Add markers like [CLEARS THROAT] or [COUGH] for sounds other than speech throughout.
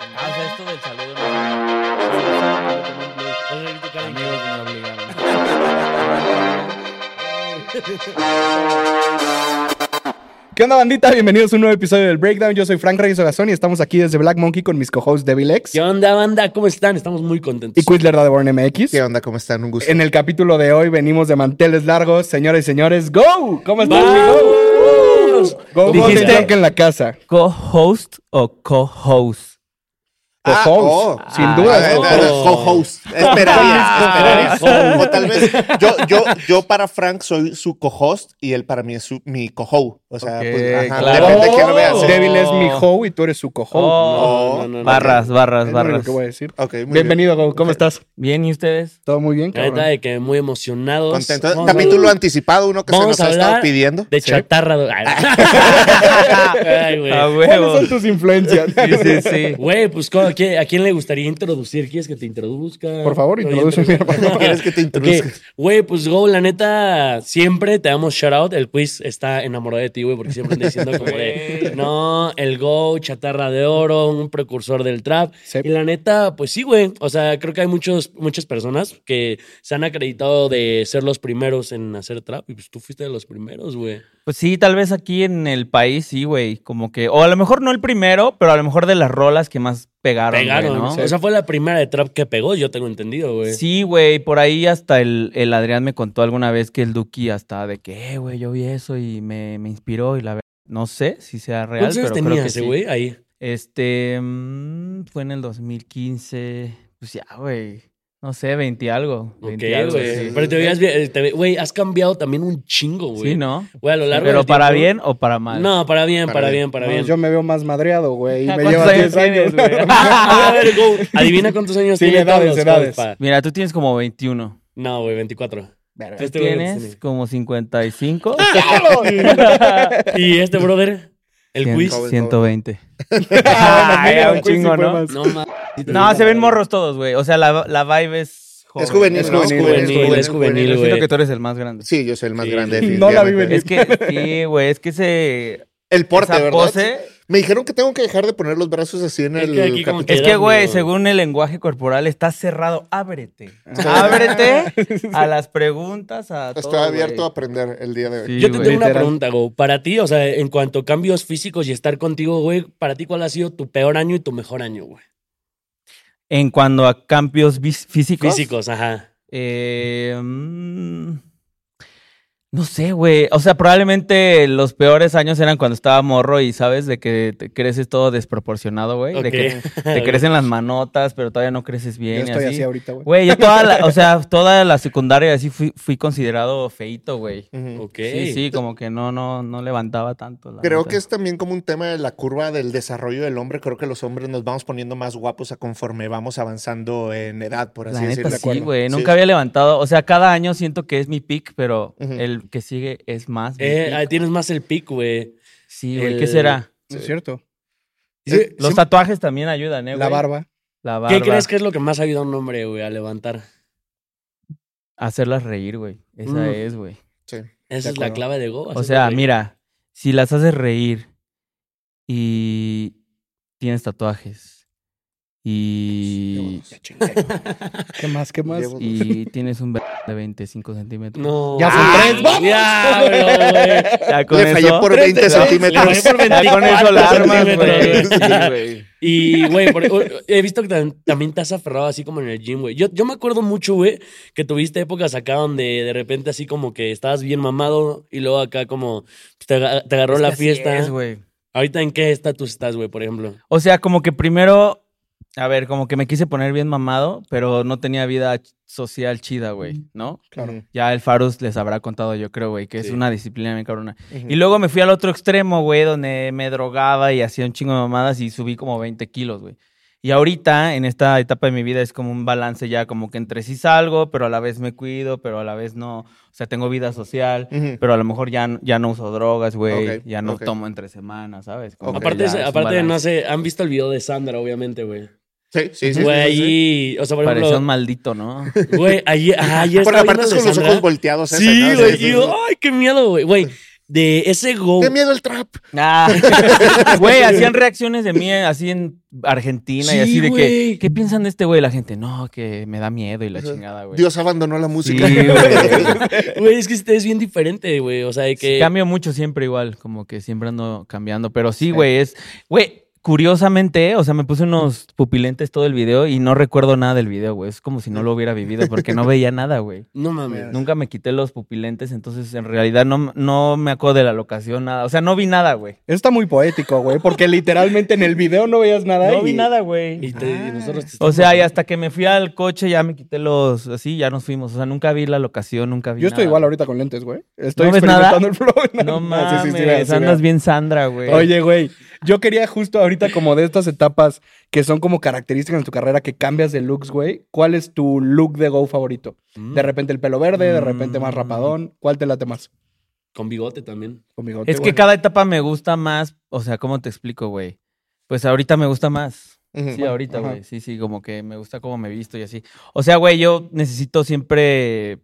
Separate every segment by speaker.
Speaker 1: amigos del saludo. No, no,
Speaker 2: Entonces, ahorita, Karen,
Speaker 1: amigos me obligaron.
Speaker 3: ¿Qué onda, bandita? Bienvenidos a un nuevo episodio del Breakdown. Yo soy Frank Reyes Ogazón y estamos aquí desde Black Monkey con mis co-hosts Devil X
Speaker 2: ¿Qué onda, banda? ¿Cómo están? Estamos muy contentos.
Speaker 3: y Quizler Born MX.
Speaker 4: ¿Qué onda? ¿Cómo están? Un gusto.
Speaker 3: En el capítulo de hoy venimos de manteles largos. Señoras y señores, ¡Go! ¿Cómo estás, mi Go?
Speaker 2: ¡Vamos!
Speaker 3: Go, go,
Speaker 1: Dijiste-
Speaker 3: de Drunk en la casa.
Speaker 1: ¿Co-host o co-host?
Speaker 4: Ah,
Speaker 3: Co-host,
Speaker 4: oh.
Speaker 3: sin
Speaker 4: Ah,
Speaker 3: duda.
Speaker 4: eh,
Speaker 3: ¿no?
Speaker 4: eh, Co-host. Esperaría, esperaría. O tal vez yo, yo, yo para Frank soy su co-host y él para mí es su, mi co-host. O sea,
Speaker 3: Ok,
Speaker 4: pues, ajá,
Speaker 1: claro.
Speaker 4: depende de quién lo ¿eh? vea. sí.
Speaker 3: Devil es mi ho y tú eres su co-host.
Speaker 2: Oh,
Speaker 3: Oh,
Speaker 4: No,
Speaker 2: no, no, no.
Speaker 1: barras, barras,
Speaker 3: Es lo único
Speaker 1: barras.
Speaker 3: que voy a decir.
Speaker 4: Ok, muy
Speaker 3: Bienvenido, Go. ¿Cómo estás?
Speaker 1: Bien, ¿y ustedes?
Speaker 3: Todo muy bien,
Speaker 2: La neta
Speaker 3: cabrón.
Speaker 2: de que muy emocionados.
Speaker 4: bien. Contento.
Speaker 2: Vamos a-
Speaker 4: Capítulo anticipado, uno que se
Speaker 2: Vamos
Speaker 4: nos
Speaker 2: a
Speaker 4: ha estado
Speaker 2: hablar [LAUGHS]
Speaker 4: pidiendo.
Speaker 2: De
Speaker 3: Sí.
Speaker 2: chatarra. Ay, Ay, güey.
Speaker 1: A
Speaker 3: ¿Cuáles
Speaker 1: huevo.
Speaker 3: son tus influencias?
Speaker 1: Sí, sí, sí.
Speaker 2: Güey, pues ¿cómo- a quién- ¿a quién le gustaría introducir? ¿Quieres que te introduzca?
Speaker 3: Por favor,
Speaker 2: Oye,
Speaker 3: introduce mi hermano.
Speaker 4: ¿Quieres que te
Speaker 2: Ok,
Speaker 4: introduzca?
Speaker 2: Güey, pues Go, la neta, siempre te damos shout out. El quiz está enamorado de ti, güey, porque siempre anda diciendo como de, no, el Go, chatarra de oro, un precursor del trap.
Speaker 3: Sí.
Speaker 2: Y la neta, pues sí, güey. O sea, creo que hay muchos, muchas personas que se han acreditado de ser los primeros en hacer trap. Y pues tú fuiste de los primeros, güey.
Speaker 1: Pues sí, tal vez aquí en el país, sí, güey. Como que, o a lo mejor no el primero, pero a lo mejor de las rolas que más pegaron.
Speaker 2: Pegaron,
Speaker 1: güey, ¿no?
Speaker 2: ¿no? O sea, fue la primera de trap que pegó, yo tengo entendido, güey.
Speaker 1: Sí, güey, por ahí hasta el, el Adrián me contó alguna vez que el Duki hasta de que, "Eh, güey, yo vi eso y me, me inspiró y la verdad, no sé si sea real,
Speaker 2: ¿Cuántos
Speaker 1: pero
Speaker 2: años
Speaker 1: creo
Speaker 2: tenía
Speaker 1: que
Speaker 2: ese
Speaker 1: sí.
Speaker 2: güey ahí?
Speaker 1: Este, mm, fue en el 2015, pues ya, güey, no sé, 20 y algo.
Speaker 2: Ok,
Speaker 1: 20 y algo,
Speaker 2: güey.
Speaker 1: sí.
Speaker 2: Pero te veías bien, eh, te ve- güey, has cambiado también un chingo, güey.
Speaker 1: Sí, ¿no?
Speaker 2: Güey, a lo largo
Speaker 1: Pero
Speaker 2: del
Speaker 1: para
Speaker 2: tiempo-
Speaker 1: bien o para mal. [LAUGHS]
Speaker 2: No, para bien, para,
Speaker 4: Para
Speaker 2: bien,
Speaker 4: bien.
Speaker 2: para
Speaker 3: No,
Speaker 2: bien.
Speaker 3: Yo me veo más madreado, güey. y Me
Speaker 1: ¿Cuántos
Speaker 3: lleva
Speaker 1: años
Speaker 3: 10 años.
Speaker 1: tienes, güey?
Speaker 2: [LAUGHS] Ah, a ver, go.
Speaker 3: [LAUGHS]
Speaker 2: Adivina cuántos años
Speaker 3: Sí,
Speaker 2: tiene
Speaker 3: edades,
Speaker 2: todos,
Speaker 3: edades.
Speaker 2: compa.
Speaker 1: Mira, tú tienes como 21.
Speaker 2: No, güey, 24.
Speaker 3: Verga.
Speaker 1: Tú
Speaker 2: Este güey
Speaker 1: tienes como
Speaker 2: [LAUGHS]
Speaker 1: 55.
Speaker 2: Y este brother, el
Speaker 1: Cien-
Speaker 2: quiz.
Speaker 1: [LAUGHS]
Speaker 4: Joven,
Speaker 2: [LAUGHS]
Speaker 1: 120.
Speaker 3: Ah,
Speaker 1: Ay,
Speaker 3: no,
Speaker 1: un
Speaker 3: güey, sí
Speaker 1: chingo,
Speaker 3: fue
Speaker 1: ¿no?
Speaker 3: más.
Speaker 2: No mames.
Speaker 1: No, se ven morros todos, güey. O sea, la, la vibe es joven.
Speaker 4: Es juvenil,
Speaker 3: Es
Speaker 4: ¿no?
Speaker 3: juvenil,
Speaker 2: es juvenil, es juvenil,
Speaker 1: Yo
Speaker 2: güey.
Speaker 1: siento que tú eres el más grande.
Speaker 4: Sí, yo soy el más
Speaker 2: Sí.
Speaker 4: grande.
Speaker 3: No la vi
Speaker 4: definitivamente.
Speaker 3: venir.
Speaker 1: Es que, sí, güey, es que ese...
Speaker 4: El porte,
Speaker 1: esa
Speaker 4: ¿verdad?
Speaker 1: pose-
Speaker 4: Me dijeron que tengo que dejar de poner los brazos así en
Speaker 2: Es
Speaker 4: el.
Speaker 2: que aquí
Speaker 4: capítulo.
Speaker 2: como
Speaker 1: Es
Speaker 2: Quedando.
Speaker 1: que, güey, según el lenguaje corporal, está cerrado.
Speaker 4: [LAUGHS]
Speaker 1: Ábrete.
Speaker 2: [LAUGHS]
Speaker 1: Ábrete a las preguntas, a todo,
Speaker 4: Estoy abierto
Speaker 1: güey.
Speaker 4: a aprender el día de hoy.
Speaker 1: Sí,
Speaker 2: Yo te
Speaker 1: güey.
Speaker 2: tengo una
Speaker 3: literal.
Speaker 2: pregunta, Go. Para ti, o sea, en cuanto a cambios físicos y estar contigo, güey, para ti, ¿cuál ha sido tu peor año y tu mejor año, güey?
Speaker 1: En cuanto a cambios vis- físicos...
Speaker 2: Físicos, ajá.
Speaker 1: eh, mm, no sé, güey. O sea, probablemente los peores años eran cuando estaba morro y sabes de que te creces todo desproporcionado, güey. De que
Speaker 2: Ok.
Speaker 1: te crecen las manotas, pero todavía no creces
Speaker 3: Yo
Speaker 1: bien. y
Speaker 3: estoy
Speaker 1: así.
Speaker 3: así ahorita, güey.
Speaker 1: Güey, yo toda la, o
Speaker 3: [LAUGHS]
Speaker 1: sea, toda la secundaria así fui, fui considerado feito, güey.
Speaker 4: Ujú.
Speaker 2: Ok.
Speaker 1: Sí, sí, como que no, no, no levantaba tanto. la
Speaker 4: Creo
Speaker 1: neta.
Speaker 4: que es también como un tema de la curva del desarrollo del hombre. Creo que los hombres nos vamos poniendo más guapos a conforme vamos avanzando en edad, por así
Speaker 1: La neta
Speaker 4: decirlo.
Speaker 1: sí, güey.
Speaker 4: Sí.
Speaker 1: Nunca había levantado. O sea, cada año siento que es mi pick, pero
Speaker 4: Ujú.
Speaker 1: el que sigue es más. mi
Speaker 2: Eh, ahí
Speaker 1: pick.
Speaker 2: tienes más el pic, güey.
Speaker 1: Sí, güey.
Speaker 2: el-
Speaker 1: ¿Qué será?
Speaker 3: No es cierto.
Speaker 2: Sí,
Speaker 1: Los
Speaker 2: sí.
Speaker 1: tatuajes también ayudan, ¿eh?
Speaker 3: La
Speaker 1: güey?
Speaker 3: barba.
Speaker 1: La barba.
Speaker 2: ¿Qué crees que es lo que más ayuda a un hombre, güey, a levantar?
Speaker 1: Hacerlas reír, güey. Esa
Speaker 2: Mm.
Speaker 1: es, güey.
Speaker 4: Sí.
Speaker 2: Esa
Speaker 3: De
Speaker 2: es la
Speaker 3: acuerdo.
Speaker 2: clave de Go.
Speaker 1: O
Speaker 2: hacerlo
Speaker 1: sea,
Speaker 2: reír.
Speaker 1: mira, si las haces reír y tienes tatuajes [LAUGHS] y,
Speaker 4: Ya chingué.
Speaker 3: ¿Qué más? ¿Qué más?
Speaker 4: Llevo-
Speaker 1: y tienes un ver- de 25 centímetros.
Speaker 2: No.
Speaker 3: Ya son
Speaker 2: Ah,
Speaker 3: tres, ¡vamos!
Speaker 2: diablo, güey.
Speaker 1: Ya con
Speaker 4: Le fallé
Speaker 1: eso-
Speaker 4: por 20
Speaker 3: Tres de dos.
Speaker 2: Le
Speaker 4: centímetros.
Speaker 2: fallé
Speaker 1: [LAUGHS]
Speaker 2: por
Speaker 1: ya con eso
Speaker 2: 24
Speaker 1: la armas, güey.
Speaker 2: centímetros, güey.
Speaker 1: Sí, güey.
Speaker 2: [LAUGHS] Y, güey, por- o- he visto que tam- también te has aferrado así como en el gym, güey. Yo, yo me acuerdo mucho, güey, que tuviste épocas acá donde de repente así como que estabas bien mamado y luego acá como te, aga- te agarró
Speaker 1: Es que
Speaker 2: la
Speaker 1: así
Speaker 2: fiesta.
Speaker 1: es, güey.
Speaker 2: Ahorita, ¿en qué estatus estás, güey, por ejemplo?
Speaker 1: O sea, como que primero, a ver, como que me quise poner bien mamado, pero no tenía vida ch- social chida, güey, ¿no?
Speaker 3: Claro.
Speaker 1: Ya el Farus les habrá contado, yo creo, güey, que es
Speaker 2: Sí.
Speaker 1: una disciplina bien cabrona.
Speaker 4: Ujú.
Speaker 1: Y luego me fui al otro extremo, güey, donde me drogaba y hacía un chingo de mamadas y subí como 20 kilos, güey. Y ahorita, en esta etapa de mi vida, es como un balance ya, como que entre sí salgo, pero a la vez me cuido, pero a la vez no. O sea, tengo vida social,
Speaker 4: Ujú.
Speaker 1: pero a lo mejor ya, ya no uso drogas, güey.
Speaker 4: Ok,
Speaker 1: ya no
Speaker 4: ok.
Speaker 1: tomo entre semanas, ¿sabes? Como
Speaker 4: Ok.
Speaker 1: que
Speaker 2: aparte,
Speaker 1: ya
Speaker 2: ese-
Speaker 1: es un
Speaker 2: aparte no
Speaker 1: balance.
Speaker 2: sé, han visto el video de Sandra, obviamente, güey.
Speaker 4: Sí, sí, sí.
Speaker 2: Güey,
Speaker 4: sí, sí, sí.
Speaker 2: allí, o sea, por
Speaker 1: Parecía un
Speaker 2: ejemplo,
Speaker 1: maldito,
Speaker 4: [LAUGHS]
Speaker 1: ¿no?
Speaker 2: güey, allí, ajá, ayer
Speaker 1: [LAUGHS]
Speaker 4: Porque
Speaker 2: estaba
Speaker 4: aparte es
Speaker 2: viendo el
Speaker 4: con
Speaker 2: de
Speaker 4: los
Speaker 2: Sandra.
Speaker 4: ojos volteados. esa,
Speaker 2: Sí,
Speaker 4: ¿no?
Speaker 2: güey.
Speaker 4: sí,
Speaker 2: y yo, ay, qué miedo, güey. Güey, de ese
Speaker 1: oh.
Speaker 2: go.
Speaker 4: ¡Qué miedo el trap!
Speaker 2: [LAUGHS]
Speaker 1: Ah. Güey, hacían reacciones de mí eh, así en Argentina y
Speaker 2: Sí,
Speaker 1: así de
Speaker 2: güey.
Speaker 1: que, ¿qué piensan de este güey? La gente, no, que me da miedo y la chingada, güey.
Speaker 4: Dios abandonó la
Speaker 1: Sí,
Speaker 4: música.
Speaker 1: [LAUGHS] güey.
Speaker 2: Güey, es que este es bien diferente, güey. O sea, de que.
Speaker 1: Cambio mucho siempre igual, como que siempre ando cambiando. Pero sí, güey, es. Güey, curiosamente, o sea, me puse unos pupilentes todo el video y no recuerdo nada del video, güey. Es como si no lo hubiera vivido porque no veía nada, güey.
Speaker 2: No mames.
Speaker 1: Nunca me quité los pupilentes, entonces en realidad no, no me acuerdo de la locación, nada. O sea, no vi nada, güey.
Speaker 3: Eso está muy poético, güey, porque literalmente en el video no veías nada.
Speaker 1: No
Speaker 3: y-
Speaker 1: vi nada,
Speaker 2: Y,
Speaker 1: güey.
Speaker 2: te- y nosotros te
Speaker 1: Ah. O sea, y hasta que me fui al coche ya me quité los. Así, ya nos fuimos. O sea, nunca vi la locación, nunca vi.
Speaker 3: Yo estoy
Speaker 1: nada.
Speaker 3: igual ahorita con lentes, güey. Estoy
Speaker 1: ¿No ves nada?
Speaker 3: experimentando el flow.
Speaker 1: No
Speaker 3: Ah,
Speaker 1: mames,
Speaker 3: [LAUGHS] sí, sí, sí, veo, sí, veo.
Speaker 1: andas bien Sandra, güey.
Speaker 3: Oye, güey, yo quería justo ahorita como de estas etapas que son como características en tu carrera que cambias de looks, güey. ¿Cuál es tu look de go favorito?
Speaker 2: Mm.
Speaker 3: De repente el pelo verde, de repente más
Speaker 1: Mm.
Speaker 3: rapadón. ¿Cuál te late más?
Speaker 2: Con bigote también.
Speaker 3: Conmigo.
Speaker 1: Es que cada etapa me gusta más, o sea, ¿cómo te explico, güey? Pues ahorita me gusta más.
Speaker 4: [LAUGHS] Ujú.
Speaker 1: Sí, ahorita,
Speaker 3: ajá.
Speaker 1: güey. Sí, sí, como que me gusta cómo me visto y así. O sea, güey, yo necesito siempre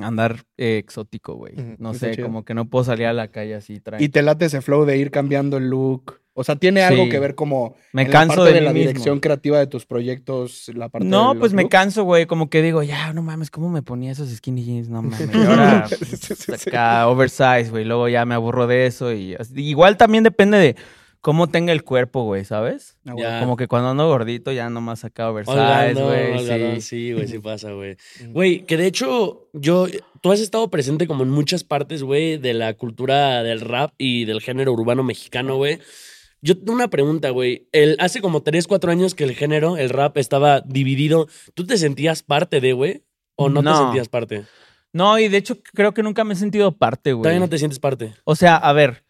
Speaker 1: andar eh, exótico, güey.
Speaker 4: Ujú,
Speaker 1: No
Speaker 3: está
Speaker 1: sé,
Speaker 3: chido.
Speaker 1: como que no puedo salir a la calle así. tranqui.
Speaker 3: Y te late ese flow de ir cambiando el look. O sea, tiene algo
Speaker 1: Sí.
Speaker 3: que ver como
Speaker 1: me
Speaker 3: en la
Speaker 1: canso de,
Speaker 3: parte de
Speaker 1: mí
Speaker 3: la
Speaker 1: mismo.
Speaker 3: dirección creativa de tus proyectos, la parte
Speaker 1: No,
Speaker 3: de
Speaker 1: pues
Speaker 3: los
Speaker 1: me
Speaker 3: looks?
Speaker 1: canso, güey. Como que digo, ya, no mames, ¿cómo me ponía esos skinny jeans? No mames. Y ahora,
Speaker 3: [LAUGHS]
Speaker 1: pues,
Speaker 3: Sí, sí, sí, sí.
Speaker 1: acá, oversize, güey. Luego ya me aburro de eso. y así. Igual también depende de cómo tenga el cuerpo, güey, ¿sabes?
Speaker 3: Ah,
Speaker 2: Ya.
Speaker 3: güey.
Speaker 1: Como que cuando ando gordito ya nomás saca oversize,
Speaker 2: Holgado,
Speaker 1: güey.
Speaker 2: holgado,
Speaker 1: sí.
Speaker 2: Sí, güey, sí pasa, güey. Güey, que de hecho, yo, tú has estado presente como en muchas partes, güey, de la cultura del rap y del género urbano mexicano, güey. Yo tengo una pregunta, güey. El- Hace como 3, 4 años que el género, el rap, estaba dividido. ¿Tú te sentías parte de, güey? ¿O no, te
Speaker 1: No.
Speaker 2: sentías parte?
Speaker 1: No, y de hecho creo que nunca me he sentido parte, güey.
Speaker 2: Todavía no te sientes parte.
Speaker 1: O sea, a ver,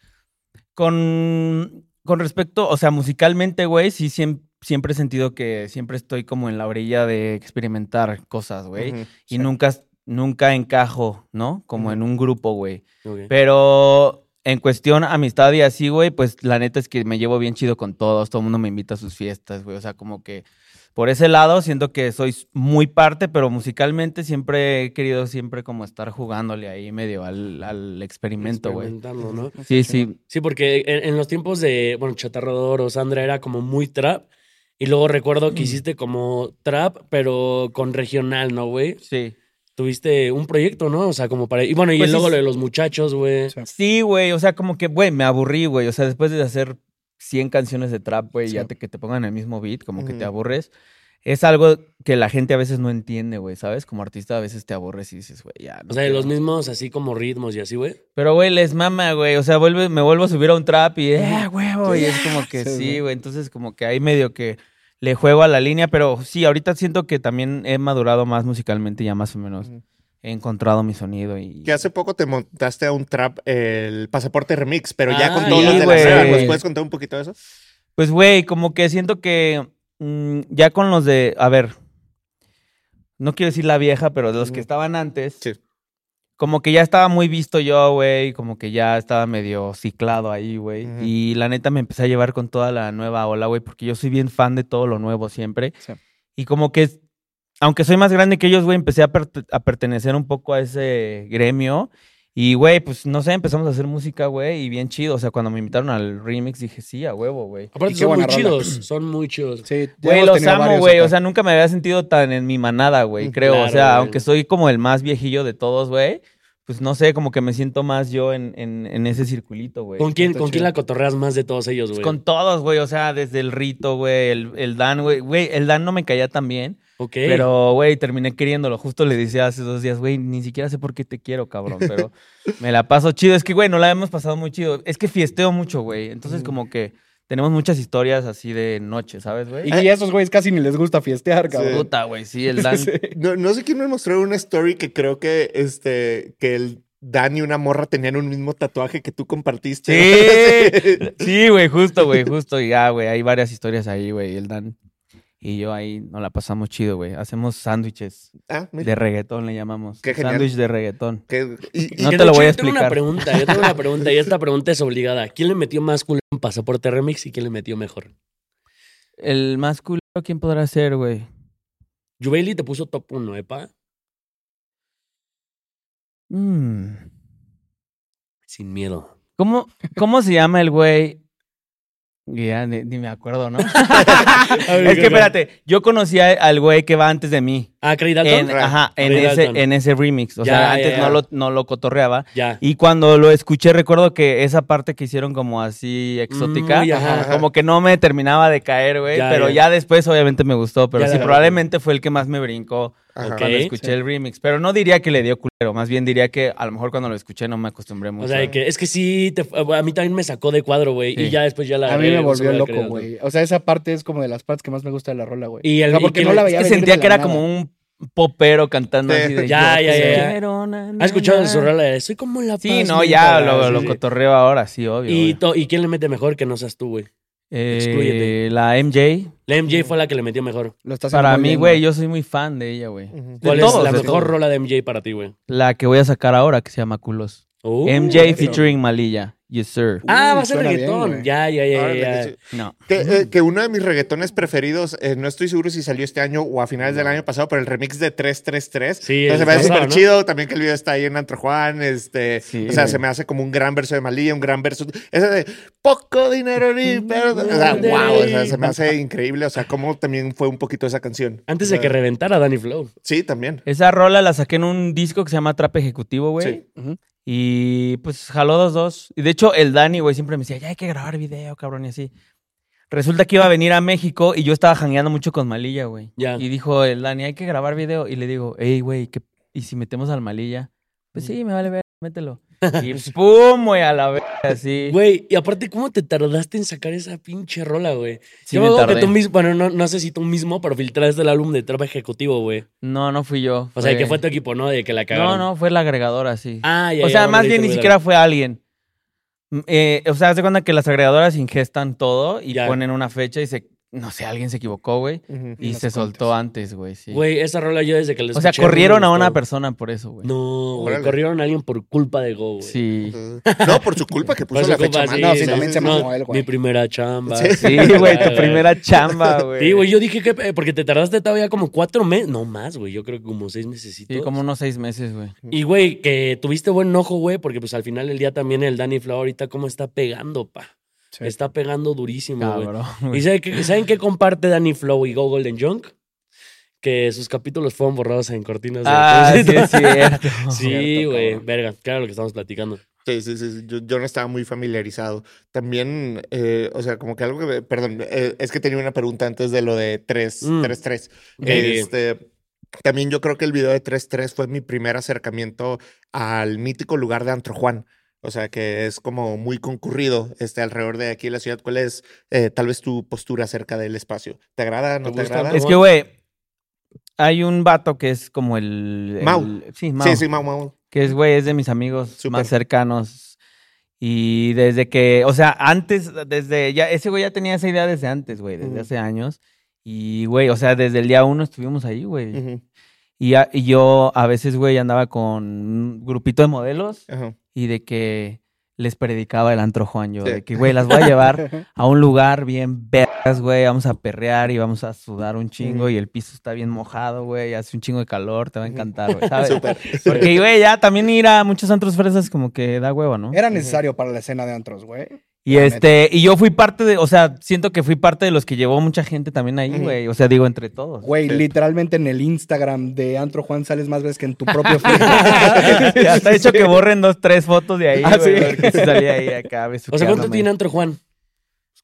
Speaker 1: con, con respecto, o sea, musicalmente, güey, sí siem- siempre he sentido que siempre estoy como en la orilla de experimentar cosas, güey.
Speaker 4: Ujú.
Speaker 1: Y nunca, nunca encajo, ¿no? Como
Speaker 4: Ujú.
Speaker 1: en un grupo, güey.
Speaker 2: Ok.
Speaker 1: Pero en cuestión amistad y así, güey, pues la neta es que me llevo bien chido con todos. Todo el mundo me invita a sus fiestas, güey. O sea, como que por ese lado siento que soy muy parte, pero musicalmente siempre he querido siempre como estar jugándole ahí medio al, al experimento, güey.
Speaker 2: Experimentarlo, ¿no?
Speaker 1: Sí, sí.
Speaker 2: Sí, porque en, en los tiempos de, bueno, Chatarrador o Sandra era como muy trap. Y luego recuerdo
Speaker 1: Mm.
Speaker 2: que hiciste como trap, pero con regional, ¿no, güey?
Speaker 1: Sí.
Speaker 2: Tuviste un proyecto, ¿no? O sea, como para... Y bueno, y
Speaker 1: Pues
Speaker 2: luego
Speaker 1: es-
Speaker 2: lo de los muchachos, güey.
Speaker 3: Sí.
Speaker 1: Sí, güey. O sea, como que, güey, me aburrí, güey. O sea, después de hacer 100 canciones de trap, güey,
Speaker 3: Sí.
Speaker 1: ya te, que te pongan el mismo beat, como que te
Speaker 4: Ujú.
Speaker 1: aburres. Es algo que la gente a veces no entiende, güey, ¿sabes? Como artista a veces te aburres y dices, güey, ya. no
Speaker 2: O sea, de
Speaker 1: quiero.
Speaker 2: los mismos así como ritmos y así, güey.
Speaker 1: Pero, güey, les mama, güey. O sea, vuelve, me vuelvo a subir a un trap y, eh, huevo. Y es como que
Speaker 3: Sí,
Speaker 1: sí,
Speaker 3: güey.
Speaker 1: güey. Entonces, como que ahí medio que le juego a la línea. Pero sí, ahorita siento que también he madurado más musicalmente, ya más o menos.
Speaker 4: Ujú.
Speaker 1: He encontrado mi sonido y.
Speaker 4: Que hace poco te montaste a un trap, el pasaporte remix, pero ya
Speaker 2: Ah,
Speaker 4: con todos
Speaker 1: sí,
Speaker 4: los de la
Speaker 1: güey.
Speaker 4: saga. ¿Nos puedes contar un poquito de eso?
Speaker 1: Pues, güey, como que siento que mm, ya con los de. A ver. No quiero decir la vieja, pero de los que
Speaker 4: Ujú.
Speaker 1: estaban antes.
Speaker 4: Sí.
Speaker 1: Como que ya estaba muy visto yo, güey. Como que ya estaba medio ciclado ahí, güey.
Speaker 4: Ujú.
Speaker 1: Y la neta me empecé a llevar con toda la nueva ola, güey. Porque yo soy bien fan de todo lo nuevo siempre.
Speaker 3: Sí.
Speaker 1: Y como que. es- Aunque soy más grande que ellos, güey, empecé a, perte- a pertenecer un poco a ese gremio. Y, güey, pues no sé, empezamos a hacer música, güey, y bien chido. O sea, cuando me invitaron al remix, dije, sí, a huevo, güey.
Speaker 2: Aparte
Speaker 3: qué
Speaker 2: son muy
Speaker 3: buena rola.
Speaker 1: Mm.
Speaker 2: chidos, son muy chidos.
Speaker 3: Sí, ya
Speaker 1: Güey,
Speaker 3: hemos
Speaker 1: los
Speaker 3: tenido
Speaker 1: amo,
Speaker 3: varios
Speaker 1: güey.
Speaker 3: acá.
Speaker 1: O sea, nunca me había sentido tan en mi manada, güey,
Speaker 4: Mm,
Speaker 1: creo. o
Speaker 2: claro,
Speaker 1: sea,
Speaker 2: güey.
Speaker 1: aunque soy como el más viejillo de todos, güey, pues no sé, como que me siento más yo en, en- en ese circulito, güey.
Speaker 2: ¿Con quién,
Speaker 3: está
Speaker 2: ¿con quién
Speaker 3: chido.
Speaker 2: la cotorreas más de todos ellos,
Speaker 1: Pues
Speaker 2: güey?
Speaker 1: con todos, güey. O sea, desde el Rito, güey, el, el Dan, güey. Güey, el Dan no me caía tan bien,
Speaker 2: Ok.
Speaker 1: pero, güey, terminé queriéndolo. Justo le decía hace dos días, güey, ni siquiera sé por qué te quiero, cabrón, pero me la paso chido. Es que, güey, no la hemos pasado muy chido. Es que fiesteo mucho, güey. Entonces, como que tenemos muchas historias así de noche, ¿sabes, güey?
Speaker 3: Y a esos güeyes casi ni les gusta fiestear, cabrón.
Speaker 1: Puta, güey, sí, el Dan.
Speaker 4: No, no sé quién me mostró una story que creo que este que el Dan y una morra tenían un mismo tatuaje que tú [LAUGHS] compartiste.
Speaker 1: Sí, sí, güey, justo, güey, justo. Y ya, güey, hay varias historias ahí, güey. El Dan y yo ahí nos la pasamos chido, güey. Hacemos sándwiches
Speaker 4: Ah, mira.
Speaker 1: de reggaetón, le llamamos.
Speaker 4: Qué genial.
Speaker 1: Sándwich de reggaetón.
Speaker 4: Que- y- y-
Speaker 1: No
Speaker 2: Que
Speaker 1: te
Speaker 2: de
Speaker 1: lo voy a
Speaker 2: yo Tengo una
Speaker 1: explicar.
Speaker 2: pregunta, yo tengo una pregunta
Speaker 1: [LAUGHS]
Speaker 2: y esta pregunta es obligada. ¿Quién le metió más culo en Pasaporte Remix y quién le metió mejor?
Speaker 1: El más culero, ¿quién podrá ser, güey?
Speaker 2: Jubaili te puso top 1, ¿eh, pa?
Speaker 1: Mm.
Speaker 2: Sin miedo.
Speaker 1: ¿Cómo, cómo se llama el güey? Ya ni, ni me acuerdo,
Speaker 4: [LAUGHS]
Speaker 1: ¿no? es que espérate, yo conocí a- al güey que va antes de mí.
Speaker 2: Ah, Craig Dalton.
Speaker 1: En, ajá, en
Speaker 2: Ray
Speaker 1: ese,
Speaker 2: Dalton.
Speaker 1: en ese remix. O
Speaker 2: Ya,
Speaker 1: sea,
Speaker 2: ya,
Speaker 1: antes
Speaker 2: ya.
Speaker 1: No, lo, no lo cotorreaba.
Speaker 2: Ya.
Speaker 1: Y cuando lo escuché, recuerdo que esa parte que hicieron como así exótica,
Speaker 2: Muy, ajá,
Speaker 1: ajá, como que no me terminaba de caer, güey.
Speaker 2: Mm, Ya,
Speaker 1: Pero
Speaker 2: ya.
Speaker 1: ya. después, obviamente, me gustó. Pero
Speaker 2: Ya,
Speaker 1: sí,
Speaker 2: ya.
Speaker 1: probablemente fue el que más me brincó
Speaker 4: Ajá.
Speaker 2: Ok.
Speaker 1: cuando escuché el remix. Pero no diría que le dio culero. Más bien diría que a lo mejor cuando lo escuché no me acostumbré mucho.
Speaker 2: O sea, de que es que sí, te- a mí también me sacó de cuadro, güey. Y
Speaker 1: Sí.
Speaker 2: ya después ya la.
Speaker 3: A mí
Speaker 2: agarré,
Speaker 3: me
Speaker 2: o sea,
Speaker 3: volvió
Speaker 2: la
Speaker 3: loco,
Speaker 2: Craig
Speaker 3: güey. O sea, esa parte es como de las partes que más me gusta de la rola, güey.
Speaker 2: Y el-
Speaker 3: O sea,
Speaker 2: y
Speaker 3: porque
Speaker 2: que
Speaker 3: no la
Speaker 1: Es
Speaker 2: le-
Speaker 3: veía
Speaker 1: que
Speaker 3: venir
Speaker 1: sentía
Speaker 3: de
Speaker 1: que
Speaker 3: la
Speaker 1: era
Speaker 3: nada.
Speaker 1: como un popero cantando
Speaker 4: Sí.
Speaker 1: así de
Speaker 2: Ya,
Speaker 1: "Yo
Speaker 2: ya,
Speaker 1: te
Speaker 2: ya, ya.
Speaker 1: quiero, na, na,
Speaker 2: ¿Has escuchado su
Speaker 1: na".
Speaker 2: rola? de, Soy como la
Speaker 1: Sí,
Speaker 2: paz
Speaker 1: no,
Speaker 2: mental"?
Speaker 1: ya lo,
Speaker 2: Sí,
Speaker 1: lo
Speaker 2: sí.
Speaker 1: cotorreo ahora, sí, obvio.
Speaker 2: ¿Y,
Speaker 1: obvio.
Speaker 2: to- ¿Y quién le mete mejor que no seas tú, güey?
Speaker 1: Eh,
Speaker 2: exclúyete.
Speaker 1: la MJ,
Speaker 2: La MJ fue la que le metió mejor.
Speaker 3: Lo estás haciendo
Speaker 1: para
Speaker 3: muy
Speaker 1: mí,
Speaker 3: bien,
Speaker 1: güey, yo soy muy fan de ella, güey.
Speaker 4: Ujú.
Speaker 1: De
Speaker 2: ¿Cuál es
Speaker 1: todos,
Speaker 2: la
Speaker 1: de
Speaker 2: mejor
Speaker 1: todos.
Speaker 2: rola de MJ para ti, güey?
Speaker 1: La que voy a sacar ahora, que se llama Culos.
Speaker 2: Uh.
Speaker 1: MJ featuring Malilla. Yes, sir.
Speaker 2: Ah,
Speaker 3: Uy,
Speaker 2: va a ser
Speaker 3: suena bien,
Speaker 2: reggaetón.
Speaker 3: güey.
Speaker 2: ya, ya, ya,
Speaker 4: Ahora,
Speaker 2: ya.
Speaker 4: que-
Speaker 1: No.
Speaker 4: Que, eh, que uno de mis reggaetones preferidos, eh, no estoy seguro si salió este año o a finales del año pasado, pero el remix de 333.
Speaker 2: Sí,
Speaker 4: Entonces
Speaker 2: el
Speaker 4: se me hace
Speaker 2: pasado,
Speaker 4: súper
Speaker 2: ¿no?
Speaker 4: chido. También que el video está ahí en Antro Juan. Este,
Speaker 1: Sí,
Speaker 4: o sea,
Speaker 1: güey.
Speaker 4: se me hace como un gran verso de Malilla, un gran verso. Ese de poco dinero ni pero. O sea, wow, o sea, se me hace increíble. O sea, como también fue un poquito esa canción. O
Speaker 2: Antes
Speaker 4: sea,
Speaker 2: de que reventara Danny Flow.
Speaker 4: Sí, también.
Speaker 1: Esa rola la saqué en un disco que se llama Trap Ejecutivo, güey.
Speaker 4: Sí.
Speaker 1: Ujú. Y pues jaló dos, dos. Y de hecho, el Dani, güey, siempre me decía, ya hay que grabar video, cabrón, y así. Resulta que iba a venir a México y yo estaba jangueando mucho con Malilla, güey.
Speaker 2: Ya.
Speaker 1: Y dijo el Dani, hay que grabar video. Y le digo, hey, güey, ¿qué- ¿y si metemos al Malilla? Pues sí, me vale ver, mételo.
Speaker 2: [LAUGHS]
Speaker 1: Y pum, güey, a la vez, así.
Speaker 2: Güey, y aparte, ¿cómo te tardaste en sacar esa pinche rola, güey?
Speaker 1: Sí,
Speaker 2: Yo
Speaker 1: me
Speaker 2: me acuerdo que
Speaker 1: tardé.
Speaker 2: tú mismo, bueno, no, no sé si tú mismo, pero filtraste el álbum de trap ejecutivo, güey.
Speaker 1: No, no fui yo.
Speaker 2: O sea, que fue tu equipo, ¿no? De que la
Speaker 1: No,
Speaker 2: cagaron.
Speaker 1: no, fue la agregadora, sí.
Speaker 2: Ah, ya,
Speaker 1: o
Speaker 2: ya,
Speaker 1: sea,
Speaker 2: ahora
Speaker 1: más
Speaker 2: sí
Speaker 1: bien
Speaker 2: te
Speaker 1: ni
Speaker 2: voy a
Speaker 1: siquiera
Speaker 2: dar.
Speaker 1: fue alguien. Mm, eh, o sea, haz de cuenta que las agregadoras ingestan todo y
Speaker 2: Ya.
Speaker 1: ponen una fecha y se. No sé, alguien se equivocó, güey.
Speaker 4: Ujú.
Speaker 1: Y
Speaker 3: Unos
Speaker 1: se soltó antes, güey, sí.
Speaker 2: Güey, esa rola yo desde que la
Speaker 1: o sea,
Speaker 2: escuché,
Speaker 1: corrieron
Speaker 2: me
Speaker 1: a una
Speaker 2: gustó.
Speaker 1: persona por eso, güey.
Speaker 2: No, güey,
Speaker 4: Órale.
Speaker 2: corrieron a alguien por culpa de Go, güey. [LAUGHS]
Speaker 1: sí.
Speaker 4: No, por su culpa que
Speaker 2: Por
Speaker 4: puso
Speaker 2: su
Speaker 4: la
Speaker 2: culpa,
Speaker 4: fecha mal.
Speaker 3: No, sí, también se
Speaker 2: no,
Speaker 3: mamó él, güey.
Speaker 2: Mi primera chamba.
Speaker 1: Sí,
Speaker 2: [LAUGHS]
Speaker 1: güey,
Speaker 2: Ah,
Speaker 1: tu primera chamba, güey.
Speaker 2: Sí, güey, yo dije que eh, porque te tardaste todavía como cuatro meses, no más, güey, yo creo que como seis meses.
Speaker 1: Sí, como unos seis meses, güey.
Speaker 2: Y, güey, que tuviste buen ojo, güey, porque pues al final del día también el Danny Flow ahorita cómo está pegando, pa.
Speaker 3: Sí.
Speaker 2: Está pegando durísimo, güey. [LAUGHS]
Speaker 1: Cabrón.
Speaker 2: ¿Y
Speaker 1: güey.
Speaker 2: sabe qué- saben qué comparte Danny Flow y Go Golden Junk? Que sus capítulos fueron borrados en cortinas de...
Speaker 1: Ah,
Speaker 2: [LAUGHS]
Speaker 1: sí, es cierto.
Speaker 2: Sí, güey, verga, claro lo que estamos platicando.
Speaker 4: Sí, sí, sí, sí, Yo, yo no estaba muy familiarizado. También, eh, o sea, como que algo que... me- Perdón, eh, es que tenía una pregunta antes de lo de 3,
Speaker 2: Mm.
Speaker 4: 3, 3.
Speaker 2: Ok.
Speaker 4: Este, también yo creo que el video de 3-3 fue mi primer acercamiento al mítico lugar de Antro Juan. O sea, que es como muy concurrido este, alrededor de aquí en la ciudad. ¿Cuál es eh, tal vez tu postura acerca del espacio? ¿Te agrada? ¿No
Speaker 2: ¿Te
Speaker 4: te,
Speaker 2: gusta?
Speaker 4: agrada?
Speaker 1: Es que, güey, hay un vato que es como el. el-
Speaker 4: Mau.
Speaker 1: Sí, Mau.
Speaker 4: Sí, sí, Mau, Mau.
Speaker 1: que es, güey, es de mis amigos
Speaker 4: Súper.
Speaker 1: más cercanos. Y desde que, o sea, antes, desde ya, ese güey ya tenía esa idea desde antes, güey, desde
Speaker 4: Ujú.
Speaker 1: hace años. Y, güey, o sea, desde el día uno estuvimos ahí, güey.
Speaker 4: Ujú,
Speaker 1: y, a- y yo a veces, güey, andaba con un grupito de modelos
Speaker 4: ajá.
Speaker 1: y de que les predicaba el antro Juan yo,
Speaker 4: Sí.
Speaker 1: de que, güey, las voy a
Speaker 4: [LAUGHS]
Speaker 1: llevar a un lugar bien vergas, güey, vamos a perrear y vamos a sudar un chingo
Speaker 4: Ujú.
Speaker 1: y el piso está bien mojado, güey, hace un chingo de calor, te va a
Speaker 4: Ujú.
Speaker 1: encantar, güey, ¿sabes?
Speaker 4: [LAUGHS] Súper.
Speaker 1: Porque, güey, ya también ir a muchos antros fresas como que da hueva, ¿no?
Speaker 3: Era necesario para la escena de antros, güey.
Speaker 1: Y este, y yo fui parte de, o sea, siento que fui parte de los que llevó mucha gente también ahí,
Speaker 4: Ujú.
Speaker 1: güey. O sea, digo, entre todos. [LAUGHS]
Speaker 3: Güey,
Speaker 4: Sí.
Speaker 3: literalmente en el Instagram de Antro Juan sales más veces que en
Speaker 1: [LAUGHS]
Speaker 3: tu propio Facebook.
Speaker 1: Ya está hecho que borren dos, tres fotos de ahí,
Speaker 3: Ah,
Speaker 1: güey.
Speaker 3: sí.
Speaker 1: Porque sí salía ahí acá,
Speaker 2: O sea, ¿cuánto
Speaker 1: besuqueándome.
Speaker 2: tiene Antro Juan?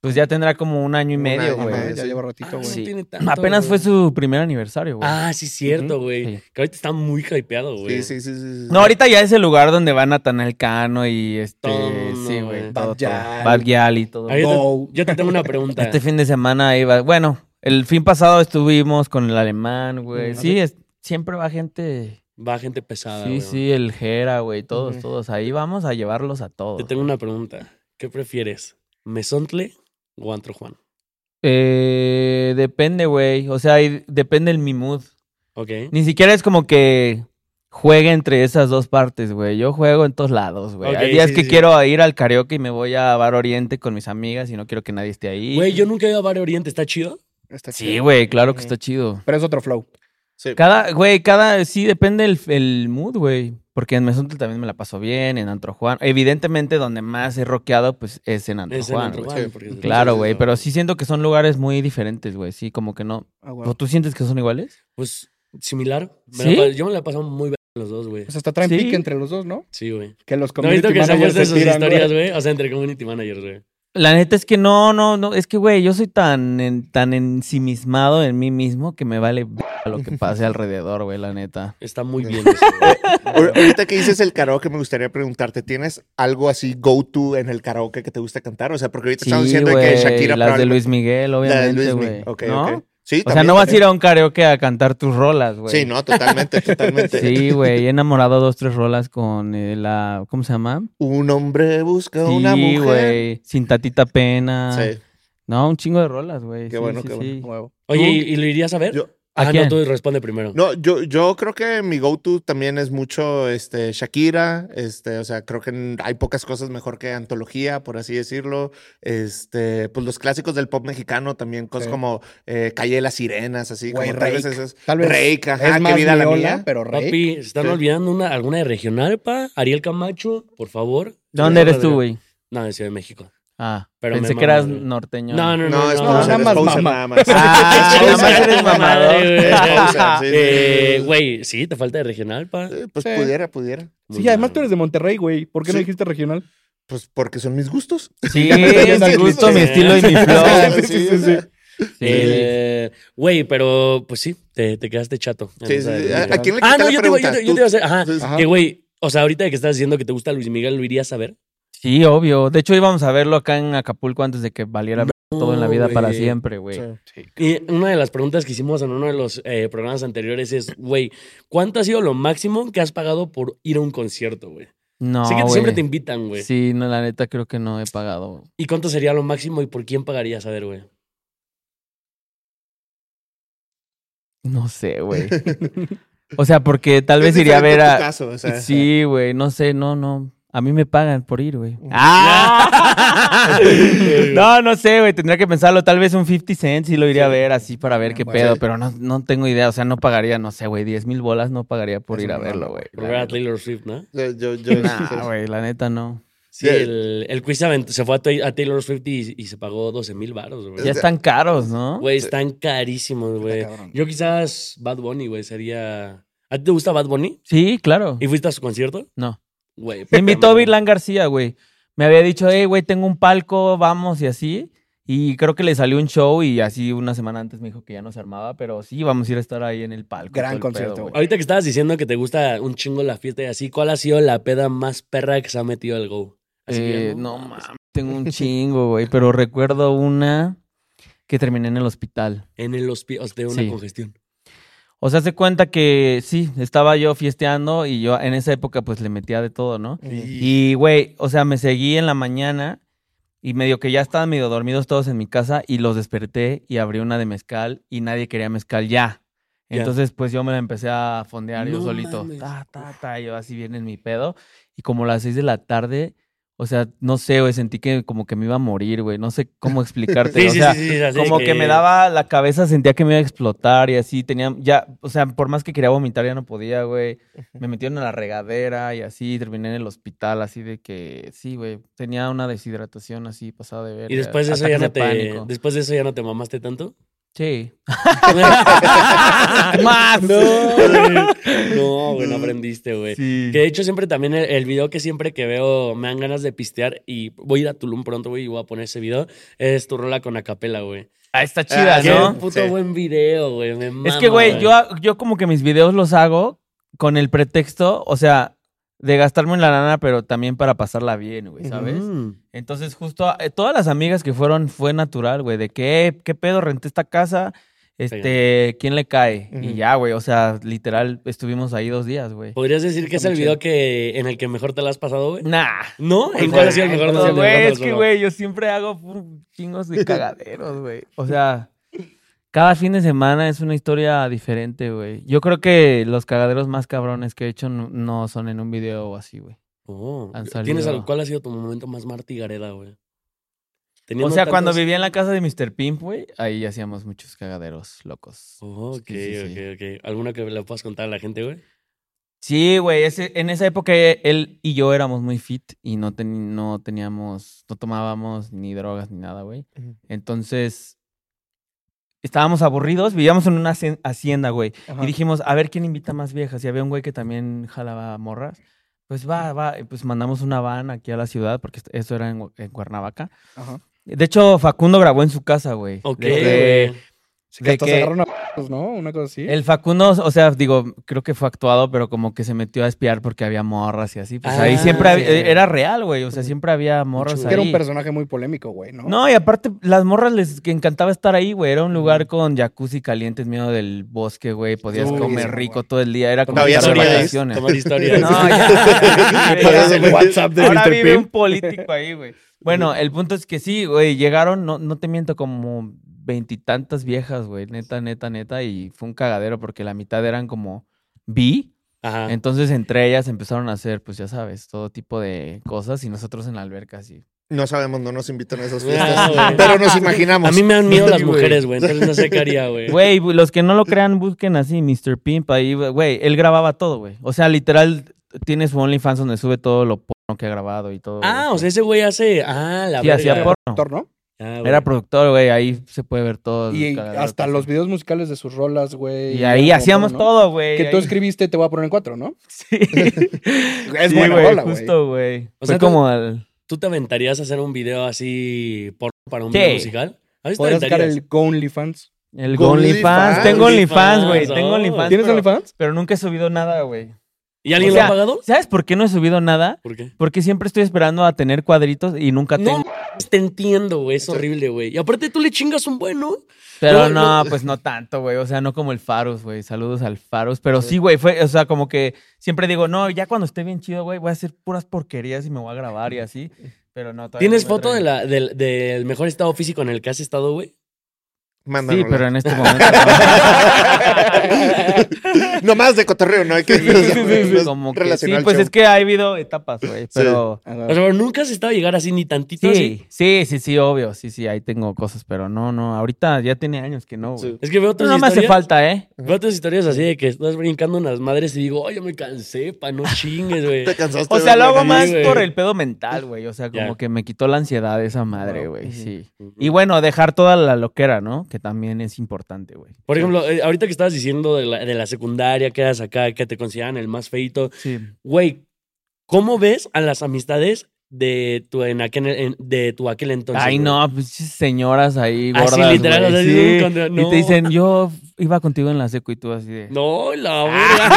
Speaker 1: Pues ya tendrá como un año y
Speaker 4: Un
Speaker 1: medio,
Speaker 4: año,
Speaker 1: güey.
Speaker 4: ajá.
Speaker 3: Ajá, Ya lleva ratito, güey.
Speaker 1: Sí.
Speaker 2: Ah, tanto,
Speaker 1: Apenas fue
Speaker 2: güey.
Speaker 1: su primer aniversario, güey.
Speaker 2: Ah, sí, cierto, güey.
Speaker 1: Sí.
Speaker 2: Que ahorita está muy hypeado, güey.
Speaker 4: Sí, sí, sí, sí, sí.
Speaker 1: No, ahorita ya es el lugar donde van Natanael Cano y este.
Speaker 2: Todo mundo,
Speaker 1: sí,
Speaker 2: güey.
Speaker 1: güey. Todo,
Speaker 3: Bad
Speaker 1: todo.
Speaker 3: Gyal.
Speaker 1: Bad Gyal y todo.
Speaker 2: Ahí te-
Speaker 3: Go.
Speaker 2: yo te tengo una pregunta.
Speaker 1: Este fin de semana iba. Bueno, el fin pasado estuvimos con el alemán, güey.
Speaker 4: Ujú.
Speaker 1: Sí, es- siempre va gente.
Speaker 2: Va gente pesada,
Speaker 1: sí,
Speaker 2: güey.
Speaker 1: sí, el Jera, güey. Todos,
Speaker 4: Ujú.
Speaker 1: todos. Ahí vamos a llevarlos a todos.
Speaker 2: Te tengo una pregunta. ¿Qué prefieres? ¿Mesontle o Antro Juan?
Speaker 1: Eh, depende, güey. O sea, ahí depende el mi mood.
Speaker 2: ¿Ok?
Speaker 1: Ni siquiera es como que juegue entre esas dos partes, güey. Yo juego en todos lados, güey.
Speaker 2: Ok,
Speaker 1: Hay días
Speaker 2: sí,
Speaker 1: que
Speaker 2: sí.
Speaker 1: quiero ir al karaoke y me voy a Bar Oriente con mis amigas y no quiero que nadie esté ahí.
Speaker 2: Güey, yo nunca he ido a Barrio Oriente. ¿Está chido?
Speaker 3: Está
Speaker 1: sí,
Speaker 3: chido.
Speaker 1: güey, claro que
Speaker 4: Ujú.
Speaker 1: está chido.
Speaker 3: Pero es otro flow.
Speaker 4: Sí.
Speaker 1: Cada, güey, cada, sí depende el, el mood, güey. Porque en Mesontel también me la paso bien, en Antro Juan. Evidentemente, donde más he rockeado, pues es en Antro
Speaker 2: Es en
Speaker 1: Juan.
Speaker 2: Antro
Speaker 1: güey.
Speaker 2: Juan,
Speaker 4: Sí,
Speaker 2: porque es-
Speaker 1: Claro, güey,
Speaker 4: no.
Speaker 1: pero sí siento que son lugares muy diferentes, güey. Sí, como que no.
Speaker 3: Ah,
Speaker 1: ¿O
Speaker 3: güey.
Speaker 1: tú sientes que son iguales?
Speaker 2: Pues similar. Me
Speaker 1: ¿Sí?
Speaker 2: la pa- yo me la he pasado muy bien los dos, güey.
Speaker 3: Pues hasta traen
Speaker 1: Sí.
Speaker 3: pique entre los dos, ¿no?
Speaker 2: Sí, güey.
Speaker 3: Que los
Speaker 2: No he
Speaker 3: community
Speaker 2: visto que se han
Speaker 3: managers
Speaker 2: puesto
Speaker 3: se
Speaker 2: sus
Speaker 3: tiran, güey.
Speaker 2: historias, güey. O sea, entre community managers, güey.
Speaker 1: La neta es que no, no, no. Es que, güey, yo soy tan, en- tan ensimismado en mí mismo que me vale b- lo que
Speaker 4: [LAUGHS]
Speaker 1: pase alrededor, güey, la neta.
Speaker 2: Está muy bien eso, güey.
Speaker 4: Ahor- Ahorita que dices el karaoke, me gustaría preguntarte, ¿tienes algo así go-to en el karaoke que te gusta cantar? O sea, porque ahorita
Speaker 1: Sí,
Speaker 4: estamos diciendo
Speaker 1: güey,
Speaker 4: Pues, que Shakira...
Speaker 1: las de
Speaker 4: probablemente-
Speaker 1: Luis Miguel,
Speaker 4: la de
Speaker 1: obviamente,
Speaker 4: Luis
Speaker 1: güey.
Speaker 4: Miguel. Ok,
Speaker 1: ¿No?
Speaker 4: ok. Sí,
Speaker 1: O sea,
Speaker 4: también,
Speaker 1: no vas a
Speaker 4: también.
Speaker 1: ir a un karaoke a cantar tus rolas, güey.
Speaker 4: Sí, no, totalmente, totalmente.
Speaker 1: [LAUGHS]
Speaker 2: [LAUGHS]
Speaker 1: Sí, güey, he enamorado dos, tres rolas con eh, la, ¿cómo se llama?
Speaker 4: Un hombre busca una
Speaker 1: sí,
Speaker 4: mujer.
Speaker 1: güey, sin tatita pena.
Speaker 4: Sí.
Speaker 1: No, un chingo de rolas, güey.
Speaker 4: Qué
Speaker 1: sí,
Speaker 4: bueno,
Speaker 1: sí,
Speaker 4: qué
Speaker 1: sí.
Speaker 3: Ah, Huevo.
Speaker 2: Oye, ¿y, y lo irías a ver?
Speaker 4: Yo-
Speaker 1: ¿A
Speaker 2: ah,
Speaker 1: quién?
Speaker 2: no, tú responde primero.
Speaker 4: No, yo, yo creo que mi go-to también es mucho este, Shakira. Este, o sea, creo que n- hay pocas cosas mejor que antología, por así decirlo. Este, pues los clásicos del pop mexicano también, cosas
Speaker 3: Sí.
Speaker 4: como eh, Calle de las Sirenas, así
Speaker 3: Güey,
Speaker 4: como tal vez
Speaker 3: Rake.
Speaker 4: esas-
Speaker 3: Tal vez
Speaker 4: Rake, ajá,
Speaker 3: es
Speaker 4: qué
Speaker 3: más
Speaker 4: vida la
Speaker 3: miola,
Speaker 4: mía.
Speaker 3: pero rey.
Speaker 2: Papi, ¿se están
Speaker 4: Sí.
Speaker 2: olvidando una, alguna de regional, pa? Ariel Camacho, por favor.
Speaker 1: ¿Dónde eres tú, güey?
Speaker 2: No, de Ciudad de México.
Speaker 1: Ah,
Speaker 2: Pero me
Speaker 1: pensé que
Speaker 2: mamas,
Speaker 1: eras
Speaker 2: güey.
Speaker 1: norteño.
Speaker 2: No, no, Ah, no.
Speaker 4: No, es
Speaker 3: no, nada
Speaker 4: poser, es
Speaker 3: más
Speaker 2: [LAUGHS]
Speaker 4: poser,
Speaker 3: mamá. [LAUGHS]
Speaker 4: nada [LAUGHS] más.
Speaker 1: Ah, nada más eres
Speaker 2: Madre, güey.
Speaker 1: mamador.
Speaker 4: Sí, sí, sí.
Speaker 2: Eh, Güey, sí, te falta de regional, pa.
Speaker 4: Eh, Pues
Speaker 3: Sí.
Speaker 4: pudiera, pudiera.
Speaker 3: Sí, además tú eres de Monterrey, güey. ¿Por qué no
Speaker 4: Sí.
Speaker 3: dijiste regional?
Speaker 4: Pues porque son mis gustos.
Speaker 2: [LAUGHS]
Speaker 1: Sí,
Speaker 3: Sí,
Speaker 1: mi
Speaker 3: sí,
Speaker 1: gusto,
Speaker 4: sí.
Speaker 1: mi estilo y mi flow.
Speaker 4: [LAUGHS] Sí,
Speaker 3: [LAUGHS] Sí, sí, sí.
Speaker 1: Sí.
Speaker 2: Eh, Güey, pero pues sí, te, te quedaste chato.
Speaker 4: Sí, sí, sí. ¿A a quién le
Speaker 2: Ah,
Speaker 4: quité
Speaker 2: no,
Speaker 4: la
Speaker 2: yo te, voy- yo,
Speaker 4: pregunta?
Speaker 2: te, yo
Speaker 4: Tú-
Speaker 2: te iba a hacer. Ajá.
Speaker 4: Sí, sí.
Speaker 3: Ajá.
Speaker 2: Que güey, o sea, ahorita que estás diciendo que te gusta Luis Miguel, ¿lo irías a ver?
Speaker 1: Sí, obvio. De hecho, íbamos a verlo acá en Acapulco antes de que valiera todo en la vida
Speaker 2: güey.
Speaker 1: para siempre, güey.
Speaker 2: Y una de las preguntas que hicimos en uno de los eh, programas anteriores es, güey, ¿cuánto ha sido lo máximo que has pagado por ir a un concierto, güey?
Speaker 1: No,
Speaker 2: sé que
Speaker 1: güey.
Speaker 2: siempre te invitan, güey.
Speaker 1: Sí, no, la neta creo que no he pagado.
Speaker 2: ¿Y cuánto sería lo máximo y por quién pagarías? A ver, güey.
Speaker 1: No sé,
Speaker 2: [LAUGHS]
Speaker 1: güey. O sea, porque tal
Speaker 4: Es
Speaker 1: vez iría a ver
Speaker 4: diferente tu
Speaker 1: a...
Speaker 4: caso, o sea.
Speaker 1: Sí, güey, no sé, no, no. A mí me pagan por ir, güey. ¡Ah! [LAUGHS] No, no sé, güey, tendría que pensarlo. Tal vez un 50 cent sí lo iría a ver así para ver qué
Speaker 3: Bueno,
Speaker 1: pedo,
Speaker 4: sí.
Speaker 1: pero no, no tengo idea. O sea, no pagaría, no sé, güey, 10 mil bolas no pagaría por
Speaker 3: Es
Speaker 1: ir a
Speaker 3: un
Speaker 1: verlo,
Speaker 3: drama,
Speaker 1: güey.
Speaker 2: Por
Speaker 1: la
Speaker 2: ver a
Speaker 1: neta.
Speaker 2: Taylor Swift, ¿no?
Speaker 4: Yo, yo, yo- [LAUGHS]
Speaker 1: Nah, güey, la neta no.
Speaker 2: Sí,
Speaker 4: Yeah.
Speaker 2: el, el quiz se aventó- se fue a, Ta- a Taylor Swift y, y se pagó 12 mil baros, güey.
Speaker 1: Ya están caros, ¿no?
Speaker 2: Güey, están carísimos, güey.
Speaker 3: cabrón.
Speaker 2: Yo quizás Bad Bunny, güey, sería... ¿A ti te gusta Bad Bunny?
Speaker 1: Sí, claro.
Speaker 2: ¿Y fuiste a su concierto?
Speaker 1: No.
Speaker 2: Güey.
Speaker 1: Me
Speaker 2: puta
Speaker 1: invitó
Speaker 2: madre.
Speaker 1: Virlan García, güey. Me había dicho, hey, güey, tengo un palco, vamos y así. Y creo que le salió un show y así una semana antes me dijo que ya no se armaba, pero sí, vamos a ir a estar ahí en el palco.
Speaker 3: Gran
Speaker 1: todo el
Speaker 3: concierto,
Speaker 1: pedo,
Speaker 3: güey.
Speaker 2: Ahorita que estabas diciendo que te gusta un chingo la fiesta y así, ¿cuál ha sido la peda más perra que se ha metido el Go? Así que,
Speaker 1: Eh, no mames, tengo un chingo, güey, pero recuerdo una que terminé en el hospital.
Speaker 2: En el hospital, de una
Speaker 1: Sí.
Speaker 2: congestión.
Speaker 1: O sea, se cuenta que sí, estaba yo fiesteando y yo en esa época pues le metía de todo, ¿no? Y, güey, o sea, me seguí en la mañana y medio que ya estaban medio dormidos todos en mi casa y los desperté y abrí una de mezcal y nadie quería mezcal ya.
Speaker 2: Ya.
Speaker 1: Entonces, pues yo me la empecé a fondear yo
Speaker 2: No
Speaker 1: solito.
Speaker 2: mames.
Speaker 1: Ta, ta, ta, yo así bien en mi pedo. Y como a las seis de la tarde, o sea, no sé, güey, sentí que como que me iba a morir, güey. No sé
Speaker 2: [LAUGHS]
Speaker 1: cómo explicarte. o sea,
Speaker 2: sí, así
Speaker 1: como
Speaker 2: de
Speaker 1: que... me daba la cabeza, sentía que me iba a explotar y así tenía, ya, o sea, por más que quería vomitar ya no podía, güey. Me metieron a la regadera y así terminé en el hospital, así de que sí, güey, tenía una deshidratación así pasada de ver.
Speaker 2: Y después de, eso ya no te,
Speaker 1: pánico.
Speaker 2: después de eso ya no te mamaste
Speaker 1: [LAUGHS]
Speaker 2: tanto. [LAUGHS]
Speaker 1: Sí. Ah,
Speaker 2: no,
Speaker 1: Más.
Speaker 2: güey. No, güey, no aprendiste, güey.
Speaker 1: Sí.
Speaker 2: Que de hecho siempre también el, el video que siempre que veo me dan ganas de pistear y voy a ir a Tulum pronto, güey, y voy a poner ese video. Es tu rola con acapela, güey.
Speaker 1: Ah, está chida,
Speaker 4: Ah,
Speaker 2: Qué
Speaker 1: ¿no?
Speaker 2: puto
Speaker 4: Sí.
Speaker 2: buen video, güey. me
Speaker 1: Es
Speaker 2: mama,
Speaker 1: que, güey, yo, yo como que mis videos los hago con el pretexto, o sea, de gastarme en la lana, pero también para pasarla bien, güey, ¿sabes?
Speaker 2: Mm.
Speaker 1: Entonces, justo eh, todas las amigas que fueron fue natural, güey, de que, "Eh, ¿qué pedo? Renté esta casa, este, ¿quién le cae? Y
Speaker 4: Ujú.
Speaker 1: ya, güey, o sea, literal, estuvimos ahí dos días, güey.
Speaker 2: ¿Podrías decir que es
Speaker 3: Está
Speaker 2: el
Speaker 3: muy
Speaker 2: video que, en el que mejor te la has pasado, güey?
Speaker 1: [LAUGHS] Nah.
Speaker 2: ¿No? ¿En cuál ha sido el mejor?
Speaker 1: No,
Speaker 2: No,
Speaker 1: güey, es que, güey, yo siempre hago pu- chingos de cagaderos, güey. O sea, cada fin de semana es una historia diferente, güey. Yo creo que los cagaderos más cabrones que he hecho no, no son en un video o así, güey.
Speaker 2: Oh,
Speaker 1: Han
Speaker 2: ¿Tienes
Speaker 1: salido.
Speaker 2: al, ¿Cuál ha sido tu momento más martigareda, güey?
Speaker 1: O
Speaker 2: Teniendo
Speaker 1: sea, cuando
Speaker 2: tantos-
Speaker 1: vivía en la casa de Mr. Pimp, güey, ahí hacíamos muchos cagaderos locos.
Speaker 2: Oh, ok,
Speaker 1: Sí, sí, sí.
Speaker 2: ok, ok. ¿Alguna que le puedas contar a la gente, güey?
Speaker 1: Sí, güey, ese- en esa época e, él y yo éramos muy fit y no, ten- no teníamos, no tomábamos ni drogas ni nada, güey.
Speaker 4: Ujú.
Speaker 1: Entonces, estábamos aburridos, vivíamos en una hacien- hacienda, güey.
Speaker 3: Ajá.
Speaker 1: Y dijimos, a ver quién invita más viejas. Y había un güey que también jalaba morras. Pues va, va, y pues mandamos una van aquí a la ciudad, porque est- eso era en, Gu- en Cuernavaca.
Speaker 3: Ajá.
Speaker 1: De hecho, Facundo grabó en su casa, güey.
Speaker 2: Ok,
Speaker 1: De que
Speaker 2: güey.
Speaker 1: de
Speaker 3: Sí, que hasta se
Speaker 1: que-
Speaker 3: agarraron a p- ¿no? Una cosa así.
Speaker 1: El Facundo, o sea, digo, creo que fue actuado, pero como que se metió a espiar porque había morras y así. Pues
Speaker 2: Ah,
Speaker 1: ahí siempre hab-
Speaker 2: sí.
Speaker 1: eh, era real, güey. O sea, siempre había morras
Speaker 2: Mucho.
Speaker 1: ahí.
Speaker 3: Era un personaje muy polémico, güey, ¿no?
Speaker 1: No, y aparte, las morras les que encantaba estar ahí, güey. Era un lugar con jacuzzi calientes, miedo del bosque, güey. Podías
Speaker 3: Uy,
Speaker 1: comer
Speaker 3: sí,
Speaker 1: rico
Speaker 3: güey.
Speaker 1: todo el día. Era como
Speaker 2: Tomar
Speaker 4: Todavía
Speaker 1: estar de
Speaker 4: son
Speaker 1: vacaciones.
Speaker 2: historias. Tomar historias.
Speaker 1: [LAUGHS] No,
Speaker 3: [LAUGHS]
Speaker 1: Ah, ya.
Speaker 3: Pones el WhatsApp de
Speaker 1: Ahora
Speaker 3: Mr.
Speaker 1: vive
Speaker 3: Pim.
Speaker 1: un político ahí, güey. Bueno, el punto es que sí, güey, llegaron, no, no te miento, como veintitantas viejas, güey, neta, neta, neta, y fue un cagadero porque la mitad eran como bi,
Speaker 2: [LAUGHS] Ajá.
Speaker 1: entonces entre ellas empezaron a hacer, pues ya sabes, todo tipo de cosas y nosotros en la alberca así.
Speaker 4: No sabemos, no nos invitan a esas
Speaker 2: Ah,
Speaker 4: fiestas.
Speaker 2: güey.
Speaker 4: pero nos imaginamos.
Speaker 2: A mí me dan miedo las
Speaker 4: Sí, güey.
Speaker 2: mujeres, güey. Entonces no sé qué haría, güey.
Speaker 1: Güey, los que no lo crean, busquen así, Mr. Pimp, ahí, güey, él grababa todo, güey. O sea, literal, tiene su OnlyFans donde sube todo lo porno que ha grabado y todo.
Speaker 2: Ah, o sea, ese güey hace. Ah, la
Speaker 1: sí, hacía
Speaker 2: verga.
Speaker 1: porno.
Speaker 3: Actor, ¿no?
Speaker 2: Ah, güey.
Speaker 1: Era productor, güey, ahí se puede ver todo. el
Speaker 3: Y
Speaker 1: cagadero
Speaker 3: hasta
Speaker 1: que
Speaker 3: los
Speaker 1: hacía.
Speaker 3: videos musicales de sus rolas, güey.
Speaker 1: Y ahí
Speaker 3: era como
Speaker 1: hacíamos
Speaker 3: ¿no?
Speaker 1: todo, güey.
Speaker 3: Que tú
Speaker 1: ahí-
Speaker 3: escribiste, te voy a poner en cuatro, ¿no?
Speaker 1: Sí.
Speaker 3: Es
Speaker 1: Sí,
Speaker 3: buena
Speaker 1: güey,
Speaker 3: rola, güey.
Speaker 1: justo, güey.
Speaker 2: O
Speaker 1: O
Speaker 2: sea,
Speaker 1: sea,
Speaker 2: tú-
Speaker 1: como el...
Speaker 2: ¿Tú te aventarías a hacer un video así porno para un
Speaker 1: Sí.
Speaker 2: video musical? ¿A mí te
Speaker 3: Podrías sacar
Speaker 2: aventarías?
Speaker 3: el OnlyFans.
Speaker 1: El
Speaker 4: Con
Speaker 1: OnlyFans.
Speaker 4: OnlyFans.
Speaker 1: Tengo OnlyFans, güey.
Speaker 2: OnlyFans,
Speaker 1: Tengo
Speaker 2: oh.
Speaker 1: OnlyFans.
Speaker 3: ¿Tienes
Speaker 1: pero-
Speaker 3: OnlyFans?
Speaker 1: Pero nunca he subido nada, güey.
Speaker 2: ¿Y alguien
Speaker 1: O
Speaker 2: lo
Speaker 1: sea,
Speaker 2: ha pagado?
Speaker 1: ¿Sabes por qué no he subido nada?
Speaker 2: ¿Por qué?
Speaker 1: Porque siempre estoy esperando a tener cuadritos y nunca
Speaker 2: No,
Speaker 1: tengo.
Speaker 2: te entiendo, güey. Es horrible, güey. Y aparte tú le chingas un buen, ¿no?
Speaker 1: Pero
Speaker 2: yo-
Speaker 1: no, pues no tanto, güey. O sea, no como el Faros, güey. Saludos al Faros. Pero sí, güey, fue, o sea, como que siempre digo, no, ya cuando esté bien chido, güey, voy a hacer puras porquerías y me voy a grabar y así. Pero no, todavía
Speaker 2: ¿Tienes
Speaker 1: no me
Speaker 2: foto de
Speaker 1: atrevo.
Speaker 2: la, del, del mejor estado físico en el que has estado, güey?
Speaker 1: Sí,
Speaker 4: Mándanosla.
Speaker 1: pero en este momento.
Speaker 4: [LAUGHS] Nomás de cotorreo, [LAUGHS] ¿no? Hay que
Speaker 1: Como que sí,
Speaker 4: relacionar el
Speaker 1: pues
Speaker 4: show.
Speaker 1: es que ha habido etapas, güey. Pero.
Speaker 3: [LAUGHS]
Speaker 2: O sea, nunca has estado a llegar así ni tantito.
Speaker 1: Sí,
Speaker 2: así?
Speaker 1: sí, sí, sí, obvio. Sí, sí, ahí tengo cosas, pero no, no. Ahorita ya tiene años que no, güey.
Speaker 4: Sí.
Speaker 2: Es que veo
Speaker 1: No,
Speaker 2: otras
Speaker 1: no me
Speaker 2: historias.
Speaker 1: hace falta, ¿eh?
Speaker 2: Veo tus historias así de que estás brincando unas madres y digo, ay, yo me cansé, pa, no chingues,
Speaker 4: [LAUGHS]
Speaker 2: güey.
Speaker 4: Te cansaste
Speaker 1: O
Speaker 4: de
Speaker 1: sea, lo
Speaker 4: verlo,
Speaker 1: hago
Speaker 4: ¿no?
Speaker 1: más
Speaker 2: Sí, güey.
Speaker 1: por el pedo mental, güey. O sea,
Speaker 2: Ya.
Speaker 1: como que me quitó la ansiedad esa madre,
Speaker 3: Wow.
Speaker 1: güey.
Speaker 3: Ujú.
Speaker 1: Sí. Y bueno, dejar toda la loquera, ¿no? Que también es importante, güey.
Speaker 2: Por ejemplo, eh, ahorita que estabas diciendo de la, de la secundaria, que eras acá, que te consideran el más feito.
Speaker 1: Sí.
Speaker 2: Güey, ¿cómo ves a las amistades de tu, en aquel, en- de tu aquel entonces?
Speaker 1: Ay,
Speaker 2: güey?
Speaker 1: no, pues señoras ahí
Speaker 2: Así,
Speaker 1: gordas,
Speaker 2: literal,
Speaker 1: güey,
Speaker 2: o sea,
Speaker 1: sí.
Speaker 2: dicen cuando- no.
Speaker 1: Y te dicen, yo iba contigo en la secu y tú así de...
Speaker 2: No, la
Speaker 4: Ah,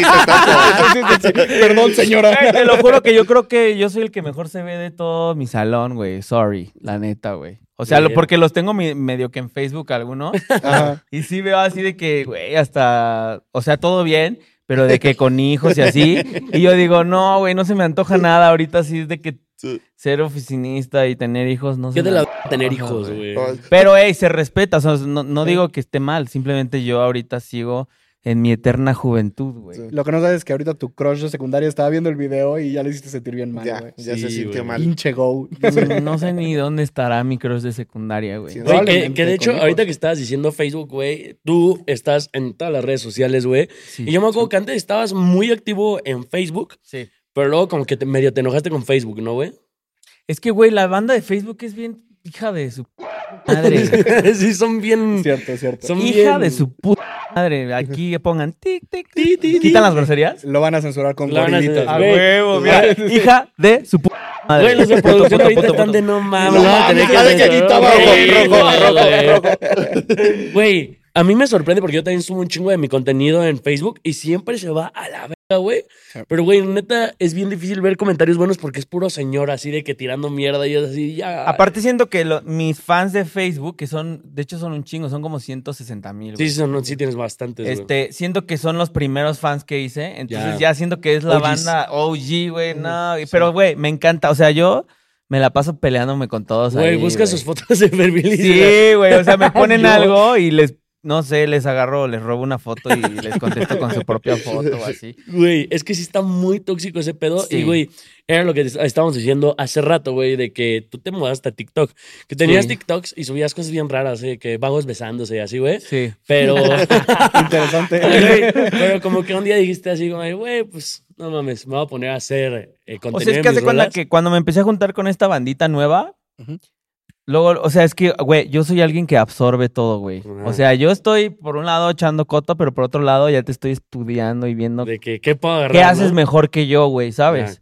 Speaker 2: verga.
Speaker 4: sí, te cansaste.
Speaker 1: [LAUGHS]
Speaker 3: Perdón, señora.
Speaker 1: Güey, te lo juro que yo creo que yo soy el que mejor se ve de todo mi salón, güey. Sorry, la neta, güey. O sea, lo-
Speaker 2: Bien.
Speaker 1: porque los tengo mi- medio que en Facebook algunos.
Speaker 3: Ajá.
Speaker 1: Y sí veo así de que, güey, hasta, o sea, todo bien, pero de que con hijos y así. Y yo digo, no, güey, no se me antoja nada ahorita así de que
Speaker 4: Sí.
Speaker 1: ser oficinista y tener hijos, no sé.
Speaker 2: Yo te la voy a tener hijos, güey.
Speaker 4: Oh,
Speaker 1: Pero, hey, se respeta, o sea, no, no digo que esté mal, simplemente yo ahorita sigo en mi eterna juventud, güey.
Speaker 4: Sí.
Speaker 3: Lo que no sabes es que ahorita tu crush de secundaria estaba viendo el video y ya le hiciste sentir bien mal,
Speaker 4: Ya,
Speaker 3: güey.
Speaker 4: ya
Speaker 2: Sí,
Speaker 4: se sintió
Speaker 2: güey.
Speaker 4: mal.
Speaker 3: Pinche go.
Speaker 1: Mm, No sé ni dónde estará mi crush de secundaria, güey.
Speaker 4: Sí,
Speaker 2: Güey, que- que,
Speaker 3: Probablemente
Speaker 2: de hecho,
Speaker 3: con hijos.
Speaker 2: ahorita que estabas diciendo Facebook, güey, tú estás en todas las redes sociales, güey.
Speaker 1: Sí.
Speaker 2: Y yo me acuerdo que antes estabas muy activo en Facebook,
Speaker 1: Sí.
Speaker 2: pero luego como que te- medio te enojaste con Facebook, ¿no, güey? [LAUGHS]
Speaker 1: Es que, güey, la banda de Facebook es bien hija de su p- madre.
Speaker 2: sí, son
Speaker 1: Mm.
Speaker 2: bien...
Speaker 3: Cierto, cierto.
Speaker 2: [LAUGHS] Son
Speaker 1: Hija
Speaker 2: bien-
Speaker 1: de su puta madre. Aquí pongan tic, tic, tic.
Speaker 2: Ti, ti, ti.
Speaker 1: ¿Quitan las groserías?
Speaker 3: Lo van a censurar con
Speaker 2: Lo van a
Speaker 3: gorilitas.
Speaker 2: censurar.
Speaker 3: güey.
Speaker 2: Güey.
Speaker 1: mira. Hija de su puta madre.
Speaker 2: Güey, los de
Speaker 1: Puto,
Speaker 2: producción
Speaker 1: puto,
Speaker 2: ahorita
Speaker 1: puto,
Speaker 2: están
Speaker 1: puto.
Speaker 2: de no mames.
Speaker 4: No
Speaker 2: vamos a tener
Speaker 4: mames, la de
Speaker 2: hacer-
Speaker 4: que gritaba
Speaker 2: Güey,
Speaker 4: rojo,
Speaker 2: güey,
Speaker 4: rojo,
Speaker 2: güey. Güey, a mí me sorprende porque yo también subo un chingo de mi contenido en Facebook y siempre se va a la verga, güey. Pero, güey, neta, es bien difícil ver comentarios buenos porque es puro señor así de que tirando mierda y es así, ya.
Speaker 1: Aparte siento que lo- mis fans de Facebook, que son, de hecho son un chingo, son como 160 mil.
Speaker 2: Sí, sí, son- sí tienes bastantes, güey.
Speaker 1: Este, siento que son los primeros fans que hice, entonces
Speaker 2: Ya.
Speaker 1: ya, siento que es la
Speaker 2: OGs.
Speaker 1: banda OG, güey, no, y- pero güey, me encanta, o sea, yo me la paso peleándome con todos
Speaker 2: Güey,
Speaker 1: ahí,
Speaker 2: busca
Speaker 1: güey.
Speaker 2: sus fotos de perfil y se-
Speaker 1: Sí, güey, o sea, me
Speaker 2: [LAUGHS]
Speaker 1: ponen
Speaker 2: Yo-
Speaker 1: algo y les, no sé, les agarro, les robo una foto y les contesto con su propia foto o así.
Speaker 2: Güey, es que sí está muy tóxico ese pedo.
Speaker 1: Sí.
Speaker 2: Y, güey, era lo que te- estábamos diciendo hace rato, güey, de que tú te mudaste a TikTok. Que tenías
Speaker 1: Sí.
Speaker 2: TikToks y subías cosas bien raras, eh, que vagos besándose y así, güey.
Speaker 1: Sí. [LAUGHS]
Speaker 2: Pero, [LAUGHS]
Speaker 3: Interesante.
Speaker 2: Güey, pero como que un día dijiste así, como, güey, pues No mames, me voy a poner a hacer eh, contenido.
Speaker 1: O sea, es
Speaker 2: de
Speaker 1: que
Speaker 2: mis
Speaker 1: hace cuenta
Speaker 2: rolas.
Speaker 1: que cuando me empecé a juntar con esta bandita nueva,
Speaker 3: Ujú.
Speaker 1: luego, o sea, es que, güey, yo soy alguien que absorbe todo, güey.
Speaker 2: Ujú.
Speaker 1: O sea, yo estoy, por un lado, echando coto, pero por otro lado, ya te estoy estudiando y viendo
Speaker 2: De que, ¿qué puedo agarrar?
Speaker 1: qué haces
Speaker 2: no?
Speaker 1: mejor que yo, güey, ¿sabes?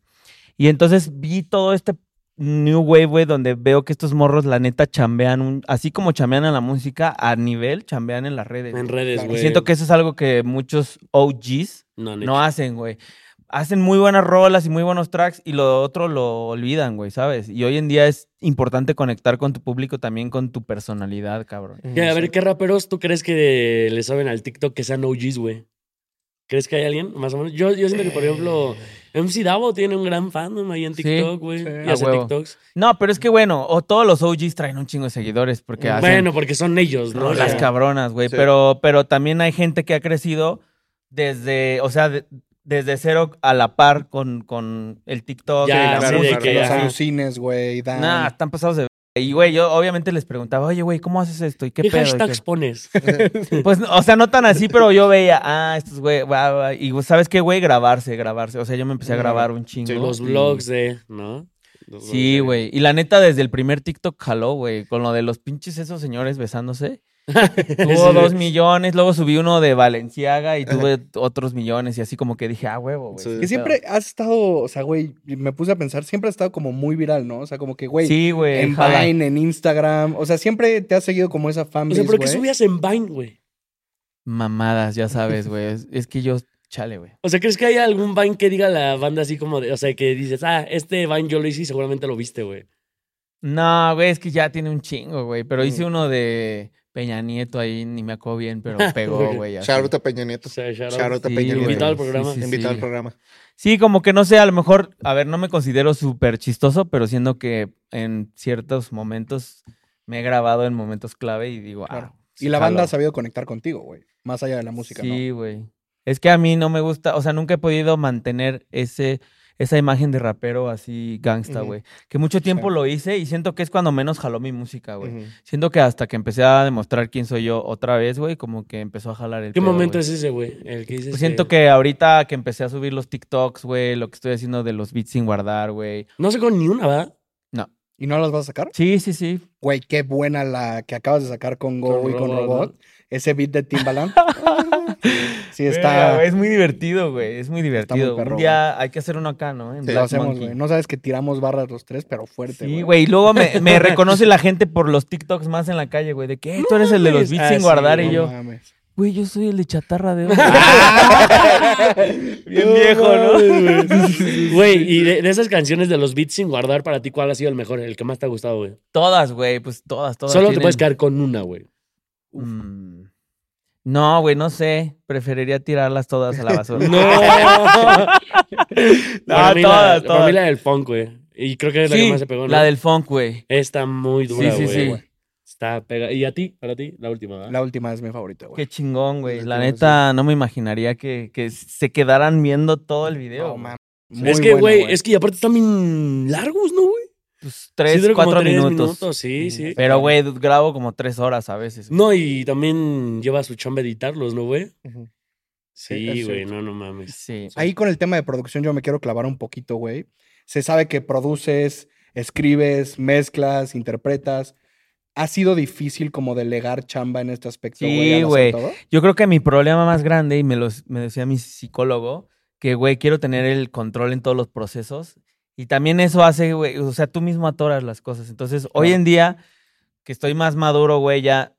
Speaker 1: Y entonces vi todo este New Wave, güey, donde veo que estos morros, la neta, chambean, un- así como chambean en la música, a nivel, chambean en las redes.
Speaker 2: En redes,
Speaker 3: Claro.
Speaker 1: Y
Speaker 2: güey.
Speaker 1: siento que eso es algo que muchos OGs
Speaker 2: No, han
Speaker 1: no
Speaker 2: hecho.
Speaker 1: hacen, güey. Hacen muy buenas rolas y muy buenos tracks y lo otro lo olvidan, güey, ¿sabes? Y hoy en día es importante conectar con tu público también con tu personalidad, cabrón.
Speaker 2: Que, a ver, ¿qué raperos tú crees que le saben al TikTok que sean OGs, güey? ¿Crees que hay alguien? Más o menos. Yo, yo siento que, por ejemplo, MC Davo tiene un gran fandom ahí en
Speaker 1: Sí,
Speaker 2: TikTok, güey.
Speaker 3: sí.
Speaker 2: Y
Speaker 1: A
Speaker 2: hace
Speaker 1: huevo.
Speaker 2: TikToks.
Speaker 1: No, pero es que bueno, o todos los OGs traen un chingo de seguidores porque hacen
Speaker 2: Bueno, porque son ellos, pues, ¿no?
Speaker 1: las
Speaker 2: Ya.
Speaker 1: cabronas, güey,
Speaker 4: Sí.
Speaker 1: pero pero también hay gente que ha crecido desde, o sea, de- desde cero a la par con, con el TikTok,
Speaker 2: Ya,
Speaker 1: y la
Speaker 2: así
Speaker 4: sí,
Speaker 2: de
Speaker 1: música.
Speaker 2: que,
Speaker 3: los
Speaker 2: ajá.
Speaker 3: alucines, güey, Dan.
Speaker 1: Nah, están pasados de ver- y güey, yo obviamente les preguntaba, "Oye, güey, ¿cómo haces esto? ¿Y qué,
Speaker 2: ¿Qué,
Speaker 1: pedo?" Y
Speaker 2: hashtags
Speaker 1: que- [LAUGHS]
Speaker 2: pones?
Speaker 1: Pues, o sea, no tan así, pero yo veía, ah, estos güey, guau, guau. y ¿sabes qué, güey? Grabarse, grabarse. O sea, yo me empecé a
Speaker 3: Mm.
Speaker 1: grabar un chingo.
Speaker 4: Sí,
Speaker 2: Los
Speaker 1: Y-
Speaker 2: vlogs de, ¿no? Los vlogs
Speaker 1: Sí,
Speaker 2: de-
Speaker 1: güey. Y la neta, desde el primer TikTok jaló, güey, con lo de los pinches esos señores
Speaker 4: [LAUGHS]
Speaker 1: besándose. Tuvo
Speaker 2: Sí.
Speaker 1: dos millones, luego subí uno de Valenciaga y tuve otros millones y así como que dije, ah, huevo, güey.
Speaker 4: Sí.
Speaker 1: qué
Speaker 3: Que siempre has estado, o sea, güey, me puse a pensar, siempre has estado como muy viral, ¿no? O sea, como que,
Speaker 1: pedo.
Speaker 3: güey,
Speaker 1: Sí, güey.
Speaker 3: en
Speaker 1: jala.
Speaker 3: Vine, en Instagram, o sea, siempre te has seguido como esa
Speaker 2: O
Speaker 3: fanbase,
Speaker 2: sea,
Speaker 3: güey.
Speaker 2: ¿pero qué subías en Vine, güey?
Speaker 1: Mamadas, ya sabes, güey. Es, es que yo, chale, güey.
Speaker 2: O sea, ¿crees que hay algún Vine que diga la banda así como de, o sea, que dices, ah, este Vine yo lo hice y seguramente lo viste, güey?
Speaker 1: No, güey, es que ya tiene un chingo, güey. Pero
Speaker 4: Mm.
Speaker 1: hice uno de Peña Nieto ahí, ni me acuerdo bien,
Speaker 4: [LAUGHS]
Speaker 1: pero pegó, güey. así.
Speaker 4: Shout out a Peña
Speaker 2: O
Speaker 4: Nieto.
Speaker 2: sea, shout out.
Speaker 4: Shout out a
Speaker 1: Sí,
Speaker 4: Peña
Speaker 1: güey.
Speaker 4: Nieto.
Speaker 2: Invitado al programa.
Speaker 1: Sí, sí,
Speaker 4: Invitado
Speaker 1: sí.
Speaker 4: al programa.
Speaker 1: Sí, como que no sé, a lo mejor, a ver, no me considero súper chistoso, pero siendo que en ciertos momentos me he grabado en momentos clave y digo,
Speaker 3: Claro.
Speaker 1: ah.
Speaker 3: Y la banda ha
Speaker 1: jalo.
Speaker 3: sabido conectar contigo, güey. Más allá de la música, ¿no?
Speaker 1: Sí, güey. Es que a mí no me gusta, o sea, nunca he podido mantener ese, esa imagen de rapero así gangsta,
Speaker 4: Ujú.
Speaker 1: güey. Que mucho tiempo
Speaker 3: Sí.
Speaker 1: lo hice y siento que es cuando menos jaló mi música, Ah, güey.
Speaker 4: Ujú.
Speaker 1: Siento que hasta que empecé a demostrar quién soy yo otra vez, güey, como que empezó a jalar el
Speaker 2: ¿Qué
Speaker 1: pedo,
Speaker 2: momento
Speaker 1: güey.
Speaker 2: es ese, güey? El que dices.
Speaker 1: Pues siento que ahorita que empecé a subir los TikToks, güey, lo que estoy haciendo de los beats sin guardar, güey.
Speaker 2: No sé con ni una, ¿verdad?
Speaker 3: ¿Y no las vas a sacar?
Speaker 1: Sí, sí, sí.
Speaker 3: Güey, qué buena la que acabas de sacar con Go
Speaker 2: Con
Speaker 3: y con
Speaker 2: Robot,
Speaker 3: Robot. Ese beat de
Speaker 1: [LAUGHS]
Speaker 3: Timbaland. sí,
Speaker 1: Verga,
Speaker 3: está...
Speaker 1: güey, es muy divertido, güey. Es muy divertido.
Speaker 3: perro,
Speaker 1: Un día hay que hacer uno acá, ¿no? En
Speaker 4: Sí,
Speaker 3: Lo
Speaker 1: Black
Speaker 3: hacemos,
Speaker 1: Monkey.
Speaker 3: güey. No sabes que tiramos barras los tres, pero fuerte, güey.
Speaker 1: Sí, güey. Y luego me, [LAUGHS] me reconoce la gente por los TikToks más en la calle, güey. De que "Eh, tú eres el de los
Speaker 2: mames.
Speaker 1: beats
Speaker 2: Ah,
Speaker 1: sin
Speaker 2: sí,
Speaker 1: guardar.
Speaker 2: no
Speaker 1: y yo,
Speaker 3: mames.
Speaker 1: güey, yo soy el de chatarra [LAUGHS] de oro". Bien
Speaker 2: No
Speaker 1: viejo, ¿no? [LAUGHS]
Speaker 2: Güey, y de, de esas canciones de los beats sin guardar, para ti, ¿cuál ha sido el mejor? El que más te ha gustado, güey.
Speaker 1: Todas, güey. Pues todas, todas.
Speaker 2: Solo te
Speaker 1: tienen-
Speaker 2: puedes quedar con una, güey.
Speaker 1: Mm. No, güey, no sé. Preferiría tirarlas todas a la [LAUGHS] basura.
Speaker 2: [LAUGHS] No.
Speaker 1: No, todas,
Speaker 2: Ah, la, Para mí
Speaker 1: todas.
Speaker 2: la del funk, güey. Y creo que es la que
Speaker 1: Sí,
Speaker 2: más se pegó, ¿no?
Speaker 1: la del funk, güey.
Speaker 2: Está muy dura,
Speaker 1: Sí, sí,
Speaker 2: güey.
Speaker 1: sí.
Speaker 2: güey. Está pega. ¿Y a ti? ¿Para ti? La última, ¿verdad?
Speaker 3: La última es mi favorita, güey.
Speaker 1: Qué chingón, güey. La
Speaker 4: Última,
Speaker 1: neta, no me imaginaría que, que se quedaran viendo todo el video.
Speaker 3: No,
Speaker 1: güey.
Speaker 3: mames.
Speaker 2: es
Speaker 3: Muy
Speaker 2: que,
Speaker 3: buena,
Speaker 2: güey, es que y aparte están bien largos, ¿no, güey?
Speaker 1: Pues, tres,
Speaker 2: Sí, dura como
Speaker 1: cuatro
Speaker 2: tres
Speaker 1: minutos.
Speaker 2: Sí, sí.
Speaker 1: Pero, güey, grabo como tres horas a veces. güey.
Speaker 2: No, y también lleva su chamba editarlos, ¿no, güey?
Speaker 4: Ujú.
Speaker 2: Sí,
Speaker 3: es
Speaker 2: güey,
Speaker 3: cierto.
Speaker 2: no, no mames.
Speaker 1: Sí.
Speaker 3: Ahí con el tema de producción yo me quiero clavar un poquito, güey. Se sabe que produces, escribes, mezclas, interpretas. ¿Ha sido difícil como delegar chamba en este aspecto,
Speaker 1: Sí,
Speaker 3: güey? al hacer
Speaker 1: güey.
Speaker 3: todo?
Speaker 1: Yo creo que mi problema más grande, y me, los, me decía mi psicólogo, que, güey, quiero tener el control en todos los procesos. Y también eso hace, güey, o sea, tú mismo atoras las cosas. Entonces, hoy
Speaker 3: Claro.
Speaker 1: en día, que estoy más maduro, güey, ya,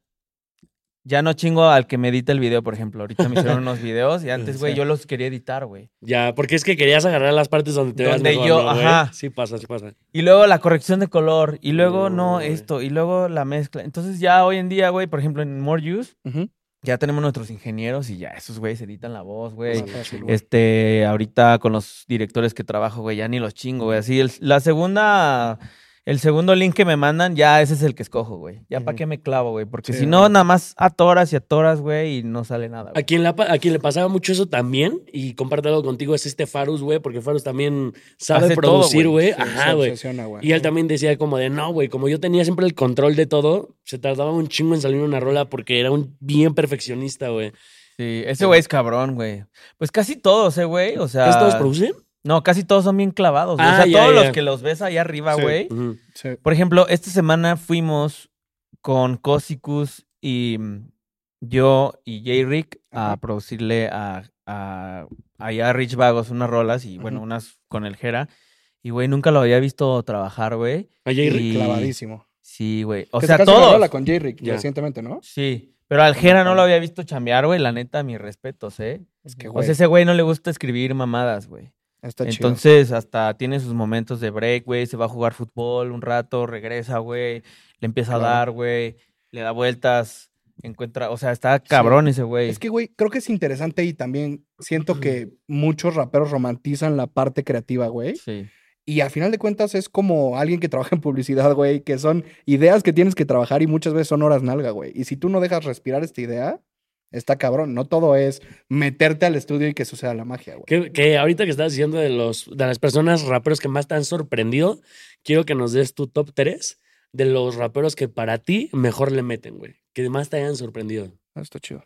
Speaker 1: ya no chingo al que me edita el video, por ejemplo. Ahorita me
Speaker 2: [LAUGHS]
Speaker 1: hicieron unos videos y antes, güey,
Speaker 3: Sí.
Speaker 1: yo los quería editar, güey.
Speaker 2: Ya, porque es que querías agarrar las partes donde te veas
Speaker 1: Donde
Speaker 2: mejor,
Speaker 1: yo-
Speaker 2: ¿no, güey?
Speaker 1: ajá.
Speaker 2: Sí pasa, sí pasa.
Speaker 1: Y luego la corrección de color, y luego no,
Speaker 2: No, güey.
Speaker 1: esto, y luego la mezcla. Entonces, ya hoy en día, güey, por ejemplo, en More Use,
Speaker 3: Ujú.
Speaker 1: ya tenemos nuestros ingenieros y ya esos güeyes editan la voz, güey.
Speaker 3: Más fácil, güey.
Speaker 1: Este, ahorita con los directores que trabajo, güey, ya ni los chingo, güey. Así, el- la segunda, el segundo link que me mandan, ya ese es el que escojo, güey. Ya para
Speaker 4: Ujú.
Speaker 1: qué me clavo, güey. Porque
Speaker 3: Sí,
Speaker 1: si no,
Speaker 3: güey.
Speaker 1: nada más atoras y atoras, güey, y no sale nada,
Speaker 2: A
Speaker 1: güey.
Speaker 2: quien, la pa- a quien le pasaba mucho eso también, y comparto algo contigo, es este Farus, güey, porque Farus también sabe
Speaker 1: Hace todo,
Speaker 2: producir,
Speaker 1: güey.
Speaker 2: güey.
Speaker 3: Sí,
Speaker 2: Ajá,
Speaker 3: se
Speaker 2: güey.
Speaker 3: obsesiona, güey.
Speaker 2: Y él también decía como de, no, güey, como yo tenía siempre el control de todo, se tardaba un chingo en salir una rola porque era un bien perfeccionista, güey.
Speaker 1: Sí, ese güey es cabrón, güey. Pues casi todos, ¿eh, güey? O sea.
Speaker 2: ¿Estos producen?
Speaker 1: No, casi todos son bien clavados. güey. o
Speaker 2: Ah,
Speaker 1: sea,
Speaker 2: ya,
Speaker 1: todos
Speaker 2: ya.
Speaker 1: los que los ves ahí arriba,
Speaker 4: Sí.
Speaker 1: güey.
Speaker 2: Ujú.
Speaker 3: Sí.
Speaker 1: Por ejemplo, esta semana fuimos con Cosicus y mm, yo y Jay Rick a
Speaker 3: Ajá.
Speaker 1: producirle a, a, allá a Rich Vagos unas rolas y bueno,
Speaker 3: Ujú.
Speaker 1: unas con el Jera. Y güey, nunca lo había visto trabajar, güey.
Speaker 2: ¿A Jay Rick?
Speaker 1: Y-
Speaker 3: Clavadísimo.
Speaker 1: Sí, güey. O
Speaker 3: Que
Speaker 1: sea,
Speaker 3: sacaste una
Speaker 1: todos.
Speaker 3: rola con J-Rick
Speaker 2: Ya.
Speaker 3: recientemente, ¿no?
Speaker 1: Sí. Pero al Jera no lo había visto chambear, güey. La neta, mis respetos, ¿eh?
Speaker 3: Es que,
Speaker 1: O
Speaker 3: güey,
Speaker 1: sea, ese güey no le gusta escribir mamadas, güey.
Speaker 3: está chido.
Speaker 1: Entonces, hasta tiene sus momentos de break, güey. Se va a jugar fútbol un rato, regresa, güey. Le empieza
Speaker 3: Claro.
Speaker 1: a dar, güey. Le da vueltas. Encuentra. O sea, está cabrón ese güey.
Speaker 3: Es que, güey, creo que es interesante y también
Speaker 1: [CLEARS THROAT]
Speaker 3: siento que muchos raperos romantizan la parte creativa, güey.
Speaker 1: Sí.
Speaker 3: Y al final de cuentas es como alguien que trabaja en publicidad, güey, que son ideas que tienes que trabajar y muchas veces son horas nalga, güey. Y si tú no dejas respirar esta idea, está cabrón. No todo es meterte al estudio y que suceda la magia, güey.
Speaker 2: Que, que ahorita que estás diciendo de, los, de las personas raperos que más te han sorprendido, quiero que nos des tu top 3 de los raperos que para ti mejor le meten, güey. Que más te hayan sorprendido.
Speaker 3: Ah, Está chido.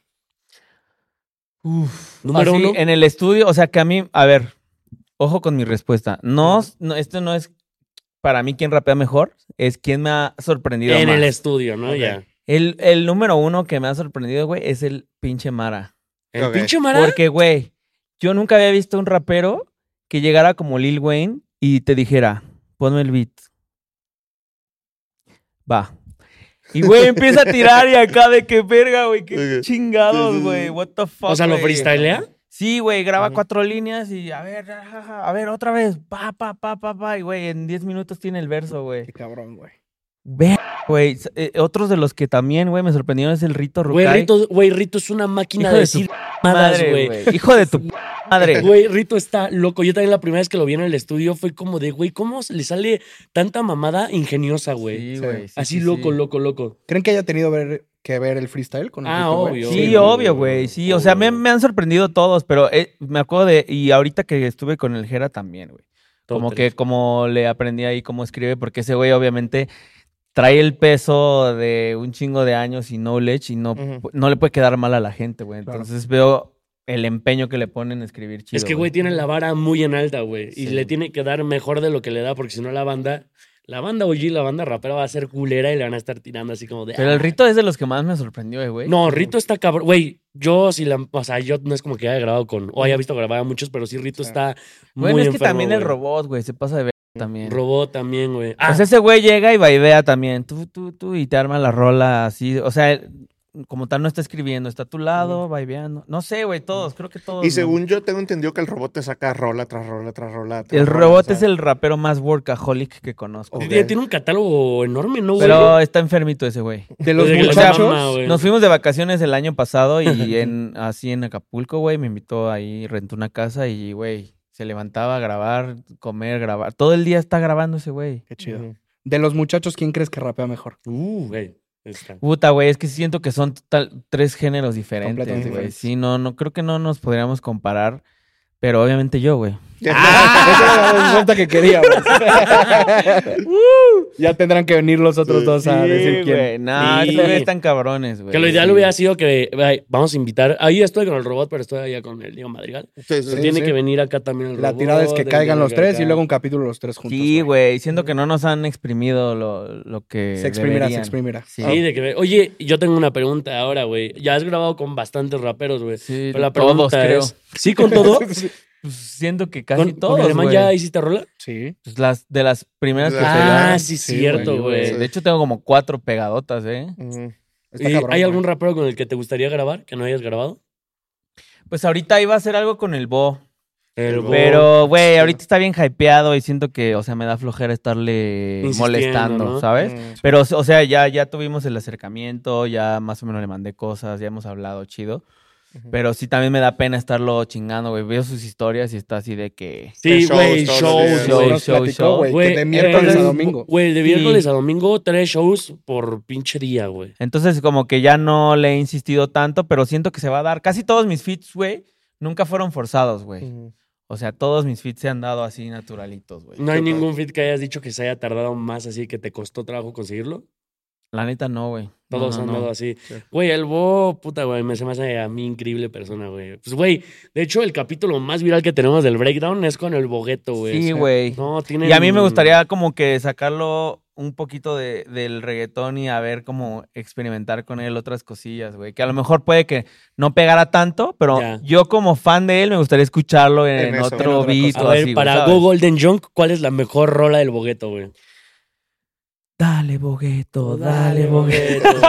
Speaker 1: Uf.
Speaker 2: Número
Speaker 1: Así,
Speaker 2: uno.
Speaker 1: En el estudio, o sea, que a mí. A ver, ojo con mi respuesta. No, no esto no es para mí quien rapea mejor. Es quien me ha sorprendido
Speaker 2: En
Speaker 1: más.
Speaker 2: el
Speaker 1: El,
Speaker 2: estudio, ¿no?
Speaker 4: Ok.
Speaker 2: Ya.
Speaker 1: el, número uno que me ha sorprendido, güey, es el pinche Mara.
Speaker 2: El
Speaker 4: Ok.
Speaker 2: pinche Mara.
Speaker 1: Porque, güey, yo nunca había visto un rapero que llegara como Lil Wayne y te dijera, ponme el beat. Va. Y,
Speaker 2: [LAUGHS]
Speaker 1: güey, empieza a tirar y acá de qué verga, güey, qué
Speaker 4: Ok. Sí, sí,
Speaker 1: chingados,
Speaker 4: sí.
Speaker 1: güey, what the fuck.
Speaker 2: o sea, lo Ah,
Speaker 1: güey.
Speaker 2: freestylea.
Speaker 1: Sí, güey, graba
Speaker 4: Ujú.
Speaker 1: cuatro líneas y a ver, ja, ja, ja, a ver, otra vez, pa, pa, pa, pa, pa, y, güey, en diez minutos tiene el verso, güey.
Speaker 3: Qué cabrón, güey.
Speaker 1: Ve, güey, eh, otros de los que también, güey, me sorprendieron es el Rito Rukai.
Speaker 2: Güey, Rito, güey, Rito es una máquina
Speaker 1: Hijo
Speaker 2: de
Speaker 1: de su
Speaker 2: decir mamadas, güey.
Speaker 1: Hijo de tu p- madre.
Speaker 2: [LAUGHS] Güey, Rito está loco. Yo también la primera vez que lo vi en el estudio fue como de, güey, ¿cómo se le sale tanta mamada ingeniosa, güey?
Speaker 1: Sí,
Speaker 3: Sí.
Speaker 1: güey, sí,
Speaker 2: Así
Speaker 1: sí, sí.
Speaker 2: loco, loco, loco.
Speaker 3: ¿Creen que haya tenido ver- que ver el freestyle con el
Speaker 2: Ah,
Speaker 3: Rito, güey?
Speaker 2: obvio.
Speaker 1: Sí,
Speaker 2: Sí,
Speaker 1: obvio,
Speaker 2: güey.
Speaker 1: güey. Sí, o sea, me,
Speaker 2: Obvio.
Speaker 1: me han sorprendido todos, pero eh, me acuerdo de. Y ahorita que estuve con el Jera también, güey.
Speaker 2: Top
Speaker 1: Como
Speaker 2: tres.
Speaker 1: que como le aprendí ahí cómo escribe, porque ese güey obviamente trae el peso de un chingo de años y knowledge y no,
Speaker 4: Ujú.
Speaker 1: pu- no le puede quedar mal a la gente, güey.
Speaker 3: Claro.
Speaker 1: Entonces veo el empeño que le ponen a escribir chido.
Speaker 2: es que, güey, tiene la vara muy en alta, güey.
Speaker 1: Sí.
Speaker 2: Y le tiene que dar mejor de lo que le da, porque si no, la banda, la banda OG, la banda rapera va a ser culera y le van a estar tirando así como de.
Speaker 1: Pero
Speaker 2: "Ah".
Speaker 1: el rito es de los que más me sorprendió, eh, güey.
Speaker 2: No, Rito está cabrón. Güey, yo si la. O sea, yo no es como que haya grabado con. O haya visto grabar a muchos, pero sí, Rito
Speaker 3: Sí.
Speaker 2: está. Muy
Speaker 1: Bueno, es que
Speaker 2: enfermo,
Speaker 1: también el
Speaker 2: güey.
Speaker 1: robot, güey, se pasa de ver también.
Speaker 2: Robot también, güey.
Speaker 1: O
Speaker 2: Ah,
Speaker 1: sea, Pues ese güey llega y vaivea también. Tú, tú, tú, y te arma la rola así. O sea, él, como tal, no está escribiendo, está a tu lado, vaiveando. No sé, güey, todos, creo que todos.
Speaker 4: Y
Speaker 1: ¿no?
Speaker 4: según yo tengo entendido que el robot te saca rola tras rola tras rola. tras
Speaker 1: El
Speaker 4: rola,
Speaker 1: robot
Speaker 4: o sea,
Speaker 1: es el rapero más workaholic que conozco.
Speaker 4: Ok.
Speaker 2: tiene un catálogo enorme, ¿no, güey?
Speaker 1: Pero está enfermito ese güey.
Speaker 3: De los
Speaker 2: Desde que la
Speaker 3: muchachos.
Speaker 2: mamá, güey.
Speaker 1: Nos fuimos de vacaciones el año pasado y en, así en Acapulco, güey, me invitó ahí, rentó una casa y, güey, se levantaba a grabar, comer, grabar. Todo el día está grabando ese güey.
Speaker 3: Qué chido.
Speaker 4: Ujú.
Speaker 3: De los muchachos, ¿quién crees que rapea
Speaker 2: [LAUGHS]
Speaker 3: mejor?
Speaker 2: Uh, güey. Está.
Speaker 1: Puta, güey, es que siento que son total- tres géneros diferentes,
Speaker 3: Completamente
Speaker 1: güey.
Speaker 3: diferentes.
Speaker 1: Sí, no, no, creo que no nos podríamos comparar, pero obviamente yo, güey.
Speaker 2: Ah.
Speaker 3: Esa era la respuesta que
Speaker 2: [LAUGHS]
Speaker 3: queríamos. [LAUGHS] ya tendrán que venir los otros
Speaker 4: Sí.
Speaker 3: dos a decir quién.
Speaker 1: güey. No,
Speaker 2: Sí.
Speaker 1: estos güeyes están cabrones, güey.
Speaker 2: Que lo ideal
Speaker 1: Sí.
Speaker 2: hubiera sido que ay, vamos a invitar. Ahí estoy con el robot, pero estoy allá con el Diego Madrigal.
Speaker 4: Sí, sí,
Speaker 3: Sí,
Speaker 2: tiene
Speaker 3: sí.
Speaker 2: que venir acá también el
Speaker 3: La
Speaker 2: robot,
Speaker 3: tirada es que
Speaker 2: tiene
Speaker 3: caigan los
Speaker 2: venir
Speaker 3: tres
Speaker 2: acá.
Speaker 3: y luego un capítulo los tres juntos.
Speaker 1: Sí, güey, siento que no nos han exprimido lo, lo que
Speaker 3: Se exprimirá, se
Speaker 1: deberían.
Speaker 3: exprimirá.
Speaker 1: Sí.
Speaker 2: Sí,
Speaker 3: [LAUGHS]
Speaker 2: de que. Oye, yo tengo una pregunta ahora, güey. Ya has grabado con bastantes raperos, güey.
Speaker 1: Sí,
Speaker 2: Pero la pregunta
Speaker 1: todos, creo.
Speaker 2: es. Sí, con
Speaker 1: [LAUGHS]
Speaker 2: todo.
Speaker 1: Pues siento que casi
Speaker 2: ¿Con, con
Speaker 1: todos,
Speaker 2: Alemán
Speaker 1: güey.
Speaker 2: ya hiciste rola?
Speaker 3: Sí.
Speaker 1: Pues las, de las primeras que
Speaker 4: Ah,
Speaker 1: pegaron.
Speaker 2: sí, cierto, güey.
Speaker 1: De hecho, tengo como cuatro pegadotas, ¿eh?
Speaker 4: ujú.
Speaker 3: Está
Speaker 2: ¿Y
Speaker 3: cabrón,
Speaker 2: ¿Hay
Speaker 3: güey.
Speaker 2: algún rapero con el que te gustaría grabar que no hayas grabado?
Speaker 1: Pues ahorita iba a hacer algo con el Bo.
Speaker 4: El
Speaker 2: Oh.
Speaker 4: Bo.
Speaker 1: Pero, güey, ahorita está bien hypeado y siento que, o sea, me da flojera estarle
Speaker 2: Insistiendo,
Speaker 1: molestando,
Speaker 2: ¿no?
Speaker 1: ¿sabes?
Speaker 4: Mm.
Speaker 1: Pero, o sea, ya, ya tuvimos el acercamiento, ya más o menos le mandé cosas, ya hemos hablado chido.
Speaker 4: Ujú.
Speaker 1: Pero sí también me da pena estarlo chingando, güey. Veo sus historias y está así de que...
Speaker 2: Sí,
Speaker 4: shows,
Speaker 2: güey,
Speaker 4: todos los
Speaker 2: shows,
Speaker 4: días.
Speaker 1: Shows,
Speaker 2: güey.
Speaker 3: Nos
Speaker 1: show, show.
Speaker 3: platicó, güey,
Speaker 2: Güey,
Speaker 3: que de miércoles
Speaker 2: eh,
Speaker 3: a domingo.
Speaker 2: Güey, de
Speaker 1: Sí.
Speaker 2: miércoles a domingo, tres shows por pinche día, güey.
Speaker 1: Entonces, como que ya no le he insistido tanto, pero siento que se va a dar. Casi todos mis fits, güey, nunca fueron forzados, güey.
Speaker 2: Mm.
Speaker 4: Ujú.
Speaker 1: O sea, todos mis fits se han dado así naturalitos, güey.
Speaker 2: No hay
Speaker 4: Total.
Speaker 2: ningún fit que hayas dicho que se haya tardado más así que te costó trabajo conseguirlo.
Speaker 1: La neta no, güey. No,
Speaker 2: Todos
Speaker 1: no,
Speaker 2: han
Speaker 1: no.
Speaker 2: dado así.
Speaker 4: Sí.
Speaker 2: Güey, el Bo, puta, güey, me se me hace a mí increíble persona, güey. Pues, güey, de hecho, el capítulo más viral que tenemos del Breakdown es con el Bogueto, güey.
Speaker 1: Sí,
Speaker 2: O sea,
Speaker 1: güey.
Speaker 2: No, tiene.
Speaker 1: Y a mí me gustaría como que sacarlo un poquito de- del reggaetón y a ver cómo experimentar con él otras cosillas, güey. Que a lo mejor puede que no pegara tanto, pero
Speaker 2: Ya.
Speaker 1: yo como fan de él me gustaría escucharlo en,
Speaker 4: En eso, en
Speaker 1: otro
Speaker 4: otra
Speaker 1: beat
Speaker 4: cosa.
Speaker 2: A
Speaker 1: o
Speaker 2: ver,
Speaker 1: así, güey,
Speaker 2: para
Speaker 1: ¿sabes?
Speaker 2: Go Golden Junk, ¿cuál es la mejor rola del Bogueto, güey?
Speaker 1: Dale, bogueto, Oh, dale, [LAUGHS] bogueto.
Speaker 2: [LAUGHS]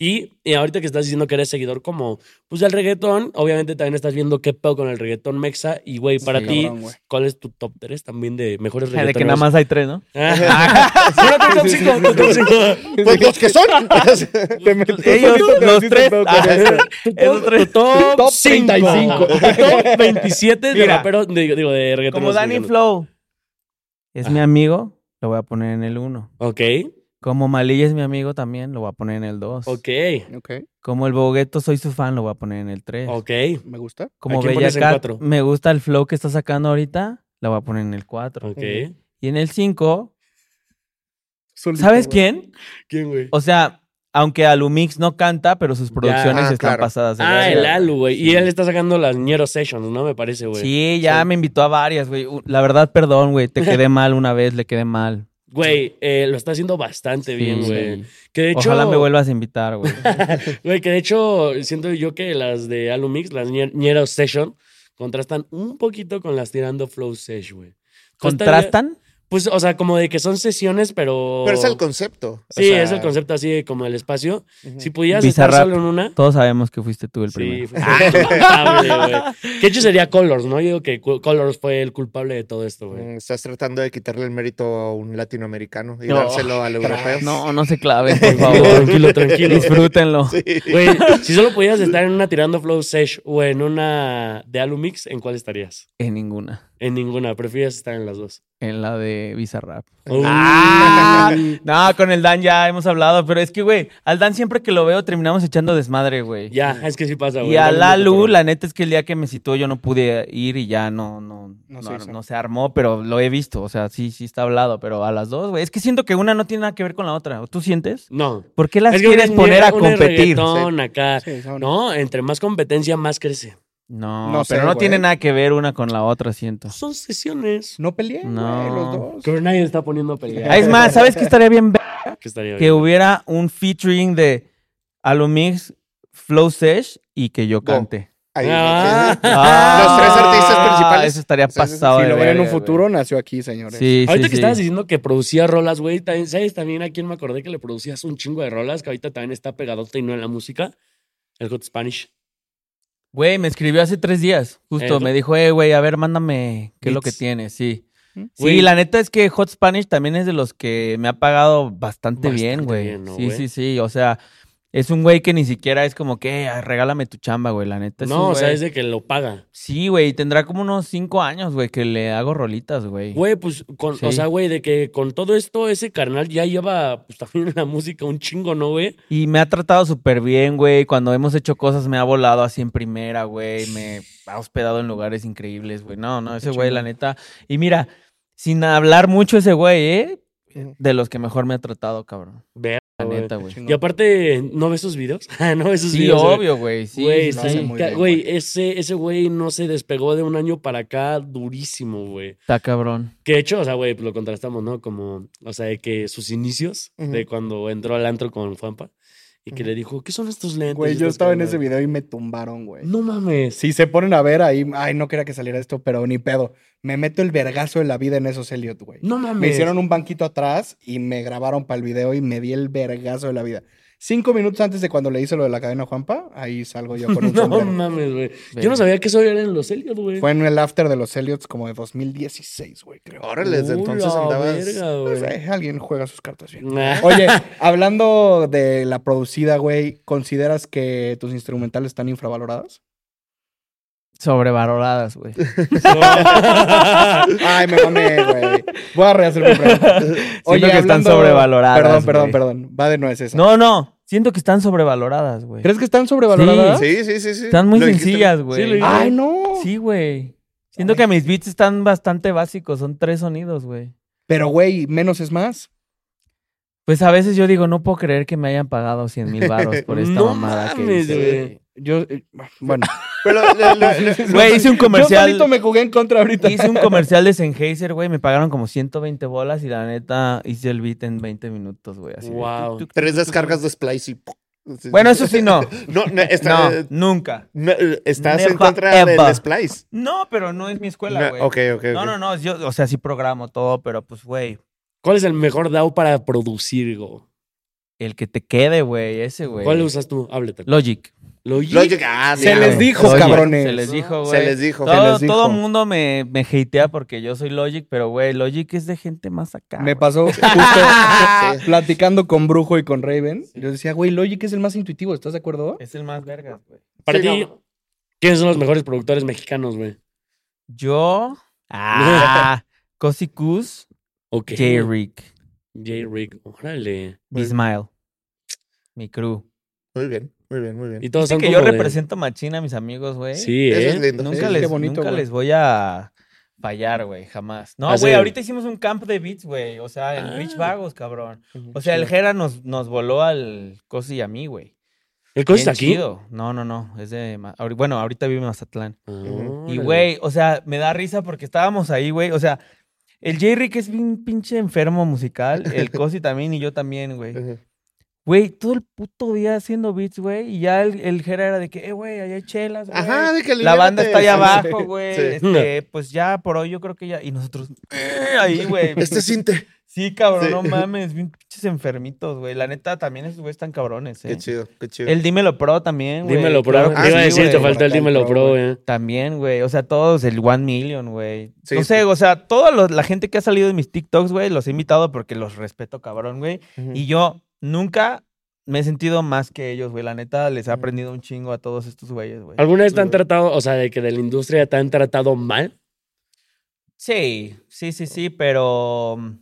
Speaker 2: Y, y ahorita que estás diciendo que eres seguidor como, pues del reggaetón, obviamente también estás viendo qué pedo con el reggaetón mexa. Y, güey, para
Speaker 1: Sí,
Speaker 2: ti,
Speaker 3: cabrón, güey.
Speaker 2: ¿cuál es tu top 3 también de mejores
Speaker 1: De
Speaker 2: reggaetoneros?
Speaker 1: que nada más hay tres,
Speaker 4: [LAUGHS]
Speaker 1: ¿no? [LAUGHS]
Speaker 2: [LAUGHS] Bueno, tu top 5, tu top 5.
Speaker 4: [LAUGHS] Pues los que son.
Speaker 3: Te meto-
Speaker 1: Ellos,
Speaker 3: te
Speaker 1: los
Speaker 3: metiste
Speaker 1: tres.
Speaker 3: todo con
Speaker 1: Ah, [LAUGHS]
Speaker 3: eso.
Speaker 1: esos tres.
Speaker 2: Top
Speaker 3: Top 35.
Speaker 2: 35. [LAUGHS] Top 27 de
Speaker 1: Mira.
Speaker 2: raperos, de- digo, de reggaetón.
Speaker 1: Como Danny Flow. Es
Speaker 2: Ah.
Speaker 1: mi amigo, lo voy a poner en el uno.
Speaker 2: Ok,
Speaker 1: Como Malilla es mi amigo también, lo voy a poner en el dos.
Speaker 2: ok,
Speaker 3: Ok,
Speaker 1: Como el Bogueto soy su fan, lo voy a poner en el 3.
Speaker 2: ok.
Speaker 3: me gusta.
Speaker 1: Como
Speaker 2: ¿A quién
Speaker 1: Bella
Speaker 2: pones en
Speaker 1: Cat,
Speaker 2: cuatro?
Speaker 1: me gusta el flow que está sacando ahorita, la voy a poner en el 4.
Speaker 2: Ok.
Speaker 1: Y en el 5,
Speaker 3: Solito,
Speaker 1: ¿sabes
Speaker 3: güey.
Speaker 1: quién?
Speaker 2: ¿Quién, güey?
Speaker 1: O sea, aunque Alumix no canta, pero sus producciones
Speaker 4: ah,
Speaker 1: están
Speaker 4: claro.
Speaker 1: pasadas. de
Speaker 2: Ah,
Speaker 1: verga,
Speaker 2: el
Speaker 1: güey.
Speaker 2: Alu, güey. Y
Speaker 1: Sí.
Speaker 2: él está sacando las Ñero Sessions, ¿no? Me parece, güey.
Speaker 1: Sí, ya
Speaker 2: Sí.
Speaker 1: me invitó a varias, güey. Uh, La verdad, perdón, güey. Te
Speaker 2: [LAUGHS]
Speaker 1: quedé mal una vez, le quedé mal.
Speaker 2: Güey, eh, lo está haciendo bastante bien,
Speaker 1: Sí,
Speaker 2: güey. Que de hecho,
Speaker 1: Ojalá me vuelvas a invitar,
Speaker 2: [LAUGHS]
Speaker 1: güey.
Speaker 2: güey, que de hecho siento yo que las de Alumix, las Ñe- Ñero Session, contrastan un poquito con las tirando Flow Sesh, güey.
Speaker 1: ¿Contrastan?
Speaker 2: Pues, o sea, como de que son sesiones, pero...
Speaker 4: Pero
Speaker 1: Oh.
Speaker 4: es el concepto. o
Speaker 2: Sí,
Speaker 4: sea,
Speaker 2: es el concepto así de como el espacio.
Speaker 4: ujú.
Speaker 2: Si pudieras estar
Speaker 1: Bizarrap.
Speaker 2: solo en una...
Speaker 1: Todos sabemos que fuiste tú el
Speaker 2: Sí, [LAUGHS]
Speaker 1: primero.
Speaker 2: fue
Speaker 1: [LAUGHS]
Speaker 2: culpable, güey. Que hecho sería Colors, ¿no? Yo digo que Cu- Colors fue el culpable de todo esto, güey.
Speaker 4: Mm, Estás tratando de quitarle el mérito a un latinoamericano y
Speaker 1: No. [LAUGHS]
Speaker 4: dárselo al europeo.
Speaker 1: No, no se claven, por favor.
Speaker 2: Tranquilo,
Speaker 1: [LAUGHS]
Speaker 2: tranquilo.
Speaker 1: Disfrútenlo.
Speaker 2: Güey, si solo pudieras estar en una Tirando Flow Sesh o en una de Alumix, ¿en cuál estarías?
Speaker 1: En ninguna.
Speaker 2: En ninguna, prefieres estar en las dos.
Speaker 1: En la de Bizarrap.
Speaker 2: Ah.
Speaker 1: [LAUGHS] No, con el Dan ya hemos hablado, pero es que, güey, al Dan siempre que lo veo terminamos echando desmadre, güey.
Speaker 2: Ya, es que sí pasa, güey.
Speaker 1: Y a
Speaker 2: Dale un
Speaker 1: Lalu,
Speaker 2: cotorreo.
Speaker 1: la neta es que el día que me citó yo no pude ir y ya no, no, no,
Speaker 3: No
Speaker 1: no
Speaker 3: se
Speaker 1: se,
Speaker 3: hizo.
Speaker 1: armó, pero lo he visto. O sea, sí, sí está hablado, pero a las dos, güey. Es que siento que una no tiene nada que ver con la otra. ¿Tú sientes?
Speaker 2: No.
Speaker 1: ¿Por qué las
Speaker 2: Es que
Speaker 1: quieres
Speaker 2: una-
Speaker 1: poner a
Speaker 2: una de
Speaker 1: competir?
Speaker 2: reggaetón acá.
Speaker 3: Sí, son-
Speaker 2: No, entre más competencia, más crece.
Speaker 1: No,
Speaker 3: No sé,
Speaker 1: pero no
Speaker 3: güey.
Speaker 1: tiene nada que ver una con la otra,
Speaker 2: [LAUGHS]
Speaker 1: siento.
Speaker 2: Son sesiones.
Speaker 3: No peleé,
Speaker 1: No.
Speaker 3: güey, los dos.
Speaker 2: Que nadie está poniendo a pelear.
Speaker 1: Ah, Es más, ¿sabes qué estaría bien? ver?
Speaker 2: Que estaría
Speaker 1: Que
Speaker 2: bien.
Speaker 1: hubiera un featuring de Alumix, Flow Sesh y que yo
Speaker 4: Go.
Speaker 1: cante.
Speaker 4: Ahí,
Speaker 2: Ah.
Speaker 4: sí.
Speaker 1: Ah,
Speaker 4: [LAUGHS] Los tres artistas principales.
Speaker 1: Eso estaría
Speaker 4: O sea,
Speaker 1: pasado.
Speaker 3: Si
Speaker 1: de
Speaker 3: lo ven en un
Speaker 1: verga,
Speaker 3: futuro,
Speaker 1: güey.
Speaker 3: nació aquí, señores.
Speaker 1: Sí,
Speaker 2: Ahorita
Speaker 1: sí,
Speaker 2: que
Speaker 1: sí.
Speaker 2: estabas diciendo que producía rolas, güey, también, ¿sabes también a quién me acordé que le producías un chingo de rolas? Que ahorita también está pegadote y no en la música. El Hot Spanish.
Speaker 1: Güey, me escribió hace tres días. Justo
Speaker 2: Eh,
Speaker 1: me dijo, eh, güey, a ver, mándame qué es lo que
Speaker 2: Beats.
Speaker 1: tienes. Sí.
Speaker 3: ¿Mm?
Speaker 1: Sí,
Speaker 2: Güey.
Speaker 1: la neta es que Hot Spanish también es de los que me ha pagado bastante,
Speaker 2: Bastante
Speaker 1: bien, güey.
Speaker 2: bien, ¿no,
Speaker 1: sí,
Speaker 2: güey?
Speaker 1: sí, sí. O sea, es un güey que ni siquiera es como que, "Ah, regálame tu chamba, güey. La neta es un
Speaker 2: no, o sea,
Speaker 1: güey-
Speaker 2: es de que lo paga.
Speaker 1: Sí, güey, tendrá como unos cinco años, güey, que le hago rolitas, güey.
Speaker 2: Güey, pues, con, o
Speaker 1: Sí.
Speaker 2: sea, güey, de que con todo esto, ese carnal ya lleva pues, [LAUGHS] también en la música un chingo, ¿no, güey?
Speaker 1: Y me ha tratado súper bien, güey. Cuando hemos hecho cosas me ha volado así en primera, güey. Me ha hospedado en lugares increíbles, güey. No, no, ese güey, la neta. Y mira, sin hablar mucho ese güey, ¿eh?
Speaker 4: Ujú.
Speaker 1: De los que mejor me ha tratado, cabrón.
Speaker 2: Verga,
Speaker 1: La
Speaker 2: güey.
Speaker 1: neta, güey.
Speaker 2: Y aparte, ¿no ves sus videos? [LAUGHS] Ah, no ves sus
Speaker 1: Sí,
Speaker 2: videos. güey.
Speaker 1: obvio, güey. Sí,
Speaker 2: Güey,
Speaker 1: sí,
Speaker 3: lo hace
Speaker 2: sí,
Speaker 1: sí.
Speaker 3: muy
Speaker 2: ca-
Speaker 3: bien,
Speaker 2: güey,
Speaker 3: güey.
Speaker 2: ese, ese güey no se despegó de un año para acá durísimo, güey.
Speaker 1: Está cabrón.
Speaker 2: Que de hecho, o sea, güey, pues, lo contrastamos, ¿no? Como, o sea, de que sus inicios
Speaker 4: Ujú.
Speaker 2: de cuando entró al antro con Juanpa y que
Speaker 4: Ujú.
Speaker 2: le dijo, ¿qué son estos lentes?
Speaker 3: Güey, yo
Speaker 2: Estas
Speaker 3: estaba en
Speaker 2: cosas?"
Speaker 3: ese video y me tumbaron, güey.
Speaker 2: No mames.
Speaker 3: Si se ponen a ver ahí, ay, no quería que saliera esto, pero ni pedo. Me meto el vergazo de la vida en esos Elliot, güey.
Speaker 2: No mames.
Speaker 3: Me hicieron un banquito atrás y me grabaron para el video y me di el vergazo de la vida. Cinco minutos antes de cuando le hice lo de la cadena a Juanpa, ahí salgo
Speaker 1: [LAUGHS]
Speaker 3: yo con un
Speaker 2: [LAUGHS] No
Speaker 3: sombrero.
Speaker 2: mames, güey. Yo no
Speaker 1: Verga.
Speaker 2: sabía que eso era en los Helios, güey.
Speaker 3: Fue en el after de los Elliots como de 2016, güey, creo.
Speaker 4: Órale, desde
Speaker 2: Ula,
Speaker 4: entonces andabas.
Speaker 2: verga,
Speaker 3: Pues,
Speaker 2: güey. Ah.
Speaker 3: eh, alguien juega sus
Speaker 1: [LAUGHS]
Speaker 3: cartas bien.
Speaker 2: Nah.
Speaker 3: Oye, hablando de la producida, güey, ¿consideras que tus instrumentales
Speaker 1: [LAUGHS]
Speaker 3: están infravaloradas?
Speaker 1: Sobrevaloradas, güey.
Speaker 3: Ay, me mamé, güey. Voy a rehacer mi
Speaker 1: [LAUGHS]
Speaker 3: pregunta.
Speaker 1: Siento que están
Speaker 3: hablando-
Speaker 1: sobrevaloradas.
Speaker 3: Perdón, perdón,
Speaker 1: güey.
Speaker 3: perdón. Va de nueves esa.
Speaker 1: No, no. Siento que están sobrevaloradas, güey.
Speaker 3: ¿Crees que están sobrevaloradas?
Speaker 4: Sí, sí, sí, sí.
Speaker 1: Están muy
Speaker 4: Lo dijiste
Speaker 1: sencillas, güey.
Speaker 2: Sí, lo dijiste.
Speaker 3: Ay, no.
Speaker 1: Sí, güey. Siento que mis beats están bastante básicos, son tres sonidos, güey.
Speaker 3: Pero, güey, menos es más.
Speaker 1: Pues a veces yo digo, no puedo creer que me hayan pagado 100 mil baros
Speaker 2: [LAUGHS]
Speaker 1: por esta
Speaker 2: No
Speaker 1: mamada que
Speaker 2: mames,
Speaker 1: hice.
Speaker 2: güey.
Speaker 3: Yo, eh,
Speaker 1: [LAUGHS]
Speaker 3: bueno.
Speaker 4: Pero lo- lo- lo-
Speaker 1: Güey, hice un
Speaker 3: Yo
Speaker 1: comercial.
Speaker 3: solito me jugué en contra ahorita.
Speaker 1: Hice un comercial de Sennheiser, güey. Me pagaron como 120 bolas y la neta hice el beat en 20 minutos, güey. así de
Speaker 2: Wow.
Speaker 1: tuk, tuk,
Speaker 4: tres
Speaker 1: tuk, tuk,
Speaker 4: descargas
Speaker 1: tuk.
Speaker 4: de Splice y... ¡pum! Sí.
Speaker 1: Bueno, eso sí no.
Speaker 4: No, no,
Speaker 1: No,
Speaker 4: [LAUGHS] está- eh,
Speaker 1: nunca.
Speaker 4: no, estás en
Speaker 1: Never
Speaker 4: contra
Speaker 1: ever.
Speaker 4: del Splice.
Speaker 1: No, pero no es mi escuela,
Speaker 4: No,
Speaker 1: güey.
Speaker 4: ok, ok.
Speaker 1: No,
Speaker 4: ok.
Speaker 1: no, no. Yo, o sea, sí programo todo, pero pues, güey.
Speaker 2: ¿Cuál es el mejor DAO para producir, go?
Speaker 1: El que te quede, güey. Ese, güey.
Speaker 2: ¿Cuál usas tú? Háblate.
Speaker 1: Logic.
Speaker 2: Logic.
Speaker 4: Logic, ah,
Speaker 3: Se
Speaker 4: mira,
Speaker 3: les
Speaker 4: güey.
Speaker 3: dijo,
Speaker 1: Logic.
Speaker 3: cabrones.
Speaker 1: Se les dijo, güey.
Speaker 4: Se les dijo.
Speaker 3: Se
Speaker 1: Todo,
Speaker 3: les dijo.
Speaker 1: todo mundo me, me hatea porque yo soy Logic, pero güey, Logic es de gente más acá.
Speaker 3: Me
Speaker 1: ah, güey. [LAUGHS]
Speaker 3: pasó
Speaker 4: Sí.
Speaker 3: justo platicando con Brujo y con Raven. Yo decía, güey, Logic es el más intuitivo, ¿estás de acuerdo?
Speaker 1: Es el más vergas, güey.
Speaker 2: Para
Speaker 4: Sí,
Speaker 2: ti,
Speaker 4: no.
Speaker 2: ¿quiénes son los mejores productores mexicanos, güey?
Speaker 1: Yo.
Speaker 3: [LAUGHS]
Speaker 1: Ah. Cosicus.
Speaker 2: Ok.
Speaker 1: J-Rick.
Speaker 2: J-Rick. Órale.
Speaker 1: Mi
Speaker 4: Muy-
Speaker 1: Smile. Mi crew.
Speaker 4: Muy bien, muy bien, muy bien.
Speaker 2: Y todos
Speaker 1: Dicen
Speaker 2: son
Speaker 1: que yo
Speaker 2: como de-
Speaker 1: represento machina a mis amigos, güey.
Speaker 2: Sí,
Speaker 4: Eso es
Speaker 2: ¿eh?
Speaker 4: lindo.
Speaker 1: Nunca,
Speaker 4: Sí,
Speaker 1: les,
Speaker 3: qué bonito,
Speaker 1: nunca
Speaker 3: güey.
Speaker 1: les voy a fallar, güey, jamás. No,
Speaker 2: Ah,
Speaker 1: güey,
Speaker 2: sí.
Speaker 1: ahorita hicimos un camp de beats, güey. O sea, el Rich
Speaker 2: Ah.
Speaker 1: Vagos, cabrón. O sea, el Jera nos, nos voló al Cosi y a mí, güey.
Speaker 2: ¿El coche está
Speaker 1: Bien
Speaker 2: aquí?
Speaker 1: chido. No, no, no. Es de. Ma- ahori- Bueno, ahorita vive en Mazatlán. Y,
Speaker 2: Ah, Órale.
Speaker 1: güey, o sea, me da risa porque estábamos ahí, güey. O sea, el J-Rick es un pinche enfermo musical.
Speaker 4: [LAUGHS]
Speaker 1: El Cosi también y yo también, güey.
Speaker 4: Ujú.
Speaker 1: Güey, todo el puto día haciendo beats, güey. Y ya el, el Jera era de que, eh, güey, allá hay chelas, güey.
Speaker 4: Ajá, de que
Speaker 1: La banda está allá
Speaker 4: aliviánate.
Speaker 1: abajo, güey.
Speaker 4: Sí.
Speaker 1: Este, pues ya por hoy yo creo que ya. Y nosotros. eh, ahí, güey.
Speaker 4: Este cinte.
Speaker 1: Sí, cabrón,
Speaker 4: Sí. [LAUGHS]
Speaker 1: no mames. Bien pinches enfermitos, güey. La neta, también esos güeyes están cabrones, eh.
Speaker 4: Qué chido, qué chido.
Speaker 1: El Dímelo Pro también, güey.
Speaker 2: Dímelo,
Speaker 1: Claro
Speaker 2: pro.
Speaker 1: que
Speaker 2: Te iba a
Speaker 1: sí,
Speaker 2: decir, te
Speaker 1: güey.
Speaker 2: falta el
Speaker 3: Acá el
Speaker 2: dímelo,
Speaker 3: pro,
Speaker 2: pro,
Speaker 3: güey.
Speaker 2: eh.
Speaker 1: También, güey. O sea, todos el One Million, güey.
Speaker 4: Sí,
Speaker 1: no sé,
Speaker 4: sí.
Speaker 1: o sea, todos los- la gente que ha salido de mis TikToks, güey, los he invitado porque los respeto, cabrón, güey.
Speaker 4: Ujú.
Speaker 1: Y yo nunca me he sentido más que ellos, güey. La neta, les he aprendido un chingo a todos estos güeyes, güey.
Speaker 2: ¿Alguna vez te han
Speaker 4: Sí.
Speaker 2: tratado, o sea, de que de la industria te han tratado mal?
Speaker 1: Sí, sí, sí, sí, pero mm,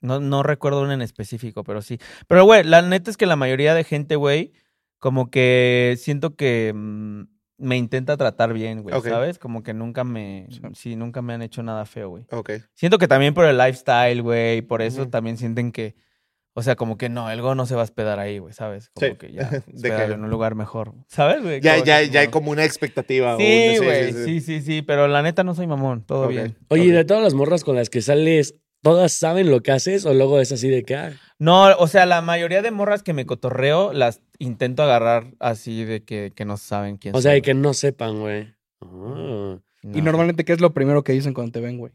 Speaker 1: no, no recuerdo uno en específico, pero sí. Pero, güey, la neta es que la mayoría de gente, güey, como que siento que mm, me intenta tratar bien, güey,
Speaker 4: Ok.
Speaker 1: ¿sabes? Como que nunca me, sí, nunca me han hecho nada feo, güey.
Speaker 4: Ok.
Speaker 1: Siento que también por el lifestyle, güey, por eso
Speaker 4: Ujú.
Speaker 1: también sienten que, o sea, como que no, el go no se va a hospedar ahí, güey, ¿sabes? Como
Speaker 4: [LAUGHS] Sí,
Speaker 1: que ya,
Speaker 4: de
Speaker 1: hospédalo
Speaker 4: que-
Speaker 1: en un lugar mejor, ¿sabes, güey?
Speaker 4: Ya,
Speaker 1: Como
Speaker 4: ya,
Speaker 1: que
Speaker 4: ya hay
Speaker 1: no.
Speaker 4: como una expectativa.
Speaker 1: Sí,
Speaker 4: un-
Speaker 1: güey, sí, sí, sí, pero la neta no soy mamón, todo
Speaker 4: Ok,
Speaker 1: bien.
Speaker 2: Oye, ¿y
Speaker 4: ok.
Speaker 2: de todas las morras con las que sales, ¿todas saben lo que haces o luego es así de que, ah,
Speaker 1: No, o sea, la mayoría de morras que me cotorreo las intento agarrar así de que, que no saben quién
Speaker 2: o sea,
Speaker 1: soy.
Speaker 2: de que no sepan, güey? Ah.
Speaker 1: No.
Speaker 3: Y normalmente, ¿qué es lo primero que dicen cuando te ven, güey?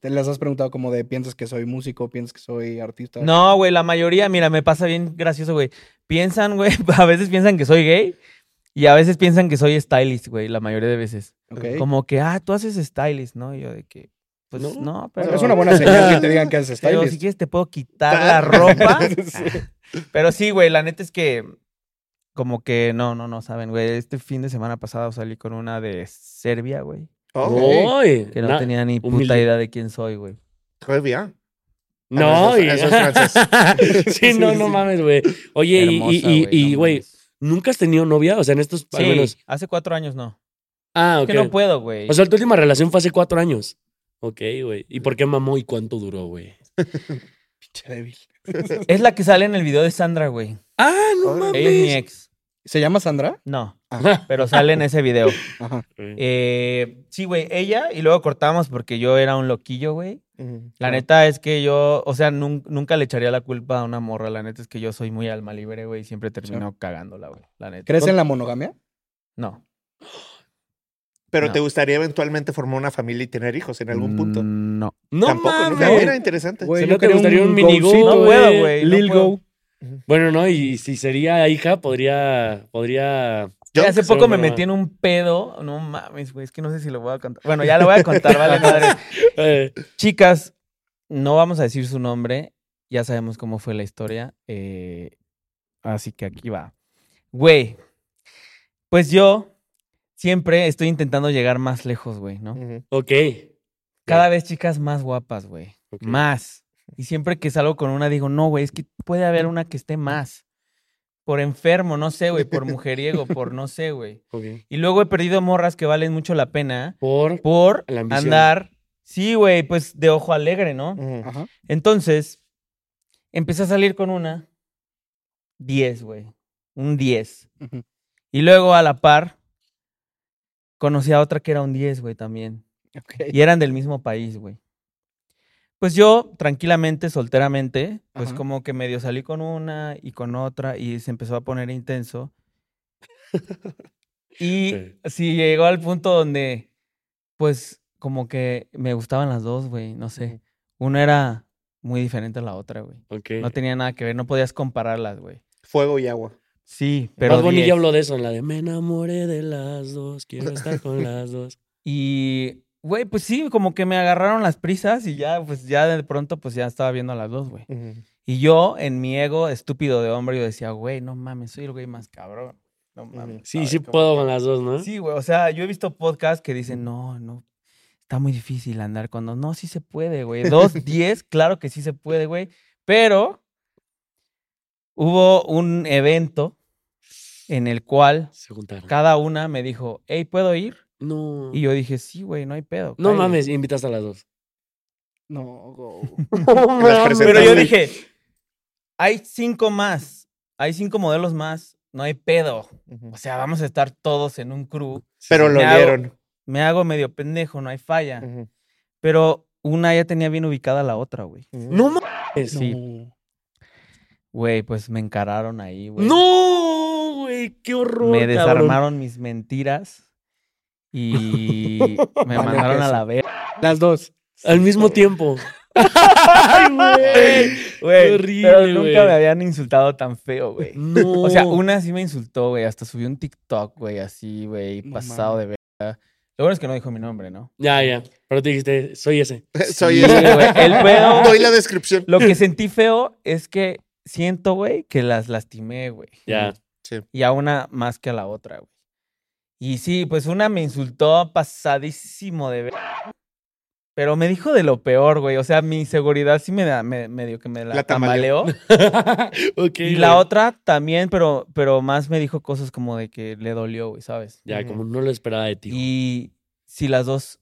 Speaker 3: ¿Te les has preguntado como de, piensas que soy músico, piensas que soy artista?
Speaker 1: No, güey, la mayoría, mira, me pasa bien gracioso, güey. Piensan, güey, [LAUGHS] a veces piensan que soy gay y a veces piensan que soy stylist, güey, la mayoría de veces.
Speaker 3: Ok.
Speaker 1: Como que, ah, tú haces stylist, ¿no? Y yo de que, pues
Speaker 2: No.
Speaker 1: no,
Speaker 3: Bueno,
Speaker 1: pero...
Speaker 3: es una buena señal que te digan que haces
Speaker 1: [LAUGHS] Pero
Speaker 3: stylist. Ah.
Speaker 1: si quieres te puedo quitar la
Speaker 3: [LAUGHS]
Speaker 4: [LAUGHS]
Speaker 1: ropa. Pero sí, güey, la neta es que como que no, no, no saben, güey. Este fin de semana pasado salí con una de Serbia, güey.
Speaker 4: Ok.
Speaker 2: ¡Ay!
Speaker 1: Que no
Speaker 2: Na-
Speaker 1: tenía ni puta
Speaker 2: humilde.
Speaker 1: idea de quién soy, güey.
Speaker 4: Qué bien. Ah,
Speaker 2: No,
Speaker 4: no,
Speaker 2: y- [LAUGHS]
Speaker 4: eso es- eso
Speaker 2: sí, no, no mames, güey. Oye, y- y,
Speaker 1: Hermosa,
Speaker 2: y- y,
Speaker 1: no
Speaker 2: güey,
Speaker 1: mames.
Speaker 2: ¿nunca has tenido novia? O sea, en estos, al
Speaker 1: Sí,
Speaker 2: menos.
Speaker 1: hace cuatro años no.
Speaker 2: Ah,
Speaker 1: Es
Speaker 2: ok.
Speaker 1: que no puedo, güey.
Speaker 2: o sea, tu última relación fue hace cuatro años. Ok, güey. ¿Y por qué mamó y cuánto duró, güey?
Speaker 3: Pinche débil.
Speaker 1: es la que sale en el video de Sandra, güey.
Speaker 2: Ah, no
Speaker 4: Órale.
Speaker 1: Ella es mi
Speaker 2: mames.
Speaker 1: ex.
Speaker 3: ¿Se llama Sandra?
Speaker 1: No, pero sale en ese video.
Speaker 3: Ajá.
Speaker 1: Eh, sí, güey, ella y luego cortamos porque yo era un loquillo, güey.
Speaker 4: Ujú.
Speaker 1: La neta es que yo, o sea, nun- nunca le echaría la culpa a una morra. La neta es que yo soy muy alma libre, güey. y Siempre termino cagándola, güey. La neta.
Speaker 3: ¿Crees en la monogamia?
Speaker 1: No.
Speaker 4: Pero
Speaker 1: No.
Speaker 4: te gustaría eventualmente formar una familia y tener hijos en algún punto.
Speaker 1: Mm, No.
Speaker 2: No
Speaker 4: Tampoco, ¿no?
Speaker 2: mames.
Speaker 4: Era interesante.
Speaker 3: Güey,
Speaker 2: Si
Speaker 3: yo
Speaker 2: no te
Speaker 3: quería
Speaker 2: gustaría un
Speaker 3: un
Speaker 2: minigol,
Speaker 3: golcito,
Speaker 1: No
Speaker 2: güey.
Speaker 1: puedo, güey. no
Speaker 3: Lil
Speaker 1: puedo.
Speaker 3: Go.
Speaker 2: Bueno, no, y si sería hija, podría, podría.
Speaker 4: Yo-
Speaker 1: hace
Speaker 2: Solo
Speaker 1: poco me
Speaker 2: broma.
Speaker 1: metí en un pedo. No mames, güey. Es que no sé si lo voy a contar. Bueno, ya lo voy a
Speaker 2: [LAUGHS]
Speaker 1: contar, vale, madre.
Speaker 2: eh,
Speaker 1: Chicas, no vamos a decir su nombre. Ya sabemos cómo fue la historia. eh, así que aquí va. Güey, pues yo siempre estoy intentando llegar más lejos, güey, ¿no?
Speaker 4: Ujú.
Speaker 2: ok.
Speaker 1: Cada vez chicas más guapas, güey.
Speaker 2: Ok.
Speaker 1: Más. Y siempre que salgo con una digo, no, güey, es que puede haber una que esté más. Por enfermo, no sé, güey, por mujeriego, por no sé, güey.
Speaker 2: Ok.
Speaker 1: Y luego he perdido morras que valen mucho la pena
Speaker 2: Por.
Speaker 1: por
Speaker 2: La
Speaker 3: Ah.
Speaker 2: ambición.
Speaker 1: andar, sí, güey, pues de ojo alegre, ¿no?
Speaker 4: Ujú.
Speaker 3: Ajá.
Speaker 1: Entonces, Empecé a salir con una. 10, güey. Un 10.
Speaker 3: Ujú.
Speaker 1: Y luego a la par, conocí a otra que era un 10, güey, también.
Speaker 3: Ok.
Speaker 1: Y eran del mismo país, güey. Pues yo, tranquilamente, solteramente, pues
Speaker 3: Ajá.
Speaker 1: como que medio salí con una y con otra y se empezó a poner intenso. y
Speaker 2: Sí.
Speaker 1: sí llegó al punto donde, pues como que me gustaban las dos, güey, no sé. Una era muy diferente a la otra, güey.
Speaker 2: Ok.
Speaker 1: No tenía nada que ver, no podías compararlas, güey.
Speaker 4: Fuego y agua.
Speaker 1: Sí, pero.
Speaker 2: Pero Bunny
Speaker 1: 10.
Speaker 2: ya habló de eso, en la de me enamoré de las dos, quiero
Speaker 1: [LAUGHS]
Speaker 2: estar con las dos.
Speaker 1: Y, güey, pues sí, como que me agarraron las prisas y ya, pues ya de pronto, pues ya estaba viendo a las dos, güey.
Speaker 4: Ujú.
Speaker 1: Y yo, en mi ego estúpido de hombre, yo decía, güey, no mames, soy el güey más cabrón. No mames.
Speaker 2: Sí,
Speaker 1: ¿sabes
Speaker 2: sí
Speaker 1: cómo?
Speaker 2: puedo con las dos, ¿no?
Speaker 1: Sí, güey, o sea, yo he visto podcasts que dicen, no, no, está muy difícil andar con dos. No, sí se puede, güey.
Speaker 2: [LAUGHS]
Speaker 1: Dos, diez, claro que sí se puede, güey. Pero hubo un evento en el cual
Speaker 2: Se juntaron.
Speaker 1: cada una me dijo, hey, ¿puedo ir?
Speaker 2: No.
Speaker 1: Y yo dije, sí, güey, no hay pedo.
Speaker 2: No
Speaker 1: cállate".
Speaker 2: mames, invitaste a
Speaker 1: [LAUGHS]
Speaker 2: las dos.
Speaker 3: No, go.
Speaker 4: Las presentaste.
Speaker 1: Pero yo dije, hay cinco más, hay cinco modelos más, no hay pedo.
Speaker 4: Ujú.
Speaker 1: O sea, vamos a estar todos en un crew.
Speaker 4: Pues, Pero lo
Speaker 1: Me hago-
Speaker 4: vieron.
Speaker 1: Me hago medio pendejo, no hay falla.
Speaker 4: Ujú.
Speaker 1: Pero una ya tenía bien ubicada a la otra, güey.
Speaker 4: Ujú.
Speaker 2: No mames.
Speaker 1: Sí.
Speaker 3: No.
Speaker 1: Güey, pues me encararon ahí, güey.
Speaker 2: No, güey, qué horror.
Speaker 1: Me
Speaker 2: cabrón.
Speaker 1: desarmaron mis mentiras y me
Speaker 3: Vale,
Speaker 1: mandaron a
Speaker 3: queso.
Speaker 1: la verga.
Speaker 3: Las dos.
Speaker 2: Al mismo tiempo.
Speaker 1: [LAUGHS] Güey,
Speaker 2: horrible,
Speaker 1: pero nunca
Speaker 2: güey.
Speaker 1: me habían insultado tan feo, güey.
Speaker 2: No.
Speaker 1: O sea, una sí me insultó, güey. Hasta subí un TikTok, güey, así, güey,
Speaker 3: No
Speaker 1: pasado de verga. Lo bueno es que no dijo mi nombre, ¿no?
Speaker 2: Ya, ya. Pero te dijiste, soy ese.
Speaker 4: [LAUGHS] Soy
Speaker 1: Sí, güey, El [LAUGHS] pedo.
Speaker 4: Doy la descripción.
Speaker 1: Lo que sentí feo es que siento, güey, que las lastimé, güey.
Speaker 2: Ya.
Speaker 1: Y a una más que a la otra, güey. Y sí, pues una me insultó pasadísimo de verga. Pero me dijo de lo peor, güey. O sea, mi seguridad sí me da, me, medio que me la,
Speaker 4: La
Speaker 1: tambaleó.
Speaker 4: tambaleó.
Speaker 2: [LAUGHS] ok.
Speaker 1: Y la
Speaker 2: güey.
Speaker 1: otra también, pero, pero más me dijo cosas como de que le dolió, güey, ¿sabes?
Speaker 2: Ya, como no lo esperaba de ti.
Speaker 1: Y si las dos,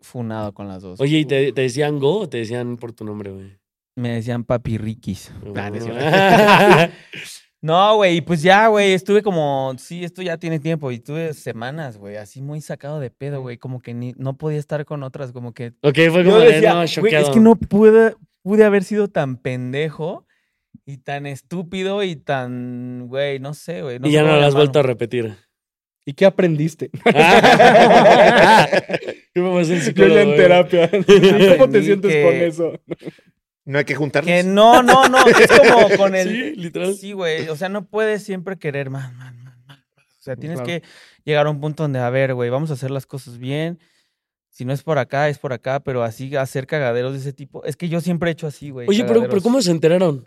Speaker 1: funado con las dos.
Speaker 2: Oye, ¿y te, te decían Go o te decían por tu nombre, güey?
Speaker 1: Me decían papi riquis.
Speaker 4: Nah, no es
Speaker 1: No, güey, y pues ya, güey, estuve como, sí, esto ya tiene tiempo, y estuve semanas, güey, así muy sacado de pedo, güey, como que ni, no podía estar con otras, como que...
Speaker 2: [LAUGHS] ok, fue
Speaker 1: Yo
Speaker 2: como de,
Speaker 1: decía,
Speaker 2: no,
Speaker 1: "Güey,
Speaker 2: choqueado.
Speaker 1: es que no pude, pude haber sido tan pendejo y tan estúpido y tan, güey, no sé, güey.
Speaker 2: y
Speaker 1: sé
Speaker 2: ya no
Speaker 1: cómo
Speaker 2: lo has vuelto a
Speaker 1: llamarlo". [LAUGHS]
Speaker 2: repetir. [LAUGHS]
Speaker 3: ¿Y qué aprendiste?
Speaker 2: ¿Qué me vas a
Speaker 3: Yo ya en [LAUGHS] terapia. ¿Cómo
Speaker 1: Aprendí
Speaker 3: te sientes
Speaker 1: que-
Speaker 3: con eso?
Speaker 4: No hay que juntarnos.
Speaker 1: Que no, no, no, es
Speaker 2: [LAUGHS]
Speaker 1: como con el...
Speaker 2: Sí, literal.
Speaker 1: Sí, güey. O sea, no puedes siempre querer más, más, más, más. más. O sea, tienes
Speaker 3: Claro.
Speaker 1: que llegar a un punto donde, a ver, güey, vamos a hacer las cosas bien. Si no es por acá, es por acá, pero así hacer cagaderos de ese tipo. Es que yo siempre he hecho así, güey.
Speaker 2: Oye, pero, pero
Speaker 1: cagaderos.
Speaker 2: ¿cómo se enteraron?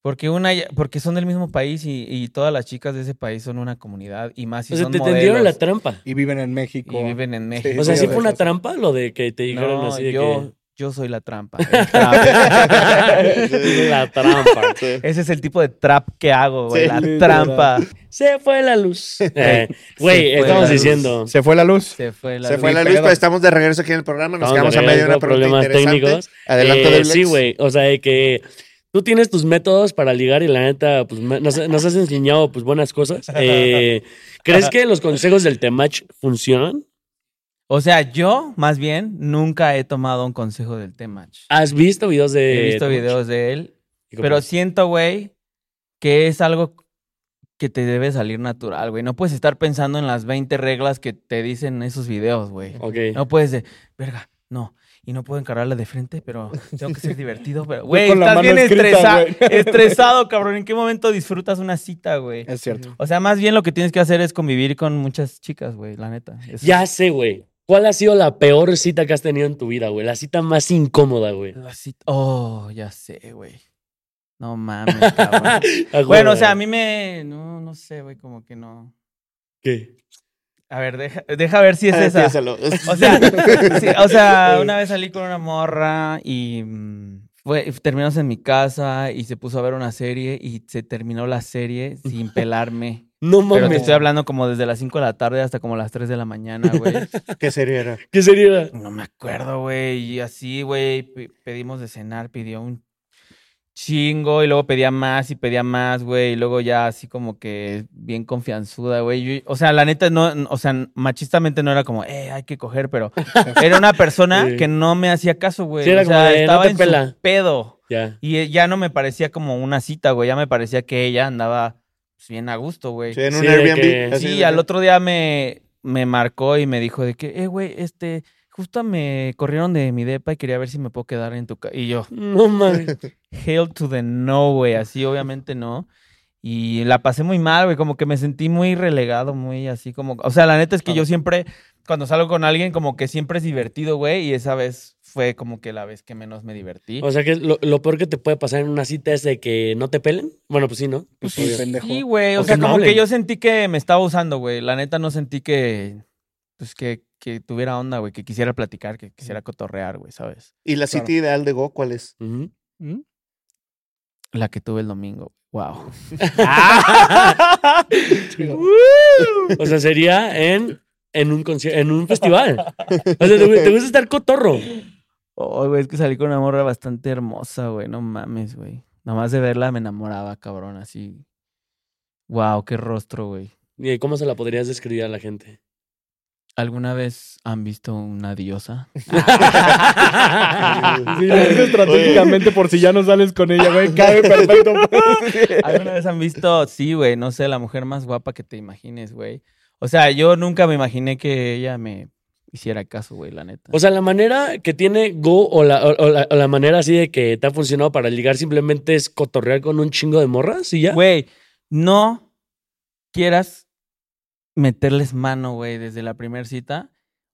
Speaker 1: Porque, una, ya- porque son del mismo país y, y todas las chicas de ese país son una comunidad y más si
Speaker 2: o sea,
Speaker 1: son
Speaker 2: te tendieron la
Speaker 1: modelos
Speaker 2: trampa.
Speaker 3: Y viven en México.
Speaker 1: y viven en México.
Speaker 2: O sea,
Speaker 3: sí,
Speaker 2: ¿sí
Speaker 3: de
Speaker 2: fue una
Speaker 3: esas.
Speaker 2: trampa lo de que te dijeron
Speaker 1: No,
Speaker 2: así de
Speaker 1: yo,
Speaker 2: que...
Speaker 1: yo soy la
Speaker 2: [LAUGHS]
Speaker 1: trampa. el trap. [LAUGHS]
Speaker 2: la trampa.
Speaker 1: Ese es el tipo de trap que hago, güey.
Speaker 4: Sí,
Speaker 1: la
Speaker 3: literal.
Speaker 1: trampa.
Speaker 2: Se fue
Speaker 1: [LAUGHS]
Speaker 2: la luz. Eh, Güey,
Speaker 1: fue la
Speaker 2: estamos
Speaker 1: luz.
Speaker 2: diciendo.
Speaker 3: Se fue la luz.
Speaker 1: Se fue la
Speaker 4: Se fue
Speaker 1: luz.
Speaker 4: la
Speaker 3: Ni
Speaker 4: luz,
Speaker 3: pedo.
Speaker 4: pero estamos de regreso aquí en el programa. Nos
Speaker 2: Estamos
Speaker 4: quedamos a medio de
Speaker 2: arreglando
Speaker 4: una pregunta
Speaker 2: problemas
Speaker 4: interesante.
Speaker 2: técnicos.
Speaker 4: Adelante,
Speaker 2: Eh,
Speaker 4: del
Speaker 2: sí,
Speaker 4: Lex.
Speaker 2: güey. O sea, de que tú tienes tus métodos para ligar y la neta, pues me- nos, nos has enseñado pues buenas
Speaker 1: [LAUGHS]
Speaker 2: cosas. Eh, ¿Crees que los consejos del Temach funcionan?
Speaker 1: O sea, yo más bien nunca he tomado un consejo del Temach.
Speaker 3: Ah,
Speaker 2: ¿Has visto videos de.?
Speaker 1: He visto
Speaker 2: Temach?
Speaker 1: videos de él,
Speaker 2: ¿Y cómo
Speaker 1: pero
Speaker 2: es?
Speaker 1: siento, güey, que es algo que te debe salir natural, güey. No puedes estar pensando en las 20 reglas que te dicen esos videos, güey.
Speaker 2: Ok.
Speaker 1: No puedes de, verga, no. Y no puedo encararla de frente, pero tengo que ser
Speaker 3: [LAUGHS]
Speaker 1: divertido. Pero, güey,
Speaker 3: con la
Speaker 1: estás
Speaker 3: mano
Speaker 1: bien
Speaker 3: escrita,
Speaker 1: estresa-
Speaker 3: güey. [LAUGHS]
Speaker 1: estresado, cabrón. ¿En qué momento disfrutas una cita, güey?
Speaker 3: Es cierto.
Speaker 1: O sea, más bien lo que tienes que hacer es convivir con muchas chicas, güey, la neta. Eso-
Speaker 2: Ya sé, güey. ¿Cuál ha sido la peor cita que has tenido en tu vida, güey? La cita más incómoda, güey.
Speaker 1: La cita- Oh, ya sé, güey. No mames, [LAUGHS] cabrón.
Speaker 2: Ah,
Speaker 1: bueno,
Speaker 2: güey.
Speaker 1: o sea, a mí me. No, no sé, güey, como que no.
Speaker 2: ¿Qué?
Speaker 1: A ver, deja, deja ver si es
Speaker 4: Ah,
Speaker 1: esa.
Speaker 4: piénsalo.
Speaker 1: O [LAUGHS] sea, sí, o sea, una vez salí con una morra y mm, fue- terminamos en mi casa y se puso a ver una serie y se terminó la serie [LAUGHS] sin pelarme.
Speaker 2: No
Speaker 1: Pero
Speaker 2: mames.
Speaker 1: te estoy hablando como desde las 5 de la tarde hasta como las 3 de la mañana, güey.
Speaker 4: ¿Qué serie era?
Speaker 2: ¿Qué sería?
Speaker 1: No me acuerdo, güey. Y así, güey, pe- pedimos de cenar, pidió un chingo y luego pedía más y pedía más, güey, y luego ya así como que bien confianzuda, güey. Yo- O sea, la neta no, n- o sea, n- machistamente no era como, eh, hay que coger,
Speaker 2: [LAUGHS]
Speaker 1: pero era una persona
Speaker 2: Sí.
Speaker 1: que no me hacía caso, güey.
Speaker 2: Sí, era
Speaker 1: o sea,
Speaker 2: como de, "No
Speaker 1: estaba
Speaker 2: te
Speaker 1: en
Speaker 2: pela".
Speaker 1: su pedo
Speaker 2: Ya.
Speaker 1: y eh, ya no me parecía como una cita, güey, ya me parecía que ella andaba pues, bien a gusto, güey.
Speaker 4: Sí, en un
Speaker 2: Sí, de
Speaker 4: Airbnb.
Speaker 2: que-
Speaker 4: así
Speaker 1: Sí,
Speaker 4: de
Speaker 1: al
Speaker 4: que-
Speaker 1: otro día me, me marcó y me dijo de que, eh, güey, este, justo me corrieron de mi depa y quería ver si me puedo quedar en tu casa. Y yo,
Speaker 2: No mames.
Speaker 1: hail to the no, güey, así obviamente no. Y la pasé muy mal, güey, como que me sentí muy relegado, muy así como... O sea, la neta es que yo siempre, cuando salgo con alguien, como que siempre es divertido, güey, y esa vez fue como que la vez que menos me divertí.
Speaker 2: O sea que lo, lo peor que te puede pasar en una cita es de que no te pelen. Bueno, pues sí, ¿no?
Speaker 3: Pues
Speaker 2: obvio.
Speaker 3: sí, pendejo.
Speaker 1: Sí, güey. O
Speaker 2: O
Speaker 1: sea,
Speaker 2: que no
Speaker 1: como que
Speaker 2: hablen.
Speaker 1: yo sentí que me estaba usando, güey. La neta no sentí que. Pues que, que tuviera onda, güey. Que quisiera platicar, que quisiera cotorrear, güey, ¿sabes?
Speaker 4: ¿Y la cita
Speaker 3: Claro.
Speaker 4: ideal de Go cuál
Speaker 1: [LAUGHS]
Speaker 4: es?
Speaker 2: Ujú.
Speaker 3: ¿Mm?
Speaker 1: La que tuve el domingo.
Speaker 2: [LAUGHS]
Speaker 1: Wow.
Speaker 3: Chido.
Speaker 2: O sea, sería en, en, un, conci- en un festival. O sea, te, gu- te gusta estar cotorro.
Speaker 1: Oh, güey, es que salí con una morra bastante hermosa, güey. No mames, güey. Nomás de verla me enamoraba, cabrón, así. Wow, qué rostro, güey.
Speaker 2: ¿Y cómo se la podrías describir a la gente? [LAUGHS]
Speaker 1: ¿Alguna vez han visto una diosa?
Speaker 3: Sí, Ah, lo hice estratégicamente por si ya no sales con ella, güey.
Speaker 1: [LAUGHS]
Speaker 3: Cabe perfecto.
Speaker 1: ¿Alguna vez han visto? Sí, güey, no sé, la mujer más guapa que te imagines, güey. O sea, yo nunca me imaginé que ella me hiciera caso, güey, la neta.
Speaker 2: O sea, la manera que tiene Go o la, o- o la, o la manera así de que te ha funcionado para ligar simplemente es cotorrear con un chingo de morras y ya.
Speaker 1: Güey, no quieras meterles mano, güey, desde la primera cita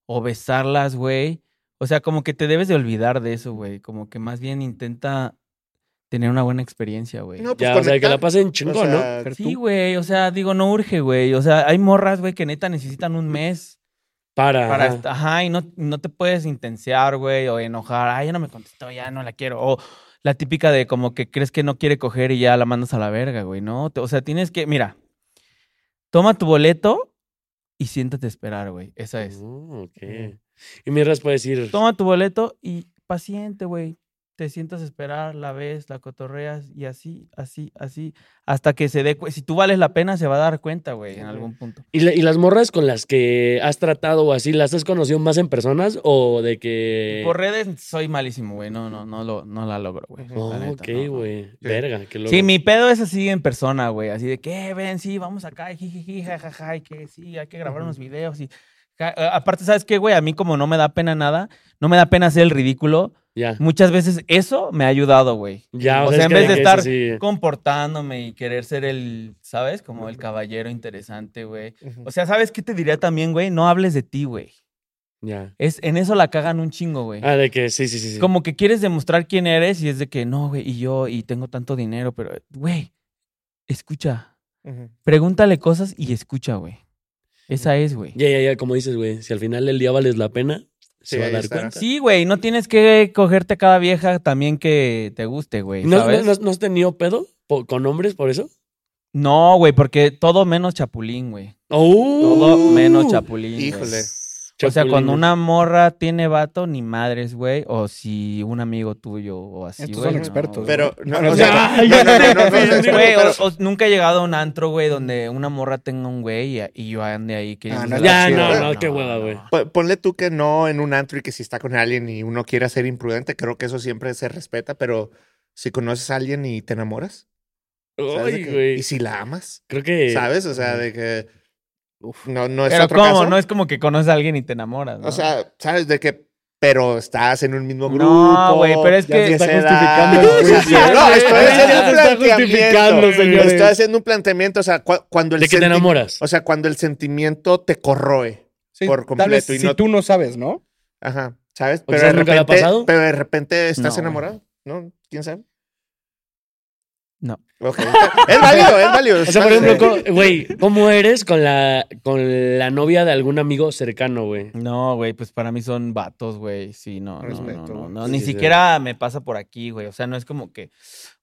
Speaker 1: o besarlas, güey. O sea, como que te debes de olvidar de eso, güey. Como que más bien intenta tener una buena experiencia, güey.
Speaker 4: No, pues
Speaker 2: ya, o sea, que la
Speaker 4: conectar.
Speaker 2: pasen chingón,
Speaker 4: O
Speaker 2: ¿no?
Speaker 4: sea,
Speaker 1: Sí, güey, o sea, digo, no urge, güey. O sea, hay morras, güey, que neta necesitan un mes
Speaker 2: Para.
Speaker 1: para
Speaker 2: ajá.
Speaker 1: est- ajá, y no, no te puedes intensear, güey, o enojar, ay, ya no me contestó, ya no la quiero, o la típica de como que crees que no quiere coger y ya la mandas a la verga, güey, ¿no? Te- O sea, tienes que, mira, toma tu boleto y siéntate a esperar, güey, esa es.
Speaker 2: Oh, ok. Y Mirras puede decir,
Speaker 1: Toma tu boleto y paciente, güey, te sientas a esperar, la ves, la cotorreas y así, así, así, hasta que se dé, cu- si tú vales la pena se va a dar cuenta, güey, en algún punto.
Speaker 2: ¿Y, la- y las morras con las que has tratado o así, las has conocido más en personas o de que...
Speaker 1: Por redes soy malísimo, güey, no, no, no, lo, no la logro, güey. la
Speaker 2: Oh,
Speaker 1: neta,
Speaker 2: ok,
Speaker 1: no, no.
Speaker 2: güey. Verga, que
Speaker 1: Sí, mi pedo es así en persona, güey. Así de que, "Eh, ven, sí, vamos acá, y jijiji, jajaja, y que sí, hay que grabar unos videos. Y... ja- eh, Aparte, ¿sabes qué, güey? A mí como no me da pena nada, no me da pena hacer el ridículo.
Speaker 2: Ya.
Speaker 1: Muchas veces eso me ha ayudado, güey.
Speaker 2: Ya,
Speaker 1: O
Speaker 2: es
Speaker 1: sea, en
Speaker 2: que
Speaker 1: vez de
Speaker 2: que
Speaker 1: estar
Speaker 2: sí.
Speaker 1: Comportándome y querer ser el, ¿sabes? Como el caballero interesante, güey.
Speaker 4: Ujú.
Speaker 1: O sea, ¿sabes qué te diría también, güey? No hables de ti, güey.
Speaker 2: Ya.
Speaker 1: Es, en eso la cagan un chingo, güey.
Speaker 2: Ah, de que sí, sí, sí. sí.
Speaker 1: Como que quieres demostrar quién eres y es de que no, güey, y yo, y tengo tanto dinero, pero, güey, escucha,
Speaker 4: Ujú.
Speaker 1: pregúntale cosas y escucha, güey. Esa es, güey.
Speaker 2: Ya, ya, ya, como dices, güey. Si al final del día vales la pena,
Speaker 4: Sí,
Speaker 2: se va a
Speaker 4: ahí
Speaker 2: dar
Speaker 4: estará.
Speaker 2: cuenta.
Speaker 1: Sí, güey, no tienes que cogerte a cada vieja también que te guste, güey.
Speaker 2: ¿No, no,
Speaker 1: ¿sabes?
Speaker 2: no- no has tenido pedo po- con hombres por eso?
Speaker 1: No, güey, porque todo menos chapulín, güey.
Speaker 2: ¡Oh!
Speaker 1: Todo menos chapulín. güey.
Speaker 4: Híjole.
Speaker 1: O sea,
Speaker 2: Chapulín.
Speaker 1: cuando una morra tiene vato, ni madres, güey. O si un amigo tuyo o así,
Speaker 3: Estos
Speaker 1: güey,
Speaker 3: son
Speaker 1: no,
Speaker 3: expertos,
Speaker 1: güey.
Speaker 4: Pero, no,
Speaker 3: Bueno,
Speaker 4: o
Speaker 3: o
Speaker 4: sea,
Speaker 1: [LAUGHS]
Speaker 3: [LAUGHS]
Speaker 4: no, no, no, no, no,
Speaker 2: sea, [LAUGHS]
Speaker 4: no,
Speaker 2: ya te-
Speaker 4: no,
Speaker 1: Güey,
Speaker 4: pero-
Speaker 1: o- o nunca he llegado a un antro, güey, donde una morra tenga un güey y, y yo ande ahí que
Speaker 3: Ah, no,
Speaker 2: Ya,
Speaker 3: Sí,
Speaker 2: no,
Speaker 3: güey.
Speaker 2: no, qué hueva, güey.
Speaker 4: Po- Ponle tú que no en un antro y que si está con alguien y uno quiera ser imprudente, creo que eso siempre se respeta, pero si conoces a alguien y te enamoras, ¿sabes de
Speaker 2: Ay,
Speaker 4: qué?
Speaker 2: güey.
Speaker 4: y si la amas,
Speaker 2: Creo que...
Speaker 4: ¿sabes? O sea, de que no, no es
Speaker 1: Pero
Speaker 4: otro
Speaker 1: cómo,
Speaker 4: caso.
Speaker 1: no es como que conoces a alguien y te enamoras, ¿no?
Speaker 4: O sea, ¿sabes de que Pero estás en un mismo grupo.
Speaker 1: No, güey, pero es
Speaker 4: ya
Speaker 1: que-
Speaker 4: tienes
Speaker 3: Está
Speaker 4: edad,
Speaker 3: justificando el
Speaker 4: [LAUGHS] o sea,
Speaker 3: juicio.
Speaker 4: No, estoy
Speaker 2: Ya
Speaker 4: haciendo
Speaker 2: se
Speaker 4: un
Speaker 2: está
Speaker 4: planteamiento.
Speaker 2: justificando, señores.
Speaker 4: Estoy haciendo un planteamiento, o sea, cua- cuando el
Speaker 2: De que te
Speaker 4: senti-
Speaker 2: enamoras.
Speaker 4: O sea, cuando el sentimiento te corroe.
Speaker 3: Sí,
Speaker 4: Por
Speaker 3: Tal vez
Speaker 4: completo y
Speaker 3: si
Speaker 4: no-
Speaker 3: tú no sabes, ¿no?
Speaker 4: Ajá, ¿sabes?
Speaker 2: ¿O
Speaker 4: Pero de,
Speaker 2: quizás nunca le ha
Speaker 4: repente,
Speaker 2: pasado?
Speaker 4: pero de repente estás
Speaker 1: No.
Speaker 4: enamorado, ¿no? ¿Quién sabe?
Speaker 1: No.
Speaker 4: Ok. es válido, es válido.
Speaker 2: O sea, por ejemplo, co- güey, ¿cómo eres con la, con la novia de algún amigo cercano, güey?
Speaker 1: No, güey, pues para mí son vatos, güey. Sí, no, no, no,
Speaker 3: Respeto,
Speaker 1: no,
Speaker 3: güey.
Speaker 1: no.
Speaker 2: Sí,
Speaker 1: Ni
Speaker 2: sí, sí.
Speaker 1: siquiera me pasa por aquí, güey. O sea, no es como que,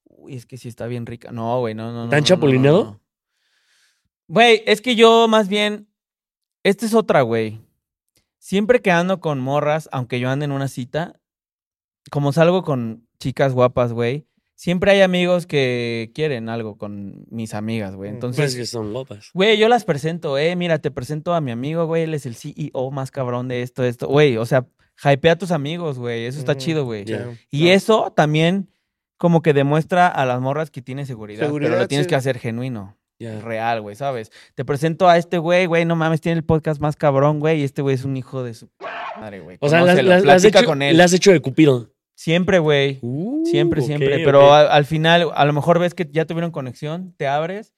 Speaker 1: uy, es que sí está bien rica. No, güey, no, no, no.
Speaker 2: ¿Tan
Speaker 1: no, no,
Speaker 2: chapulineado?
Speaker 1: no, no. Güey, es que yo más bien, esta es otra, güey. Siempre que ando con morras, aunque yo ande en una cita, como salgo con chicas guapas, güey, siempre hay amigos que quieren algo con mis amigas, güey.
Speaker 4: Mm,
Speaker 2: Pues
Speaker 1: Entonces,
Speaker 2: que son guapas.
Speaker 1: güey, yo las presento, eh, mira, te presento a mi amigo, güey, él es el CEO más cabrón de esto, esto, güey, o sea, hypea a tus amigos, güey, eso está
Speaker 4: Mm,
Speaker 1: chido, güey.
Speaker 2: ya.
Speaker 1: Y eso también como que demuestra a las morras que tiene seguridad, pero
Speaker 4: Seguridad,
Speaker 1: lo tienes
Speaker 4: sí.
Speaker 1: que hacer genuino.
Speaker 2: Ya.
Speaker 1: Real, güey, ¿sabes? Te presento a este güey, güey, no mames, tiene el podcast más cabrón, güey, y este güey es un hijo de su madre, güey.
Speaker 2: O sea, las,
Speaker 1: Conócelo,
Speaker 2: las- las has
Speaker 1: platica
Speaker 2: hecho,
Speaker 1: con él.
Speaker 2: las has hecho de Cupido.
Speaker 1: Siempre, güey.
Speaker 2: Uh,
Speaker 1: Siempre,
Speaker 2: ok,
Speaker 1: siempre.
Speaker 2: ok.
Speaker 1: Pero al, al final, a lo mejor ves que ya tuvieron conexión, te abres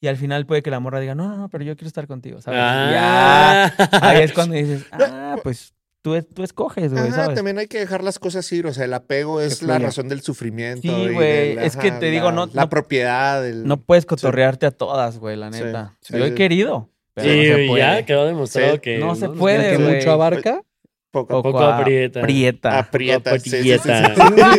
Speaker 1: y al final puede que la morra diga, no, no, no, pero yo quiero estar contigo, ¿sabes? Ya.
Speaker 2: Ah.
Speaker 1: Ahí es cuando dices, ah, pues tú, es- tú escoges, güey,
Speaker 4: Ajá,
Speaker 1: ¿sabes?
Speaker 4: también hay que dejar las cosas ir, o sea, el apego es la
Speaker 3: fluya.
Speaker 4: razón del sufrimiento.
Speaker 1: Sí,
Speaker 4: y
Speaker 1: güey,
Speaker 4: del-
Speaker 1: es que
Speaker 4: ajá,
Speaker 1: te digo,
Speaker 4: la-
Speaker 1: no-
Speaker 4: La
Speaker 1: no-
Speaker 4: propiedad, el...
Speaker 1: No puedes cotorrearte a todas, güey, la
Speaker 4: Sí,
Speaker 1: neta.
Speaker 4: sí.
Speaker 1: Yo he querido, pero
Speaker 2: Sí,
Speaker 1: no se
Speaker 2: ya
Speaker 1: puede.
Speaker 2: quedó demostrado
Speaker 4: Sí.
Speaker 2: que.
Speaker 1: No se
Speaker 2: nos
Speaker 1: puede,
Speaker 3: El
Speaker 2: queda
Speaker 3: que
Speaker 2: que-
Speaker 1: güey.
Speaker 3: mucho abarca.
Speaker 4: poco,
Speaker 1: Poco
Speaker 2: Poco aprieta.
Speaker 1: aprieta.
Speaker 4: aprieta. sí, sí, sí,
Speaker 2: aprieta.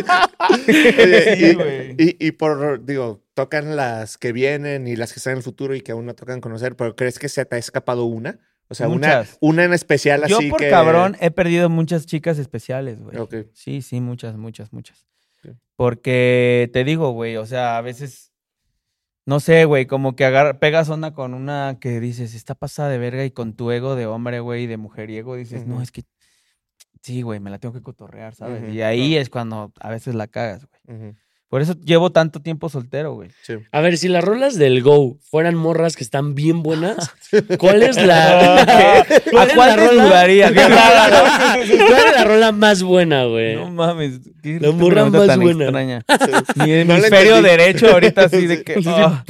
Speaker 4: sí, sí.
Speaker 1: [LAUGHS]
Speaker 4: Oye,
Speaker 1: Sí,
Speaker 4: y-
Speaker 1: güey.
Speaker 4: y, y por, digo, tocan las que vienen y las que están en el futuro y que aún no tocan conocer, pero ¿crees que se te ha escapado una? O sea, una,
Speaker 1: Muchas.
Speaker 4: una en especial
Speaker 1: Yo
Speaker 4: así
Speaker 1: por
Speaker 4: que...
Speaker 1: cabrón he perdido muchas chicas especiales, güey.
Speaker 4: Ok.
Speaker 1: Sí, sí, muchas, muchas, muchas.
Speaker 4: Sí.
Speaker 1: Porque te digo, güey, o sea, a veces, no sé, güey, como que agar- pegas onda con una que dices, está pasada de verga y con tu ego de hombre, güey, y de mujeriego, dices, no,
Speaker 4: Ujú.
Speaker 1: es que, sí, güey, me la tengo que cotorrear, ¿sabes?
Speaker 4: Ujú,
Speaker 1: Y ahí es cuando a veces la cagas, güey.
Speaker 4: Ujú,
Speaker 1: Por eso llevo tanto tiempo soltero, güey.
Speaker 4: sí.
Speaker 2: A ver, si las rolas del Go fueran morras que están
Speaker 1: [LAUGHS]
Speaker 2: bien buenas, ¿cuál es Pues la.
Speaker 1: ¿A [LAUGHS] cuál te
Speaker 2: [LAUGHS]
Speaker 1: dudaría?
Speaker 2: Claro. ¿Cuál es la rola más buena, güey?
Speaker 1: No mames, qué
Speaker 2: La morra
Speaker 1: pregunta
Speaker 2: más
Speaker 1: tan
Speaker 2: buena. [LAUGHS]
Speaker 1: extraña.
Speaker 4: Sí.
Speaker 1: Mi
Speaker 4: No la
Speaker 1: hemisferio
Speaker 4: entendí.
Speaker 1: derecho ahorita así de que.
Speaker 2: Sí.
Speaker 1: ah.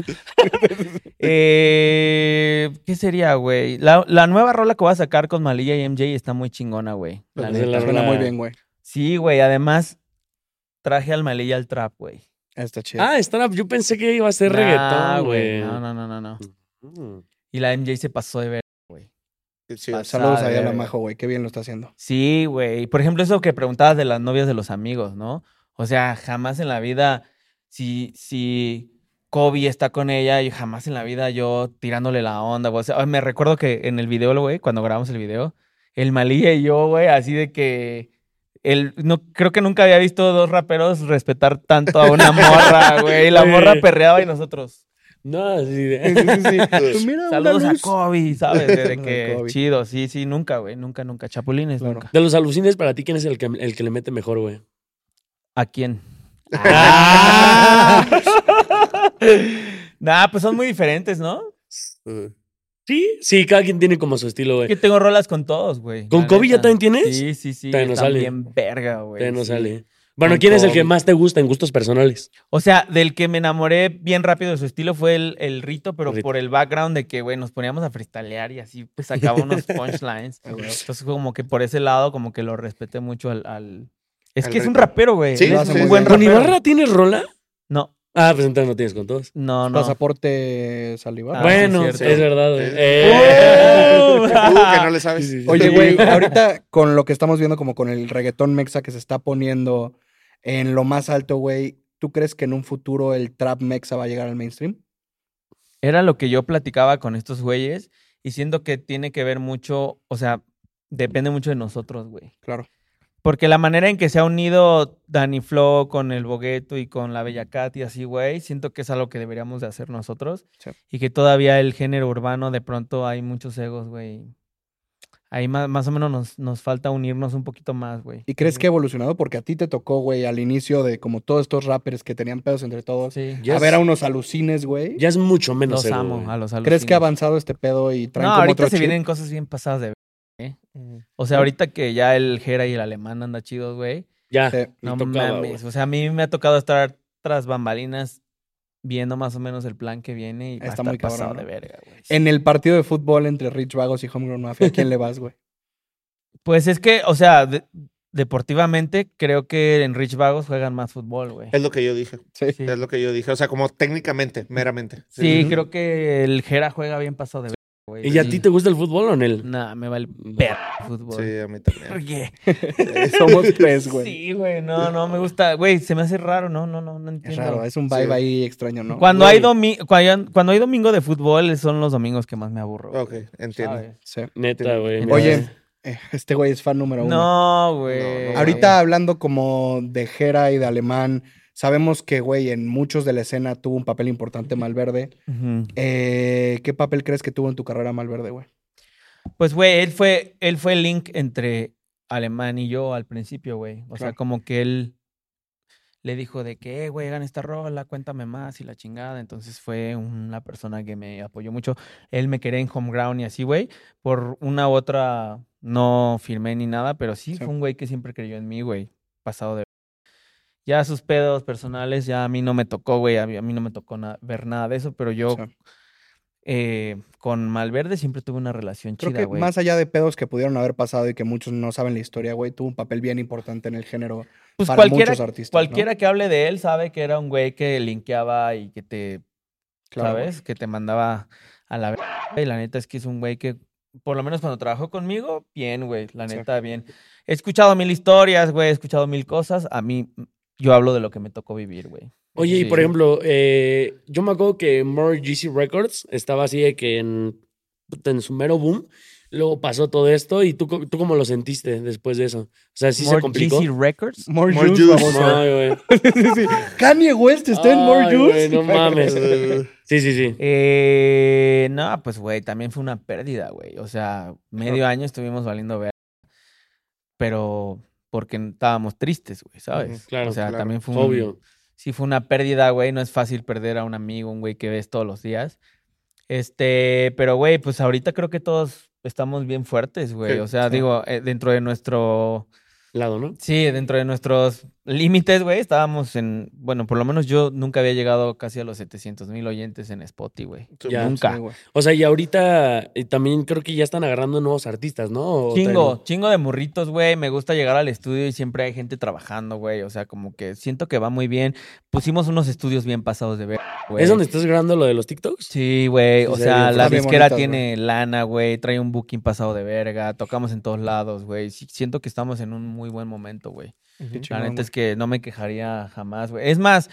Speaker 1: Eh, ¿Qué sería, güey? La, la nueva rola que voy a sacar con Malilla y MJ está muy chingona, güey. La
Speaker 2: Pues
Speaker 1: neta.
Speaker 2: es la
Speaker 3: eh, Suena
Speaker 2: rola-
Speaker 3: muy bien, güey.
Speaker 1: Sí, güey. Además, traje al Malilla al trap, güey.
Speaker 3: Está chido.
Speaker 2: Ah, stand-up. Yo pensé que iba a ser
Speaker 1: Nah,
Speaker 2: reggaetón, güey.
Speaker 1: No, no, no, no, no.
Speaker 2: Mm.
Speaker 1: Y la MJ se pasó de ver.
Speaker 4: Sí,
Speaker 1: Pasa.
Speaker 3: Saludos
Speaker 1: sabe,
Speaker 3: a la
Speaker 1: güey.
Speaker 3: Majo, güey. Qué bien lo está haciendo.
Speaker 1: Sí, güey. Por ejemplo, eso que preguntabas de las novias de los amigos, ¿no? O sea, jamás en la vida, si, si Kobe está con ella, y jamás en la vida yo tirándole la onda, güey. O sea, me recuerdo que en el video, güey, cuando grabamos el video, el Malilla y yo, güey, así de que. El, no, creo que nunca había visto dos raperos respetar tanto a una morra, güey.
Speaker 3: [LAUGHS]
Speaker 1: La morra
Speaker 2: Sí.
Speaker 1: perreaba y nosotros.
Speaker 2: No, así
Speaker 3: Sí,
Speaker 2: de- [LAUGHS]
Speaker 3: sí,
Speaker 4: [LAUGHS]
Speaker 3: sí. Pues mira, una
Speaker 1: Saludos a
Speaker 3: luz.
Speaker 1: Kobe, ¿sabes? De
Speaker 3: [LAUGHS] Saludos a
Speaker 1: que
Speaker 3: Kobe.
Speaker 1: chido, sí, sí, nunca, güey. Nunca, nunca. Chapulines,
Speaker 3: Claro.
Speaker 1: nunca.
Speaker 2: De los alucines, para ti, ¿quién es el que, el que le mete mejor, güey?
Speaker 1: ¿A quién?
Speaker 2: [LAUGHS] Ah.
Speaker 1: nah, pues son muy diferentes, ¿no?
Speaker 4: uh,
Speaker 1: [LAUGHS]
Speaker 2: Sí, sí, cada quien tiene como su estilo,
Speaker 1: Es
Speaker 2: güey.
Speaker 1: que tengo rolas con todos, güey.
Speaker 2: ¿Con
Speaker 1: la
Speaker 2: Kobe ya
Speaker 1: neta.
Speaker 2: también tienes?
Speaker 1: Sí, sí, sí.
Speaker 2: Todavía no
Speaker 1: están
Speaker 2: sale.
Speaker 1: bien verga, güey.
Speaker 2: Todavía no
Speaker 1: sí.
Speaker 2: sale. Bueno,
Speaker 1: Con
Speaker 2: ¿quién es el que
Speaker 1: Kobe.
Speaker 2: más te gusta en gustos personales?
Speaker 1: O sea, del que me enamoré bien rápido de su estilo fue el, el Rito, pero
Speaker 2: Rito.
Speaker 1: por el background de que, güey, nos poníamos a freestalear y así pues, sacaba
Speaker 2: [LAUGHS]
Speaker 1: unos punchlines.
Speaker 3: Ah, güey.
Speaker 1: Entonces, como que por ese lado, como que lo respeté mucho al. al- Es
Speaker 4: Al
Speaker 1: que es un
Speaker 4: Rito.
Speaker 1: rapero, güey.
Speaker 4: Sí,
Speaker 1: Él
Speaker 3: lo
Speaker 1: es
Speaker 3: hace
Speaker 1: un
Speaker 3: muy
Speaker 1: buen
Speaker 3: bien.
Speaker 2: ¿Con
Speaker 1: rapero.
Speaker 2: Ibarra tienes rola?
Speaker 1: No,
Speaker 2: Ah, pues entonces no tienes con todos.
Speaker 1: no, no.
Speaker 3: Pasaporte salivar.
Speaker 1: Ah,
Speaker 2: bueno,
Speaker 1: sí,
Speaker 2: es,
Speaker 1: es
Speaker 4: cierto.
Speaker 2: verdad, güey.
Speaker 4: Sí.
Speaker 2: Eh.
Speaker 1: ¡Uh!
Speaker 4: [LAUGHS] Uh, que no le sabes.
Speaker 2: Sí, sí, sí.
Speaker 1: [LAUGHS]
Speaker 3: Oye, güey, ahorita con lo que estamos viendo, como con el reggaetón mexa que se está poniendo en lo más alto, güey, ¿tú crees que en un futuro el trap mexa va a llegar al mainstream?
Speaker 1: Era lo que yo platicaba con estos güeyes y siento que tiene que ver mucho, o sea, depende mucho de nosotros, güey.
Speaker 3: Claro.
Speaker 1: Porque la manera en que se ha unido Danny Flow con el Bogueto y con la Bella Cat y así, güey, siento que es algo que deberíamos de hacer nosotros.
Speaker 3: Sí.
Speaker 1: Y que todavía el género urbano, de pronto hay muchos egos, güey. Ahí más, más o menos nos, nos falta unirnos un poquito más, güey.
Speaker 3: ¿Y crees que ha evolucionado? Porque a ti te tocó, güey, al inicio de como todos estos rappers que tenían pedos entre todos,
Speaker 1: Sí.
Speaker 2: Ya
Speaker 3: a
Speaker 2: es-
Speaker 3: ver a unos alucines, güey.
Speaker 2: Ya es mucho menos.
Speaker 1: Los
Speaker 2: ego,
Speaker 1: amo
Speaker 2: güey.
Speaker 1: a los
Speaker 3: ¿Crees que ha
Speaker 1: alucinos.
Speaker 3: avanzado este pedo y traen
Speaker 1: No,
Speaker 3: como
Speaker 1: ahorita
Speaker 3: otro
Speaker 1: se
Speaker 3: chip?
Speaker 1: vienen cosas bien pasadas de... ver- ¿eh? O sea, ahorita que ya el Jera y el alemán anda chidos, güey.
Speaker 2: Ya.
Speaker 3: Sí.
Speaker 2: les
Speaker 1: No
Speaker 2: tocaba,
Speaker 1: mames. O sea, a mí me ha tocado estar tras bambalinas viendo más o menos el plan que viene y va a
Speaker 3: Está
Speaker 1: estar
Speaker 3: muy cabrón,
Speaker 1: pasado
Speaker 3: ¿no?
Speaker 1: de verga, güey.
Speaker 3: En el partido de fútbol entre Rich Vagos y Homegrown Mafia, ¿a quién le vas, güey?
Speaker 1: Pues es que, o sea, de- deportivamente creo que en Rich Vagos juegan más fútbol, güey.
Speaker 4: Es lo que yo dije.
Speaker 3: Sí.
Speaker 1: Sí,
Speaker 4: Es lo que yo dije. O sea, como técnicamente, meramente.
Speaker 1: Sí,
Speaker 4: Ujú.
Speaker 1: creo que el Jera juega bien pasado de verga, güey.
Speaker 2: ¿Y a ti te gusta el fútbol o en él?
Speaker 1: Nah, me
Speaker 3: Mm,
Speaker 1: va el
Speaker 2: No.
Speaker 1: perro el fútbol.
Speaker 4: Sí, a mí también.
Speaker 1: ¿Por qué?
Speaker 3: [LAUGHS] Somos tres, güey.
Speaker 1: Sí, güey, no, no, me gusta. Güey, se me hace raro, no, no, no, no
Speaker 3: Es
Speaker 1: entiendo.
Speaker 3: raro, es un vibe
Speaker 4: Sí.
Speaker 3: ahí extraño, [LAUGHS] ¿no?
Speaker 1: Cuando hay,
Speaker 2: Güey.
Speaker 1: domi- cuando, cuando hay domingo de fútbol, son los domingos que más me aburro. güey,
Speaker 4: Ok, entiendo.
Speaker 1: ¿sabes?
Speaker 3: Sí.
Speaker 2: Neta, güey.
Speaker 1: Oye,
Speaker 2: mira,
Speaker 3: Oye, eh, este güey es fan número uno.
Speaker 1: No, güey.
Speaker 4: No, no,
Speaker 3: Ahorita hablando como de Jera y de Alemán, Sabemos que, güey, en muchos de la escena tuvo un papel importante Malverde.
Speaker 1: Ujú.
Speaker 3: Eh, ¿Qué papel crees que tuvo en tu carrera Malverde, güey?
Speaker 1: Pues, güey, él fue, él fue el link entre Alemán y yo al principio, güey. O sea,
Speaker 3: Claro.
Speaker 1: como que él le dijo de que, "Eh, güey, gana esta rola, cuéntame más y la chingada. Entonces fue una persona que me apoyó mucho. Él me quería en home ground y así, güey. Por una u otra no firmé ni nada, pero sí,
Speaker 3: Sí.
Speaker 1: fue un güey que siempre creyó en mí, güey. Pasado de. Ya sus pedos personales, ya a mí no me tocó, güey. A mí, a mí no me tocó na- ver nada de eso, pero yo
Speaker 3: Sí.
Speaker 1: eh, con Malverde siempre tuve una relación
Speaker 3: Creo
Speaker 1: chida,
Speaker 3: que
Speaker 1: güey.
Speaker 3: más allá de pedos que pudieron haber pasado y que muchos no saben la historia, güey, tuvo un papel bien importante en el género
Speaker 1: Pues
Speaker 3: para
Speaker 1: cualquiera,
Speaker 3: muchos artistas. ¿no?
Speaker 1: cualquiera que hable de él sabe que era un güey que linkeaba y que te,
Speaker 3: Claro, güey.
Speaker 1: ¿sabes? Que te mandaba a la verga. Y la neta es que es un güey que, por lo menos cuando trabajó conmigo, bien, güey. La
Speaker 3: Sí.
Speaker 1: neta, bien. He escuchado mil historias, güey. He escuchado mil cosas. A mí, yo hablo de lo que me tocó vivir, güey.
Speaker 2: Oye, y por
Speaker 1: Sí.
Speaker 2: ejemplo, eh, yo me acuerdo que More GC Records estaba así de que en, puta, en su mero boom, luego pasó todo esto y tú, co- tú cómo lo sentiste después de eso. O sea, sí se
Speaker 1: More
Speaker 2: complicó.
Speaker 1: GC Records.
Speaker 3: More,
Speaker 4: More
Speaker 3: Juice,
Speaker 4: Juice.
Speaker 3: baboso.
Speaker 2: Ay, güey.
Speaker 3: Sí, sí. Kanye West está en More
Speaker 2: Ay,
Speaker 3: Juice.
Speaker 2: güey, no
Speaker 3: [LAUGHS]
Speaker 2: mames. Sí, sí, sí.
Speaker 1: Eh, no, pues, güey, también fue una pérdida, güey. O sea, medio año estuvimos valiendo ver. Pero porque estábamos tristes, güey, ¿sabes?
Speaker 2: claro,
Speaker 1: o sea,
Speaker 4: claro,
Speaker 1: también fue un,
Speaker 2: Obvio.
Speaker 1: sí fue una pérdida, güey. No es fácil perder a un amigo, un güey que ves todos los días. Este, pero güey, pues ahorita creo que todos estamos bien fuertes, güey.
Speaker 4: Sí,
Speaker 1: o sea, digo, eh, dentro de nuestro,
Speaker 2: Lado, ¿no?
Speaker 1: sí, dentro de nuestros límites, güey, estábamos en, bueno, por lo menos yo nunca había llegado casi a los 700 mil oyentes en Spotify, güey.
Speaker 2: Ya.
Speaker 1: Nunca.
Speaker 3: Sí, güey.
Speaker 2: O sea, y ahorita eh, también creo que ya están agarrando nuevos artistas, ¿no? O
Speaker 1: Chingo,
Speaker 2: todavía
Speaker 1: chingo de murritos, güey. Me gusta llegar al estudio y siempre hay gente trabajando, güey. O sea, como que siento que va muy bien. Pusimos unos estudios bien pasados de ver,
Speaker 2: no?
Speaker 1: güey.
Speaker 2: ¿Es donde estás grabando lo de los TikToks?
Speaker 1: Sí, güey.
Speaker 2: Sí,
Speaker 1: O
Speaker 2: se
Speaker 1: sea,
Speaker 2: ven
Speaker 1: la
Speaker 3: bien
Speaker 1: disquera
Speaker 3: bonitas,
Speaker 1: tiene lana, güey. Trae un booking pasado de verga. Tocamos en todos lados, güey. sí, siento que estamos en un muy buen momento, güey.
Speaker 3: Qué
Speaker 1: La
Speaker 3: chingón,
Speaker 1: neta
Speaker 3: güey.
Speaker 1: es que no me quejaría jamás, güey. Es más,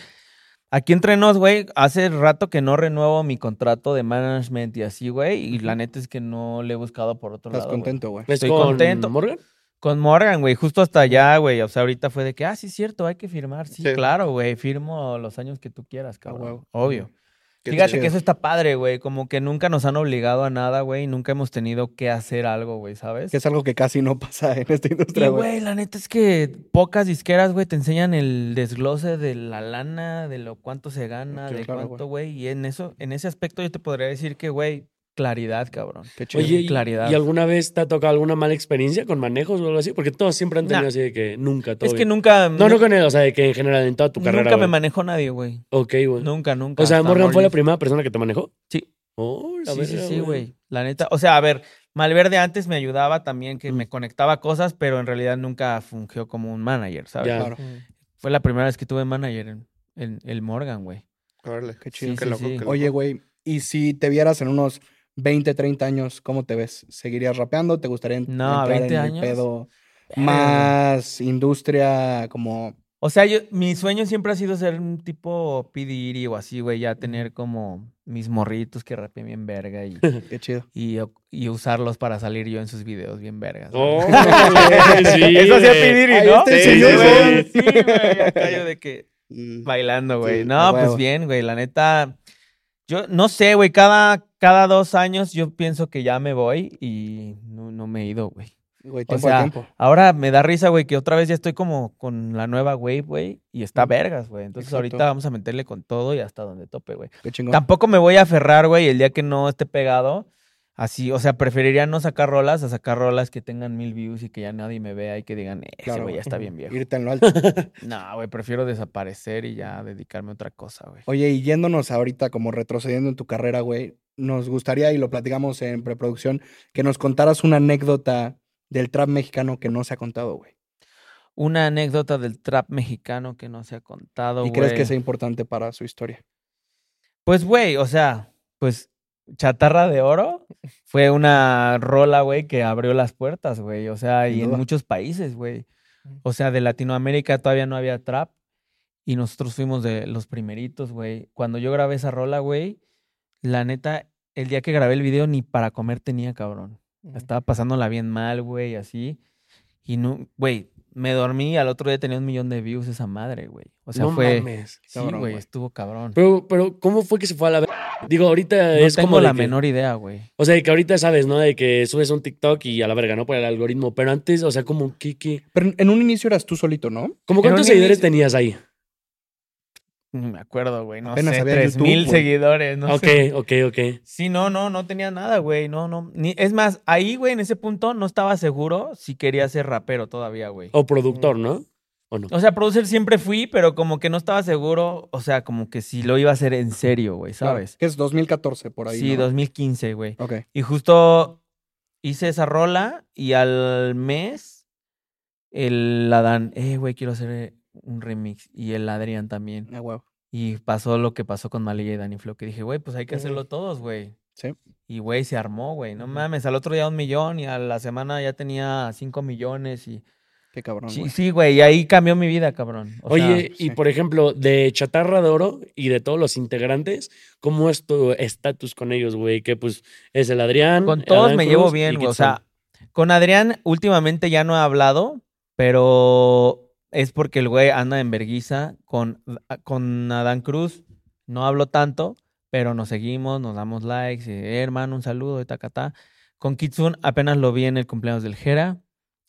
Speaker 1: aquí entre nos, güey, hace rato que no renuevo mi contrato de management y así, güey. Y la neta es que no le he buscado por otro
Speaker 3: Estás
Speaker 1: lado. güey.
Speaker 3: contento, güey.
Speaker 2: ¿Es
Speaker 1: Estoy
Speaker 2: con
Speaker 1: contento.
Speaker 2: Morgan?
Speaker 1: Con Morgan, güey, justo hasta allá, güey. O sea, ahorita fue de que, ah, sí, es cierto, hay que firmar. Sí,
Speaker 4: Sí.
Speaker 1: claro, güey. Firmo los años que tú quieras, cabrón.
Speaker 3: huevo.
Speaker 1: Obvio.
Speaker 4: Qué
Speaker 1: Fíjate
Speaker 3: chido.
Speaker 1: que eso está padre, güey. Como que nunca nos han obligado a nada, güey. y Nunca hemos tenido que hacer algo, güey, ¿sabes?
Speaker 3: Que es algo que casi no pasa en esta
Speaker 1: Y,
Speaker 3: industria, güey.
Speaker 1: güey, la neta es que pocas disqueras, güey, te enseñan el desglose de la lana, de lo cuánto se gana,
Speaker 3: Sí,
Speaker 1: de
Speaker 3: claro,
Speaker 1: cuánto, güey. Y en eso, en ese aspecto yo te podría decir que, güey, claridad, cabrón.
Speaker 3: Qué chido.
Speaker 2: Oye, ¿y,
Speaker 1: Claridad.
Speaker 2: ¿y alguna vez te ha tocado alguna mala experiencia con manejos o algo así? Porque todos siempre han tenido
Speaker 1: Nah.
Speaker 2: así de que nunca, todo
Speaker 1: es que
Speaker 2: bien.
Speaker 1: nunca.
Speaker 2: No, no con él, o sea, de que en general en toda tu carrera.
Speaker 1: nunca me
Speaker 2: güey.
Speaker 1: manejó nadie, güey.
Speaker 2: Ok, güey.
Speaker 1: Nunca, nunca.
Speaker 2: o sea,
Speaker 1: hasta
Speaker 2: Morgan fue la
Speaker 1: Morris.
Speaker 2: primera persona que te manejó.
Speaker 1: Sí.
Speaker 2: Oh, la
Speaker 1: Sí, sí,
Speaker 2: verga,
Speaker 1: sí, güey. La neta. O sea, a ver, Malverde antes me ayudaba también, que me conectaba cosas, pero en realidad nunca fungió como un manager, ¿sabes?
Speaker 2: Ya.
Speaker 3: Claro.
Speaker 1: Fue la primera vez que tuve manager en, en el Morgan, güey.
Speaker 4: Órale.
Speaker 3: Qué
Speaker 1: Sí,
Speaker 3: chido.
Speaker 4: Qué
Speaker 1: sí,
Speaker 4: loco,
Speaker 1: sí.
Speaker 4: qué loco.
Speaker 3: Oye, güey, y si te vieras en unos 20, 30 años, ¿cómo te ves? ¿Seguirías rapeando? ¿Te gustaría en-
Speaker 1: No,
Speaker 3: entrar
Speaker 1: 20
Speaker 3: en el
Speaker 1: años.
Speaker 3: pedo más industria como
Speaker 1: O sea, yo, mi sueño siempre ha sido ser un tipo P. Diddy o así, güey, ya tener como mis morritos que rapeen bien verga y,
Speaker 3: qué chido?
Speaker 1: y, y usarlos para salir yo en sus videos bien vergas. ¿sabes?
Speaker 2: Oh, güey, [LAUGHS]
Speaker 1: [LAUGHS]
Speaker 2: sí,
Speaker 1: Eso hacía
Speaker 2: güey.
Speaker 1: P. Diddy,
Speaker 3: Ahí
Speaker 1: ¿no?
Speaker 3: está el
Speaker 1: Sí,
Speaker 4: señor,
Speaker 1: güey.
Speaker 3: güey.
Speaker 1: Sí, güey. Acá yo de que...
Speaker 4: Mm.
Speaker 1: Bailando, güey.
Speaker 4: Sí,
Speaker 1: no,
Speaker 3: a
Speaker 1: pues
Speaker 3: huevo.
Speaker 1: bien, güey. La neta, yo no sé, güey. Cada, cada dos años yo pienso que ya me voy y no, no me he ido, güey.
Speaker 3: Güey,
Speaker 1: O
Speaker 3: tiempo
Speaker 1: sea,
Speaker 3: al tiempo.
Speaker 1: ahora me da risa, güey, que otra vez ya estoy como con la nueva wave, güey. Y está
Speaker 3: Mm.
Speaker 1: vergas, güey. Entonces
Speaker 3: Exacto.
Speaker 1: ahorita vamos a meterle con todo y hasta donde tope, güey.
Speaker 3: Qué chingón.
Speaker 1: Tampoco me voy a aferrar, güey, el día que no esté pegado. Así, o sea, preferiría no sacar rolas a sacar rolas que tengan mil views y que ya nadie me vea y que digan, ese
Speaker 3: Claro,
Speaker 1: güey ya
Speaker 3: güey.
Speaker 1: está bien viejo.
Speaker 3: Irte en lo
Speaker 1: [LAUGHS]
Speaker 3: alto.
Speaker 1: No, güey, prefiero desaparecer y ya dedicarme a otra cosa, güey.
Speaker 3: Oye, y yéndonos ahorita como retrocediendo en tu carrera, güey, nos gustaría, y lo platicamos en preproducción, que nos contaras una anécdota del trap mexicano que no se ha contado, güey.
Speaker 1: Una anécdota del trap mexicano que no se ha contado,
Speaker 3: ¿Y
Speaker 1: güey.
Speaker 3: crees que sea importante para su historia?
Speaker 1: Pues, güey, o sea, pues Chatarra de Oro fue una rola, güey, que abrió las puertas, güey. O sea,
Speaker 3: Sin
Speaker 1: y en
Speaker 3: duda.
Speaker 1: muchos países, güey. O sea, de Latinoamérica todavía no había trap. Y nosotros fuimos de los primeritos, güey. Cuando yo grabé esa rola, güey, la neta, el día que grabé el video ni para comer tenía, cabrón. Estaba pasándola bien mal, güey, así. Y no, güey, Me dormí y al otro día tenía un millón de views esa madre, güey. O sea,
Speaker 2: no
Speaker 1: fue.
Speaker 2: mames.
Speaker 1: Sí,
Speaker 3: Cabrón,
Speaker 1: güey,
Speaker 3: güey.
Speaker 1: estuvo cabrón.
Speaker 2: Pero, pero, ¿cómo fue que se fue a la... ver- Digo, ahorita
Speaker 1: no
Speaker 2: es
Speaker 1: tengo
Speaker 2: como de
Speaker 1: la
Speaker 2: que-
Speaker 1: menor idea, güey.
Speaker 2: O sea, de que ahorita sabes, ¿no? De que subes un TikTok y a la verga, ¿no? Por el algoritmo. Pero antes, o sea, como, ¿qué, qué?
Speaker 3: Pero en un inicio eras tú solito, ¿no?
Speaker 2: ¿Cómo
Speaker 1: Pero
Speaker 2: cuántos
Speaker 1: ni-
Speaker 2: seguidores tenías ahí?
Speaker 1: Ni me acuerdo, güey. No
Speaker 3: Apenas
Speaker 1: sé,
Speaker 3: había
Speaker 1: tres
Speaker 3: YouTube,
Speaker 1: mil
Speaker 3: güey.
Speaker 1: seguidores, no
Speaker 2: Ah, ok,
Speaker 1: sé.
Speaker 2: ok, ok.
Speaker 1: Sí, no, no, no tenía nada, güey. No, no. Ni, es más, ahí, güey, en ese punto no estaba seguro si quería ser rapero todavía, güey.
Speaker 2: O productor, ¿no? ¿O no?
Speaker 1: O sea, producer siempre fui, pero como que no estaba seguro, o sea, como que si lo iba a hacer en serio, güey, ¿sabes?
Speaker 3: Que es 2014, por ahí.
Speaker 1: sí,
Speaker 3: ¿no?
Speaker 1: 2015, güey.
Speaker 3: Ok.
Speaker 1: Y justo hice esa rola y al mes el Adán, eh, güey, quiero hacer eh, un remix. Y el Adrián también.
Speaker 3: Ah, huevo.
Speaker 1: Y pasó lo que pasó con Malilla y Danny Flow, que dije, güey, pues hay que hacerlo todos, güey.
Speaker 3: Sí.
Speaker 1: Y, güey, se armó, güey. No
Speaker 3: Ujú.
Speaker 1: mames, al otro día un millón y a la semana ya tenía cinco millones y...
Speaker 3: Qué cabrón,
Speaker 1: Sí,
Speaker 3: güey.
Speaker 1: sí, güey, y ahí cambió mi vida, cabrón. O sea,
Speaker 2: Oye,
Speaker 3: sí.
Speaker 2: y por ejemplo, de Chatarra de Oro y de todos los integrantes, ¿cómo es tu estatus con ellos, güey? Que pues es el Adrián.
Speaker 1: Con
Speaker 2: el
Speaker 1: todos
Speaker 2: Adán
Speaker 1: me
Speaker 2: Cruz
Speaker 1: llevo
Speaker 2: y
Speaker 1: bien, güey. O
Speaker 2: Kitson.
Speaker 1: sea, con Adrián últimamente ya no he hablado, pero es porque el güey anda en verguiza. Con, con Adán Cruz no hablo tanto, pero nos seguimos, nos damos likes. y, "Eh, hermano, un saludo, y tacatá. Con Kitsun apenas lo vi en el cumpleaños del Jera.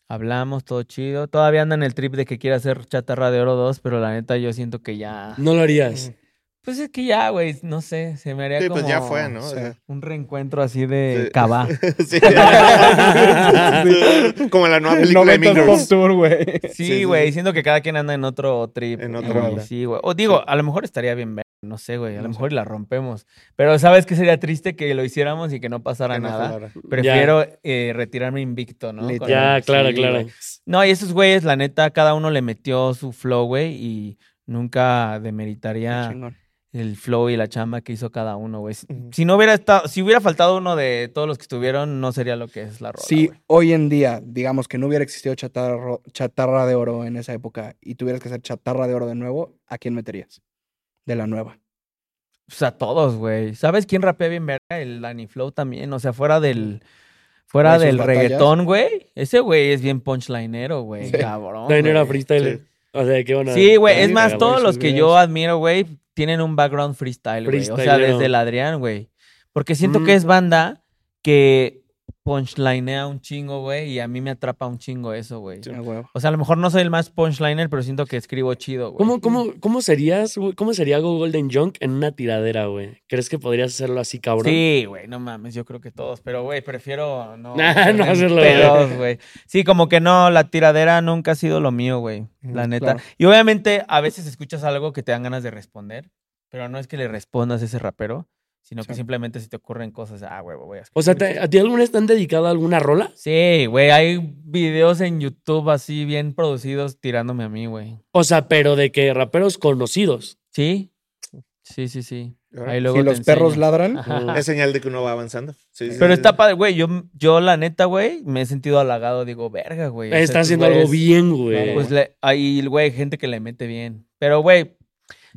Speaker 1: Hablamos, todo chido. Todavía anda en el trip de que quiere hacer Chatarra de Oro 2, pero la neta yo siento que ya...
Speaker 2: No lo harías.
Speaker 1: Pues es que ya, güey, no sé, se me haría
Speaker 4: Sí,
Speaker 1: como...
Speaker 4: pues ya fue, ¿no?
Speaker 3: sí.
Speaker 4: O sea,
Speaker 1: Un reencuentro así de
Speaker 4: Sí. [LAUGHS]
Speaker 1: cabá.
Speaker 4: [LAUGHS]
Speaker 1: [LAUGHS]
Speaker 4: sí.
Speaker 3: Sí. [LAUGHS]
Speaker 4: Como la nueva
Speaker 3: El
Speaker 4: película de
Speaker 3: 90s
Speaker 4: Mean Girls.
Speaker 3: Pop
Speaker 1: [LAUGHS]
Speaker 3: Tour, güey.
Speaker 4: Sí, sí,
Speaker 1: Sí, güey,
Speaker 4: sí.
Speaker 1: siento que cada quien anda en otro trip.
Speaker 4: En
Speaker 1: y-
Speaker 4: otro
Speaker 3: onda.
Speaker 1: Sí, güey. O digo, a lo mejor estaría bien ver, no sé, güey, a lo
Speaker 3: No sé.
Speaker 1: mejor la rompemos. Pero ¿sabes qué sería triste que lo hiciéramos y que no pasara
Speaker 4: Que no
Speaker 1: nada?
Speaker 4: jalara.
Speaker 1: Prefiero eh, retirarme invicto, ¿no?
Speaker 3: Neta.
Speaker 1: Con-
Speaker 2: Ya, claro,
Speaker 1: sí,
Speaker 2: claro.
Speaker 1: güey. No, y esos güeyes, la neta, cada uno le metió su flow, güey, y nunca demeritaría
Speaker 3: Chingón.
Speaker 1: el flow y la chamba que hizo cada uno, güey. Si-
Speaker 4: Ujú.
Speaker 1: Si no hubiera estado, si hubiera faltado uno de todos los que estuvieron, no sería lo que es la rola.
Speaker 3: Si
Speaker 1: güey.
Speaker 3: hoy en día, digamos que no hubiera existido chatarra, ro- chatarra de oro en esa época y tuvieras que hacer chatarra de oro de nuevo, ¿a quién meterías? De la nueva.
Speaker 1: Pues a todos, güey. ¿Sabes quién rapea bien verga? El Danny Flow también. O sea, fuera del. Fuera
Speaker 3: Güey, sus
Speaker 1: del
Speaker 3: batallas.
Speaker 1: reggaetón, güey. Ese güey es bien punchlinero, güey.
Speaker 3: Sí.
Speaker 1: Cabrón.
Speaker 2: También era
Speaker 1: güey.
Speaker 2: freestyle. O sea, qué bueno.
Speaker 1: Sí, güey. Es
Speaker 3: Sí,
Speaker 1: más,
Speaker 3: güey,
Speaker 1: todos los
Speaker 3: sus
Speaker 1: que yo
Speaker 3: videos.
Speaker 1: admiro, güey, tienen un background freestyle, güey. O sea,
Speaker 2: Freestylero.
Speaker 1: desde el Adrián, güey. Porque siento
Speaker 3: Mm.
Speaker 1: que es banda que punchlinea un chingo, güey. Y a mí me atrapa un chingo eso, güey.
Speaker 4: Sí.
Speaker 3: A huevo.
Speaker 1: O sea, a lo mejor no soy el más punchliner, pero siento que escribo chido, güey.
Speaker 2: ¿Cómo, cómo, cómo serías, güey? ¿Cómo sería Go Golden Junk en una tiradera, güey? ¿Crees que podrías hacerlo así, cabrón?
Speaker 1: Sí, güey, no mames, yo creo que todos, pero güey, prefiero
Speaker 3: [LAUGHS]
Speaker 1: no,
Speaker 2: Nah,
Speaker 3: Ah,
Speaker 1: meterme
Speaker 2: no
Speaker 1: en
Speaker 2: hacerlo,
Speaker 1: pedos, güey. Sí, como que no, la tiradera nunca ha sido lo mío, güey, la
Speaker 3: Mm,
Speaker 1: neta.
Speaker 3: claro.
Speaker 1: Y obviamente a veces escuchas algo que te dan ganas de responder, pero no es que le respondas a ese rapero, sino que
Speaker 3: Sí.
Speaker 1: simplemente se te ocurren cosas, ah, güey, voy a escribir.
Speaker 2: O sea, ¿te- ¿a ti alguna vez te han dedicado a alguna rola?
Speaker 1: Sí, güey, hay videos en YouTube así bien producidos tirándome a mí, güey.
Speaker 2: O sea, pero de que raperos conocidos.
Speaker 1: ¿Sí? Sí, sí, sí. Ahí
Speaker 3: Si
Speaker 1: luego te
Speaker 3: los perros
Speaker 1: enseño.
Speaker 3: ladran,
Speaker 2: Mm.
Speaker 1: Ajá.
Speaker 4: Es señal de que uno va avanzando. Sí, sí,
Speaker 1: Pero
Speaker 4: sí.
Speaker 1: está padre, güey. Yo, yo, la neta, güey, me he sentido halagado. Digo, verga, güey. o sea,
Speaker 2: Está
Speaker 1: estos
Speaker 2: haciendo algo
Speaker 1: güeyes,
Speaker 2: bien, güey.
Speaker 1: Pues le- hay, güey, gente que le mete bien. Pero, güey,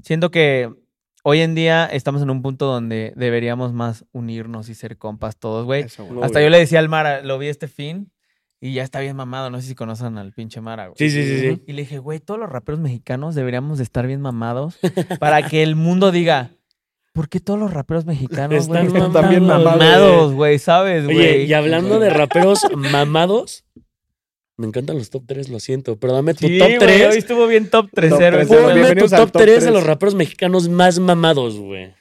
Speaker 1: siento que hoy en día estamos en un punto donde deberíamos más unirnos y ser compas todos, güey.
Speaker 3: eso,
Speaker 2: No,
Speaker 3: güey.
Speaker 1: Hasta
Speaker 2: güey.
Speaker 1: yo le decía al Mara, lo vi este fin y ya está bien mamado. No sé si conocen al pinche Mara, güey.
Speaker 2: Sí, sí, sí, sí.
Speaker 1: Y le dije, güey, todos los raperos mexicanos deberíamos de estar bien mamados para que el mundo diga, ¿por qué todos los raperos mexicanos, güey,
Speaker 2: Están
Speaker 1: están
Speaker 3: Están bien
Speaker 2: mamados,
Speaker 3: mamados,
Speaker 1: mamados, güey, sabes, güey?
Speaker 2: Oye, y hablando de raperos mamados, me encantan los top 3, lo siento, pero dame tu
Speaker 1: Sí,
Speaker 2: top
Speaker 1: güey,
Speaker 2: 3.
Speaker 1: hoy estuvo bien top 3
Speaker 3: tres,
Speaker 2: Ponme
Speaker 3: güey.
Speaker 2: tu
Speaker 3: Bienvenidos al
Speaker 2: top
Speaker 3: top
Speaker 2: 3 de
Speaker 3: tres.
Speaker 2: los raperos mexicanos más mamados, güey.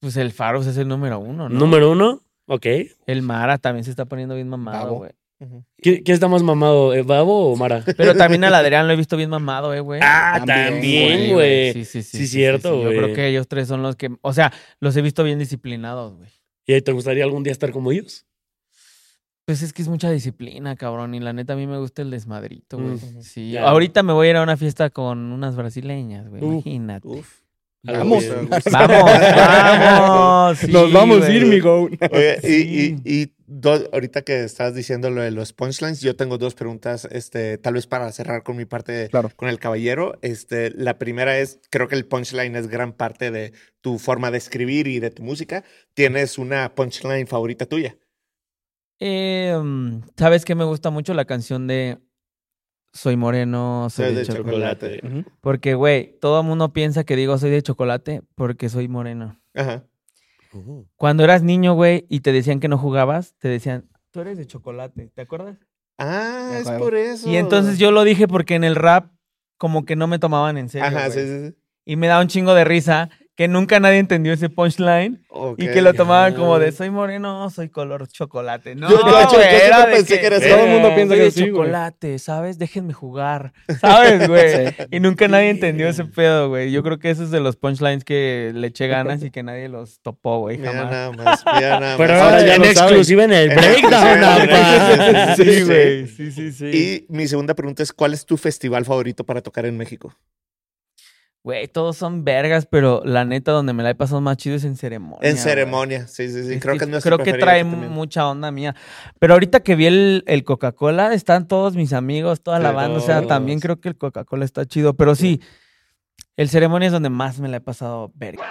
Speaker 1: Pues el Faros es el número uno, ¿no?
Speaker 2: Número uno, ok.
Speaker 1: El Mara también se está poniendo bien mamado,
Speaker 3: Babo.
Speaker 1: güey.
Speaker 4: Ujú.
Speaker 2: ¿Qui- ¿Quién está más mamado, eh, Babo o Mara?
Speaker 1: Pero también al Adrián lo he visto bien mamado, eh, güey.
Speaker 2: Ah,
Speaker 3: También,
Speaker 2: también, güey.
Speaker 1: Sí, sí, sí.
Speaker 2: Sí, cierto,
Speaker 1: sí. Yo
Speaker 2: güey.
Speaker 1: creo que ellos tres son los que, o sea, los he visto bien disciplinados, güey.
Speaker 2: ¿Y ahí te gustaría algún día estar como ellos?
Speaker 1: Pues es que es mucha disciplina, cabrón. Y la neta, a mí me gusta el desmadrito, güey.
Speaker 4: Mm.
Speaker 1: Sí.
Speaker 2: Ya.
Speaker 1: Ahorita me voy a ir a una fiesta con unas brasileñas, güey.
Speaker 2: Uh,
Speaker 1: Imagínate.
Speaker 4: Uf.
Speaker 3: Vamos.
Speaker 4: Algo bien.
Speaker 1: [LAUGHS] Vamos, vamos. sí,
Speaker 3: Nos vamos a
Speaker 1: güey.
Speaker 3: ir, mi go.
Speaker 4: Oye,
Speaker 1: Sí.
Speaker 4: y, y, y do- ahorita que estás diciendo lo de los punchlines, yo tengo dos preguntas, este, tal vez para cerrar con mi parte
Speaker 3: Claro.
Speaker 4: con el caballero. Este, la primera es, creo que el punchline es gran parte de tu forma de escribir y de tu música. ¿Tienes una punchline favorita tuya?
Speaker 1: Em, Eh, mm, ¿Sabes qué me gusta mucho? La canción de soy moreno, soy,
Speaker 4: Soy
Speaker 1: de,
Speaker 4: de
Speaker 1: chocolate.
Speaker 4: chocolate.
Speaker 3: Ujú.
Speaker 1: Porque, güey, todo el mundo piensa que digo soy de chocolate porque soy moreno.
Speaker 4: Ajá.
Speaker 2: Ujú.
Speaker 1: Cuando eras niño, güey, y te decían que no jugabas, te decían, tú eres de chocolate, ¿te acuerdas?
Speaker 4: Ah,
Speaker 3: Ya
Speaker 4: es
Speaker 3: juego.
Speaker 4: por eso.
Speaker 1: Y entonces yo lo dije porque en el rap como que no me tomaban en serio.
Speaker 4: Ajá, sí,
Speaker 1: güey.
Speaker 4: sí, sí.
Speaker 1: Y me da un chingo de risa que nunca nadie entendió ese punchline y que
Speaker 4: Ok.
Speaker 1: lo tomaban
Speaker 2: Ya.
Speaker 1: como de soy moreno, soy color chocolate. No,
Speaker 4: Yo- yo- yo
Speaker 1: güey,
Speaker 4: siempre
Speaker 1: era de
Speaker 4: pensé que eras-
Speaker 3: Todo el mundo piensa
Speaker 1: soy
Speaker 3: que
Speaker 1: de
Speaker 3: sí, güey.
Speaker 1: chocolate, ¿sabes? Déjenme jugar. [LAUGHS] ¿Sabes, güey?
Speaker 3: Sí.
Speaker 1: Y nunca nadie entendió ese pedo, güey. Yo creo que ese es de los punchlines que le
Speaker 4: [LAUGHS]
Speaker 1: eché ganas y que nadie los topó, güey,
Speaker 4: Mira
Speaker 1: jamás.
Speaker 4: nada más,
Speaker 1: [LAUGHS]
Speaker 4: mira nada
Speaker 2: Pero
Speaker 4: más.
Speaker 2: ahora
Speaker 3: ahora ya
Speaker 2: ya en
Speaker 3: lo saben.
Speaker 2: exclusiva en el
Speaker 4: En
Speaker 2: breakdown,
Speaker 4: exclusiva en el breakdown.
Speaker 2: apa.
Speaker 4: nada. Sí,
Speaker 1: Sí, güey. Sí, sí, sí.
Speaker 4: Y mi segunda pregunta es, ¿cuál es tu festival favorito para tocar en México?
Speaker 1: Güey, todos son vergas, pero la neta donde me la he pasado más chido es en ceremonia.
Speaker 4: En
Speaker 1: güey.
Speaker 4: ceremonia, sí, sí, sí.
Speaker 1: Es
Speaker 4: Creo que es nuestro
Speaker 1: creo que
Speaker 4: preferido
Speaker 1: trae
Speaker 4: también.
Speaker 1: mucha onda mía. Pero ahorita que vi el, el Coca-Cola, están todos mis amigos, toda la
Speaker 4: Sí,
Speaker 1: banda. O sea,
Speaker 2: todos.
Speaker 1: también creo que el Coca-Cola está chido. Pero sí, el ceremonia es donde más me la he pasado verga,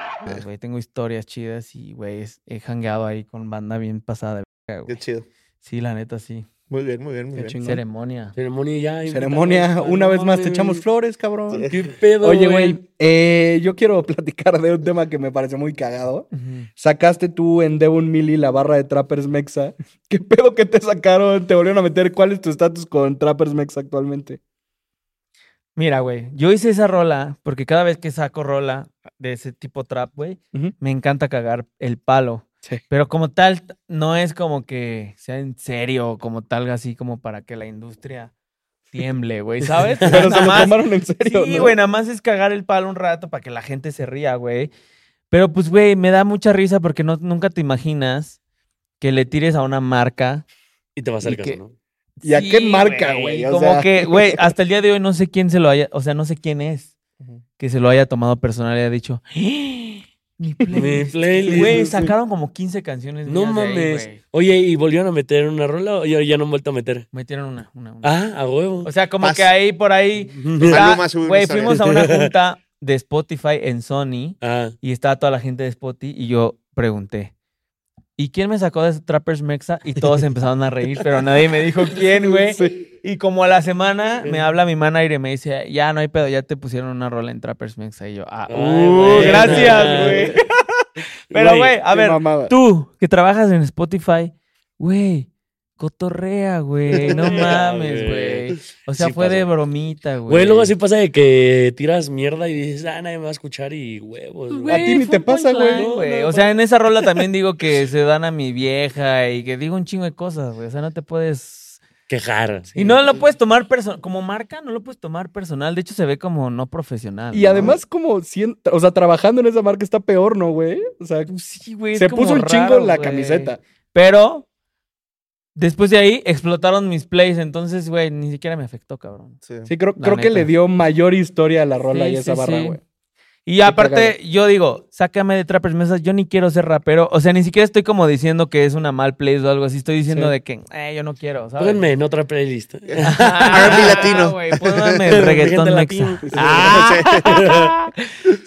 Speaker 1: güey. Tengo historias chidas y, güey, es- he hangueado ahí con banda bien pasada de verga,
Speaker 4: Qué
Speaker 1: güey.
Speaker 4: chido.
Speaker 1: Sí, la neta, sí.
Speaker 4: Muy bien, muy bien, muy
Speaker 3: Qué
Speaker 4: bien.
Speaker 3: chingón.
Speaker 1: Ceremonia.
Speaker 2: Ceremonia ya. invitamos,
Speaker 3: Ceremonia,
Speaker 2: cabrón,
Speaker 3: una vez más te
Speaker 2: mames.
Speaker 3: echamos flores, cabrón.
Speaker 2: ¿Qué pedo,
Speaker 3: Oye, güey, eh, yo quiero [LAUGHS] platicar de un tema que me pareció muy cagado.
Speaker 1: Ujú.
Speaker 3: Sacaste tú en Devon Millie la barra de Trappers Mexa. [LAUGHS] ¿Qué pedo que te sacaron? ¿Te volvieron a meter? ¿Cuál es tu estatus con Trappers Mexa actualmente?
Speaker 1: Mira, güey, yo hice esa rola porque cada vez que saco rola de ese tipo trap, güey,
Speaker 3: Ujú.
Speaker 1: me encanta cagar el palo.
Speaker 3: Sí.
Speaker 1: Pero como tal, t- no es como que sea en serio, como tal, así como para que la industria tiemble, güey,
Speaker 3: [LAUGHS]
Speaker 1: ¿sabes? [LAUGHS]
Speaker 3: Pero se
Speaker 1: Nada
Speaker 3: lo
Speaker 1: más-
Speaker 3: tomaron en serio,
Speaker 1: Sí,
Speaker 3: ¿no?
Speaker 1: güey, nada más es cagar el palo un rato para que la gente se ría, güey. Pero pues, güey, me da mucha risa porque no, nunca te imaginas que le tires a una marca.
Speaker 2: Y te va a
Speaker 1: ¿Y
Speaker 2: hacer caso,
Speaker 1: qué?
Speaker 2: ¿no?
Speaker 3: ¿Y a qué marca, güey? O
Speaker 1: Como
Speaker 3: sea-
Speaker 1: que, güey, hasta el día de hoy no sé quién se lo haya, o sea, no sé quién es que se lo haya tomado personal y haya dicho,
Speaker 3: [LAUGHS]
Speaker 1: "¡Ah! mi playlist.
Speaker 2: playlist,
Speaker 1: Güey,
Speaker 2: sí.
Speaker 1: sacaron como 15 canciones.
Speaker 2: No
Speaker 1: mías de ahí,
Speaker 2: mames.
Speaker 1: güey.
Speaker 2: Oye, ¿y volvieron a meter una rola o ya, ya no han vuelto a meter?
Speaker 1: Metieron una, una, una.
Speaker 2: Ah, a huevo.
Speaker 1: O sea, como
Speaker 4: Pas-
Speaker 1: que ahí por ahí.
Speaker 4: Maluma
Speaker 1: está-
Speaker 4: sube una
Speaker 1: Güey,
Speaker 4: historia.
Speaker 1: fuimos a
Speaker 2: [LAUGHS]
Speaker 1: una junta de Spotify en Sony
Speaker 2: [LAUGHS] ah,
Speaker 1: y estaba toda la gente de Spotify y yo pregunté. ¿Y quién me sacó de Trappers Mexa? Y todos [LAUGHS] empezaron a reír, pero nadie me dijo quién, güey.
Speaker 3: Sí.
Speaker 1: Y como a la semana me habla mi manager y me dice, ya no hay pedo, ya te pusieron una rola en Trappers Mexa. Y yo, ah,
Speaker 2: Ay,
Speaker 1: uh,
Speaker 2: güey,
Speaker 1: gracias,
Speaker 2: no.
Speaker 1: güey.
Speaker 2: [LAUGHS]
Speaker 1: Pero,
Speaker 2: Güey,
Speaker 1: güey, a
Speaker 3: Qué
Speaker 1: ver,
Speaker 3: mamada.
Speaker 1: [LAUGHS] tú que trabajas en Spotify, güey, cotorrea, güey, [LAUGHS] no mames, güey. O sea,
Speaker 2: Sí
Speaker 1: fue de
Speaker 2: pasa.
Speaker 1: bromita, güey.
Speaker 2: Güey, luego así pasa de que tiras mierda y dices, ah, nadie me va a escuchar y huevos. güey.
Speaker 3: A ti ni
Speaker 1: Pues, fue
Speaker 3: te
Speaker 1: un
Speaker 3: pasa, güey.
Speaker 1: punchline,
Speaker 2: No, no,
Speaker 1: O sea, en esa rola también digo que se dan a mi vieja y que digo un chingo de cosas, güey. O sea, no te puedes...
Speaker 2: Quejar.
Speaker 1: Y no lo puedes tomar personal. Como marca, no lo puedes tomar personal. De hecho, se ve como no profesional.
Speaker 3: Y
Speaker 1: ¿no?
Speaker 3: además, como, sien- o sea, trabajando en esa marca está peor, ¿no, güey? O sea,
Speaker 1: Pues sí, güey. es
Speaker 3: se
Speaker 1: como
Speaker 3: puso un chingo
Speaker 1: raro,
Speaker 3: en la
Speaker 1: güey.
Speaker 3: camiseta.
Speaker 1: Pero después de ahí explotaron mis plays. Entonces, güey, ni siquiera me afectó, cabrón.
Speaker 4: Sí.
Speaker 3: Sí, creo,
Speaker 1: La
Speaker 3: creo que
Speaker 1: neta.
Speaker 3: le dio mayor historia a la rola
Speaker 1: Sí,
Speaker 3: y a esa
Speaker 1: sí,
Speaker 3: barra,
Speaker 1: sí.
Speaker 3: güey.
Speaker 1: Y aparte, yo digo, sácame de Trappers Mesas, yo ni quiero ser rapero. O sea, ni siquiera estoy como diciendo que es una mal place o algo así. Estoy diciendo
Speaker 3: Sí.
Speaker 1: de que, eh, yo no quiero, ¿sabes? [LAUGHS]
Speaker 3: [LAUGHS]
Speaker 2: Pónganme en otra playlist.
Speaker 1: Ah,
Speaker 4: R&B latino.
Speaker 1: güey,
Speaker 3: [LAUGHS]
Speaker 1: pónganme el reggaetón
Speaker 2: Reggaetón
Speaker 1: mexa. Ah. [LAUGHS]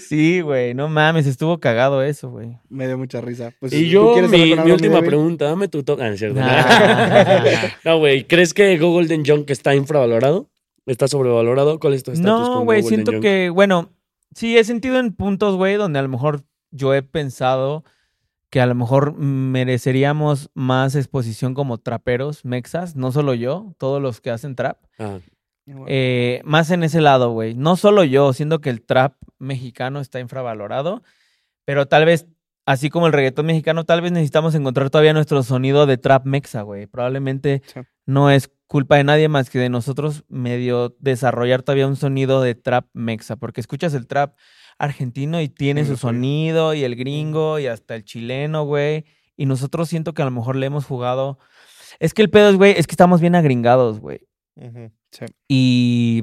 Speaker 1: Sí, güey, no mames, estuvo cagado eso, güey.
Speaker 3: Me dio mucha risa. Pues,
Speaker 2: Y
Speaker 3: ¿tú
Speaker 2: yo,
Speaker 3: quieres hablar
Speaker 2: mi,
Speaker 3: con
Speaker 2: mi
Speaker 3: algo,
Speaker 2: última
Speaker 3: David?
Speaker 2: pregunta, dame tu toque. Ah, no es cierto.
Speaker 1: [LAUGHS] Ah.
Speaker 2: No, güey, ¿crees que Go Golden Junk está infravalorado? ¿Está sobrevalorado? ¿Cuál es tu estatus con
Speaker 1: No,
Speaker 2: Go
Speaker 1: güey,
Speaker 2: Golden
Speaker 1: siento
Speaker 2: Junk?
Speaker 1: que, bueno, sí, he sentido en puntos, güey, donde a lo mejor yo he pensado que a lo mejor mereceríamos más exposición como traperos, mexas, no solo yo, todos los que hacen trap.
Speaker 2: Ah,
Speaker 1: Eh, más en ese lado, güey. No solo yo, siendo que el trap mexicano está infravalorado, pero tal vez, así como el reggaetón mexicano, tal vez necesitamos encontrar todavía nuestro sonido de trap mexa, güey. Probablemente
Speaker 3: Sí.
Speaker 1: no es culpa de nadie más que de nosotros medio desarrollar todavía un sonido de trap mexa, porque escuchas el trap argentino y tiene
Speaker 3: Sí,
Speaker 1: su
Speaker 3: lo sabía.
Speaker 1: sonido y el gringo y hasta el chileno, güey. Y nosotros siento que a lo mejor le hemos jugado. Es que el pedo es, güey, es que estamos bien agringados, güey.
Speaker 4: Ujú.
Speaker 1: Y,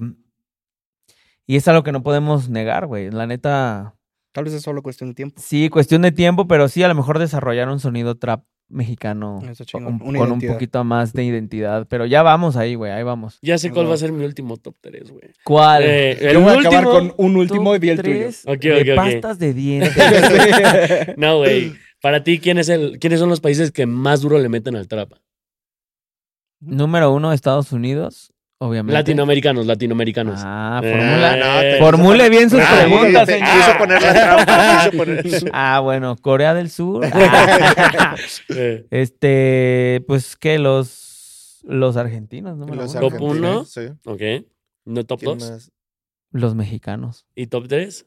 Speaker 1: y es algo que no podemos negar, güey. La neta,
Speaker 3: Tal vez es solo cuestión de tiempo.
Speaker 1: sí, cuestión de tiempo, pero sí, a lo mejor desarrollar un sonido trap mexicano
Speaker 3: Eso
Speaker 1: con,
Speaker 3: chingón, una
Speaker 1: con un
Speaker 3: identidad.
Speaker 1: poquito más de identidad. Pero ya vamos ahí, güey, ahí vamos.
Speaker 2: ya sé
Speaker 3: Ah,
Speaker 2: cuál va
Speaker 3: no.
Speaker 2: a ser mi último top 3, güey.
Speaker 1: ¿Cuál?
Speaker 2: Eh, el
Speaker 3: Yo voy a
Speaker 2: último-
Speaker 3: acabar con un último y di el tuyo. [LAUGHS]
Speaker 1: Tres
Speaker 2: Ok,
Speaker 1: de
Speaker 2: ok, ok.
Speaker 1: pastas de dientes.
Speaker 2: No, güey. Para ti, ¿quién es el, ¿quiénes son los países que más duro le meten al trap?
Speaker 1: Número uno, Estados Unidos. obviamente.
Speaker 2: Latinoamericanos, latinoamericanos.
Speaker 1: Ah,
Speaker 4: Eh,
Speaker 1: formula.
Speaker 4: no, te-
Speaker 1: Formule bien sus
Speaker 4: Ah,
Speaker 1: preguntas, ¿eh?
Speaker 4: te-
Speaker 1: señor.
Speaker 4: Quiso
Speaker 1: [LAUGHS]
Speaker 4: poner la trampa, quiso poner- [LAUGHS]
Speaker 1: Ah, bueno, Corea del
Speaker 3: [LAUGHS]
Speaker 1: Sur.
Speaker 2: Eh,
Speaker 1: este, pues que los los argentinos, no me los,
Speaker 4: Los
Speaker 2: Top
Speaker 4: argentinos,
Speaker 2: uno.
Speaker 4: sí.
Speaker 2: ok. ¿No top
Speaker 4: ¿Quién
Speaker 2: 2?
Speaker 4: más?
Speaker 1: los mexicanos.
Speaker 2: ¿Y top 3?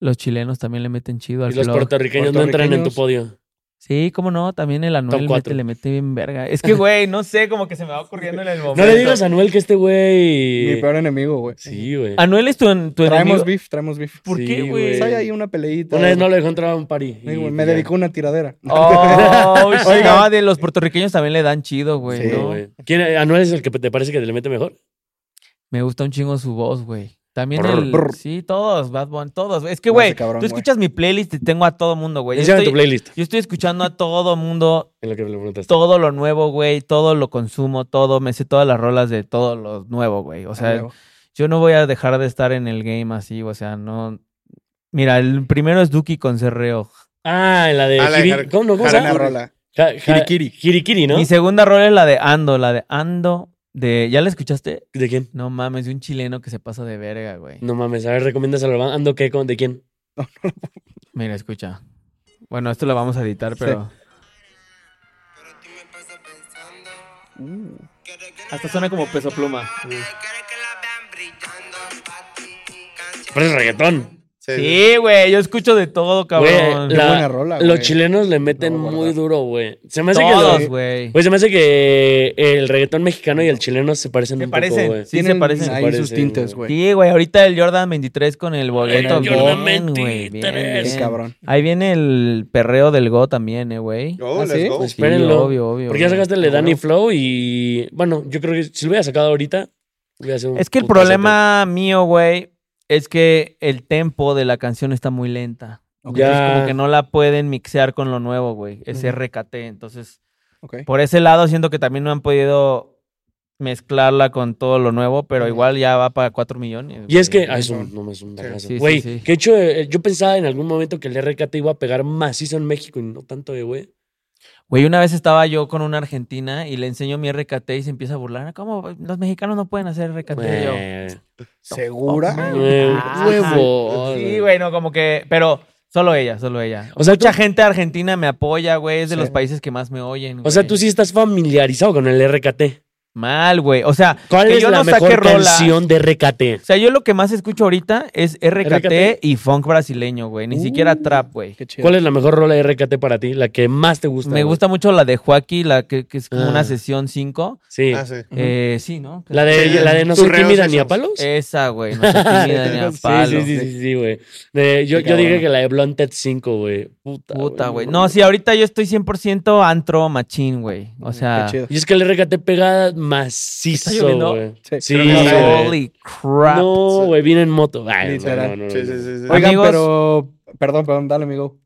Speaker 1: Los chilenos también le meten chido al
Speaker 2: Y los
Speaker 1: flor.
Speaker 2: puertorriqueños no entran en tu podio.
Speaker 1: Sí, cómo no, también el Anuel mete,
Speaker 2: cuatro.
Speaker 1: le mete bien verga. Es que, güey, no sé, como que se me va ocurriendo en el momento.
Speaker 2: No le digas a Noel que este güey.
Speaker 3: Mi peor enemigo, güey.
Speaker 2: Sí, güey.
Speaker 1: Anuel es tu, tu enemigo.
Speaker 3: Traemos beef, traemos beef.
Speaker 1: ¿Por
Speaker 2: Sí,
Speaker 1: qué,
Speaker 2: güey.
Speaker 1: güey?
Speaker 3: Soy ahí una peleita.
Speaker 2: Una vez no lo dejó entrar a un party.
Speaker 3: Me
Speaker 2: y
Speaker 3: digo, Me
Speaker 2: pues ya.
Speaker 3: dedicó una
Speaker 1: [LAUGHS]
Speaker 3: tiradera. [LAUGHS]
Speaker 1: Oh,
Speaker 3: Oiga.
Speaker 1: no, de los puertorriqueños también le dan chido, güey.
Speaker 3: Sí,
Speaker 1: ¿no?
Speaker 2: No, güey. ¿Quién, ¿Anuel es el que te parece que te le mete mejor?
Speaker 1: Me gusta un chingo su voz, güey. También
Speaker 4: Brr,
Speaker 1: el.
Speaker 3: brr.
Speaker 1: Sí, todos, Bad Bunny, todos. güey. Es que,
Speaker 3: No,
Speaker 1: güey,
Speaker 3: ese cabrón,
Speaker 1: tú
Speaker 3: güey.
Speaker 1: escuchas mi playlist y tengo a todo mundo, güey. Yo
Speaker 2: Enséñame tu
Speaker 1: estoy,
Speaker 2: playlist.
Speaker 1: yo estoy escuchando a todo mundo,
Speaker 2: En lo que le preguntaste.
Speaker 1: todo lo nuevo, güey, todo lo consumo, todo. Me sé todas las rolas de todo lo nuevo, güey.
Speaker 2: Ah,
Speaker 1: O sea, yo no voy a dejar de estar en el game así, o sea, no. Mira, el primero es Duki con E Cerreo.
Speaker 2: Ah, en la de.
Speaker 4: Ah, la de
Speaker 2: Jiri-
Speaker 4: Har-
Speaker 2: ¿Cómo no? ¿Cómo se
Speaker 3: Una
Speaker 2: llama?
Speaker 4: Haranaru.
Speaker 3: rola.
Speaker 2: Ja- ja-
Speaker 4: Jirikiri.
Speaker 2: Jirikiri, ¿no?
Speaker 1: Mi segunda rola es la de Ando, la de Ando. De, ¿Ya la escuchaste?
Speaker 2: ¿De quién?
Speaker 1: No mames, de un chileno que se pasa de verga, güey.
Speaker 2: No mames, a ver, recomiéndaselo. al ba- ¿Ando qué? ¿Con- ¿De quién?
Speaker 1: Mira, escucha. Bueno, esto lo vamos a editar, pero. Hasta suena como peso pluma.
Speaker 2: Pero Pues es reggaetón.
Speaker 4: Sí, sí.
Speaker 1: Sí, güey, yo escucho de todo, cabrón.
Speaker 2: Güey,
Speaker 3: Qué
Speaker 2: la-
Speaker 3: buena rola,
Speaker 2: Los
Speaker 3: güey.
Speaker 2: chilenos le meten
Speaker 3: No, guarda.
Speaker 2: muy duro, güey. Se me hace que.
Speaker 1: Todos,
Speaker 2: los-
Speaker 1: güey.
Speaker 2: Güey, se me hace que el reggaetón mexicano y el chileno se parecen
Speaker 1: Se
Speaker 2: un
Speaker 1: parecen,
Speaker 2: poco, güey.
Speaker 1: sí. se
Speaker 3: Tienen
Speaker 1: parecen.
Speaker 3: ahí
Speaker 2: Parecen,
Speaker 3: sus tintes,
Speaker 2: güey.
Speaker 3: güey.
Speaker 1: Sí, güey, ahorita el Jordan 23 con el boleto.
Speaker 3: El Jordan
Speaker 1: Bien, güey,
Speaker 2: 23.
Speaker 1: bien,
Speaker 3: Qué
Speaker 1: bien.
Speaker 3: cabrón.
Speaker 1: Ahí viene el perreo del Go también, eh, güey.
Speaker 4: Oh,
Speaker 3: ¿Ah,
Speaker 4: let's
Speaker 3: sí?
Speaker 4: go.
Speaker 2: Pues
Speaker 1: Sí,
Speaker 2: espérenlo.
Speaker 1: obvio, obvio.
Speaker 2: Porque ya
Speaker 1: güey.
Speaker 2: sacaste el de Danny Flow y. Bueno, yo creo que si lo hubiera sacado ahorita, hubiera sido un
Speaker 1: Es que el
Speaker 2: putazote.
Speaker 1: problema mío, güey, es que el tempo de la canción está muy lenta. Entonces,
Speaker 2: Ya.
Speaker 1: como que no la pueden mixear con lo nuevo, güey. Es
Speaker 3: Ujú.
Speaker 1: RKT. Entonces,
Speaker 3: Ok.
Speaker 1: por ese lado siento que también no han podido mezclarla con todo lo nuevo, pero
Speaker 3: Ujú.
Speaker 1: igual ya va para 4 millones.
Speaker 2: Y es
Speaker 1: güey.
Speaker 2: que. Ah, es un, no es un vergazo.
Speaker 1: Sí, sí,
Speaker 2: Güey,
Speaker 1: sí.
Speaker 2: que de hecho, eh, yo pensaba en algún momento que el RKT iba a pegar macizo en México y no tanto, eh, güey.
Speaker 1: Güey, una vez estaba yo con una argentina y le enseño mi RKT y se empieza a burlar. ¿Cómo? Los mexicanos no pueden hacer RKT. Y yo,
Speaker 2: Eh,
Speaker 3: ¿Segura?
Speaker 2: eh,
Speaker 1: Ah,
Speaker 2: huevo.
Speaker 1: Sí, güey, no, como que. Pero solo ella, solo ella.
Speaker 2: O sea,
Speaker 1: Mucha
Speaker 2: tú-
Speaker 1: gente argentina me apoya, güey. Es de
Speaker 3: Sí.
Speaker 1: los países que más me oyen.
Speaker 2: o sea,
Speaker 1: güey.
Speaker 2: tú sí estás familiarizado con el RKT.
Speaker 1: Mal, güey. O sea,
Speaker 2: ¿Cuál
Speaker 1: que
Speaker 2: es
Speaker 1: yo
Speaker 2: la
Speaker 1: no saque
Speaker 2: mejor
Speaker 1: rola.
Speaker 2: canción de RKT?
Speaker 1: O sea, yo lo que más escucho ahorita es RKT,
Speaker 2: RKT.
Speaker 1: y funk brasileño, güey. Ni
Speaker 2: Uh,
Speaker 1: siquiera trap, güey.
Speaker 3: Qué chido.
Speaker 2: ¿Cuál es la mejor rola de RKT para ti? La que más te gusta.
Speaker 1: Me
Speaker 2: güey.
Speaker 1: gusta mucho la de Joaquín, la que, que es como
Speaker 2: Ah.
Speaker 1: una sesión 5.
Speaker 2: Sí.
Speaker 4: Ah, sí.
Speaker 3: Ujú.
Speaker 1: Eh, sí, ¿no?
Speaker 2: La de,
Speaker 4: Sí,
Speaker 2: la de No
Speaker 4: tus
Speaker 2: soy
Speaker 4: reos
Speaker 2: tímida ni
Speaker 4: esos.
Speaker 2: a palos.
Speaker 1: Esa, güey. No sé tímida ni a
Speaker 2: [LAUGHS] Sí,
Speaker 1: palo.
Speaker 2: sí, sí, sí, sí, güey. Eh, yo,
Speaker 3: Sí,
Speaker 2: yo dije
Speaker 3: cabrón.
Speaker 2: que la de Blunted 5, güey. Puta,
Speaker 1: Puta, güey. No, sí, ahorita yo estoy 100% antro machín, güey. O sea,
Speaker 3: Qué chido.
Speaker 2: Y es que el RKT pega
Speaker 1: ¿Está
Speaker 2: macizo,
Speaker 1: lloviendo?
Speaker 2: güey.
Speaker 3: Sí.
Speaker 2: Sí,
Speaker 4: Creo que sí.
Speaker 2: güey.
Speaker 1: holy crap.
Speaker 2: No, güey, viene en moto. Ay,
Speaker 3: Literal.
Speaker 2: no, no, no,
Speaker 4: Sí,
Speaker 2: no.
Speaker 4: sí, sí, sí. [LAUGHS]
Speaker 3: Oigan,
Speaker 1: Amigos-
Speaker 3: pero. Perdón, perdón, dale, amigo.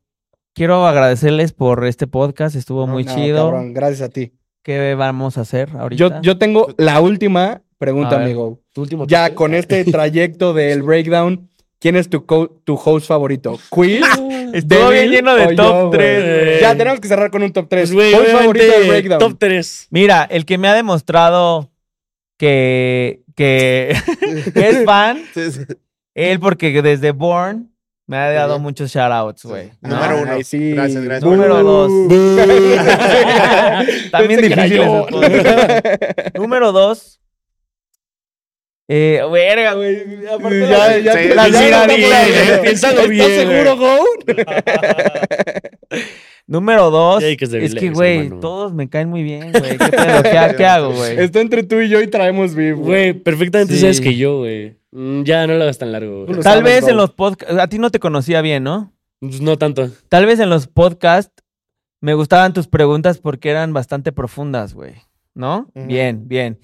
Speaker 1: Quiero agradecerles por este podcast. Estuvo
Speaker 4: No,
Speaker 1: muy
Speaker 3: No,
Speaker 1: chido.
Speaker 3: cabrón, gracias a ti.
Speaker 1: ¿Qué vamos a hacer ahorita?
Speaker 3: Yo, yo tengo la última
Speaker 1: A
Speaker 3: pregunta,
Speaker 1: ver.
Speaker 3: amigo.
Speaker 2: Tu último
Speaker 3: Ya
Speaker 2: toque.
Speaker 3: con
Speaker 1: [LAUGHS]
Speaker 3: este trayecto del breakdown, ¿quién es tu, co- tu host favorito? ¿Quiz?
Speaker 1: [LAUGHS] Estuvo bien
Speaker 3: Devil
Speaker 1: lleno
Speaker 3: o
Speaker 1: de
Speaker 3: yo,
Speaker 1: top
Speaker 3: güey?
Speaker 1: 3.
Speaker 2: güey.
Speaker 3: Ya tenemos que cerrar con un top 3.
Speaker 2: Pues, güey,
Speaker 3: host favorito del
Speaker 2: obviamente,
Speaker 3: breakdown.
Speaker 2: Top 3.
Speaker 1: Mira, el que me ha demostrado que, que, [LAUGHS] que es fan,
Speaker 4: Sí, sí.
Speaker 1: él porque desde Born me ha dado muchos shoutouts, güey. ¿no?
Speaker 4: Número uno.
Speaker 3: Ay, Ah, sí.
Speaker 4: Gracias, gracias.
Speaker 3: [LAUGHS] Boo.
Speaker 1: Número dos. [LAUGHS] También
Speaker 3: Pensé que era
Speaker 1: difícil
Speaker 3: yo. [LAUGHS]
Speaker 1: Número dos. Eh, verga, güey. Aparte
Speaker 3: Ya,
Speaker 1: de-
Speaker 3: ya,
Speaker 4: Sí,
Speaker 3: la- ya
Speaker 2: mira
Speaker 3: no
Speaker 2: bien,
Speaker 3: estamos-
Speaker 2: eh, piénsalo
Speaker 3: ¿Estás
Speaker 2: bien,
Speaker 3: seguro, Go?
Speaker 1: Número dos.
Speaker 2: Ey, que es de
Speaker 1: es que,
Speaker 2: Vilex,
Speaker 1: güey,
Speaker 2: hermano.
Speaker 1: todos me caen muy bien, güey. ¿Qué pedo?
Speaker 3: [LAUGHS]
Speaker 1: ¿Qué, qué hago, güey?
Speaker 3: Está entre tú y yo y traemos beef, güey.
Speaker 2: Güey, perfectamente
Speaker 1: Sí.
Speaker 2: sabes que yo, güey. Mm, Ya no lo hagas tan largo,
Speaker 3: Tú
Speaker 2: güey.
Speaker 3: lo
Speaker 1: Tal
Speaker 3: sabes,
Speaker 1: vez en
Speaker 3: bro.
Speaker 1: los podcasts. A ti no te conocía bien, ¿no?
Speaker 2: Pues No tanto.
Speaker 1: Tal vez en los podcasts me gustaban tus preguntas porque eran bastante profundas, güey. ¿No?
Speaker 4: Ujú.
Speaker 1: Bien, bien.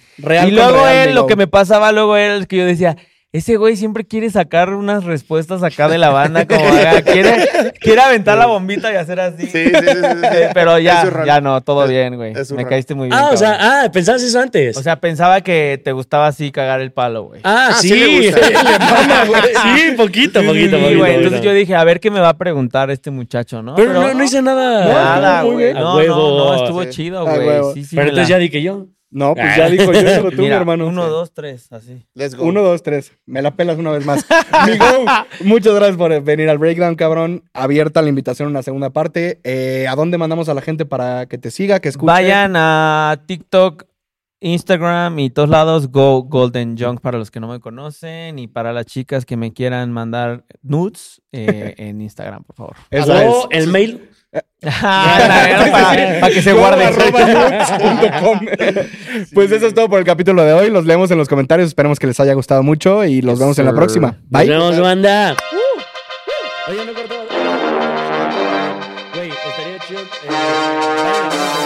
Speaker 1: y
Speaker 3: Real con
Speaker 1: luego
Speaker 3: real,
Speaker 1: él, lo
Speaker 3: digo.
Speaker 1: que me pasaba luego era el que yo decía, ese güey siempre quiere sacar unas respuestas acá de la banda,
Speaker 4: [LAUGHS]
Speaker 1: como acá, quiere, quiere aventar la bombita y hacer así.
Speaker 4: Sí, sí, sí, sí,
Speaker 1: Eh, [LAUGHS]
Speaker 4: sí.
Speaker 1: Pero
Speaker 4: Es
Speaker 1: ya,
Speaker 4: su rol.
Speaker 1: ya no, todo
Speaker 4: Es-
Speaker 1: bien, güey.
Speaker 4: es su
Speaker 1: Me
Speaker 4: rol.
Speaker 1: caíste muy bien.
Speaker 2: Ah, o sea,
Speaker 1: cabrón.
Speaker 2: ah, pensabas eso antes.
Speaker 1: O sea, pensaba que te gustaba así cagar el palo, güey.
Speaker 2: ah,
Speaker 4: Ah,
Speaker 2: sí.
Speaker 4: sí le
Speaker 2: [LAUGHS]
Speaker 4: gusta.
Speaker 2: Le mama, güey. sí, poquito,
Speaker 1: Sí,
Speaker 2: poquito,
Speaker 1: güey,
Speaker 2: poquito.
Speaker 1: Entonces
Speaker 2: poquito.
Speaker 1: yo dije, a ver qué me va a preguntar este muchacho, ¿no?
Speaker 2: Pero no, no hice nada.
Speaker 1: Ah, Nada,
Speaker 3: estuvo muy
Speaker 1: güey.
Speaker 2: bien. A
Speaker 1: No,
Speaker 2: huevo.
Speaker 1: no, no, estuvo
Speaker 4: Sí.
Speaker 1: chido,
Speaker 3: A
Speaker 1: güey.
Speaker 3: huevo.
Speaker 1: Sí, sí,
Speaker 2: Pero
Speaker 1: me
Speaker 2: entonces
Speaker 1: la-
Speaker 2: ya dije yo.
Speaker 3: No, pues
Speaker 2: Ah.
Speaker 3: ya dijo yo, dijo tú,
Speaker 1: [LAUGHS]
Speaker 3: mi
Speaker 1: Mira,
Speaker 3: hermano.
Speaker 1: uno,
Speaker 3: Sí.
Speaker 1: dos, tres, así.
Speaker 4: Let's go.
Speaker 3: Uno, dos, tres. Me la pelas una vez más. [LAUGHS] Mi go. Muchas gracias por venir al breakdown, cabrón. Abierta la invitación a una segunda parte. Eh, ¿A dónde mandamos a la gente para que te siga, que escuche?
Speaker 1: Vayan a TikTok, Instagram y todos lados. Go Golden Junk para los que no me conocen y para las chicas que me quieran mandar nudes
Speaker 3: [LAUGHS]
Speaker 1: eh, en Instagram, por favor.
Speaker 3: Eso
Speaker 2: O el mail.
Speaker 3: Ah,
Speaker 1: [LAUGHS] para, para que se
Speaker 3: Go
Speaker 1: guarden. [LAUGHS]
Speaker 3: arroba nudes.com. Pues eso es todo por el capítulo de hoy. Los leemos en los comentarios. Esperemos que les haya gustado mucho y los
Speaker 4: Yes,
Speaker 3: vemos en la
Speaker 4: sir.
Speaker 3: próxima.
Speaker 2: Nos
Speaker 3: Bye.
Speaker 2: vemos, banda. Oye, no cortó. Güey, estaría chido. eh,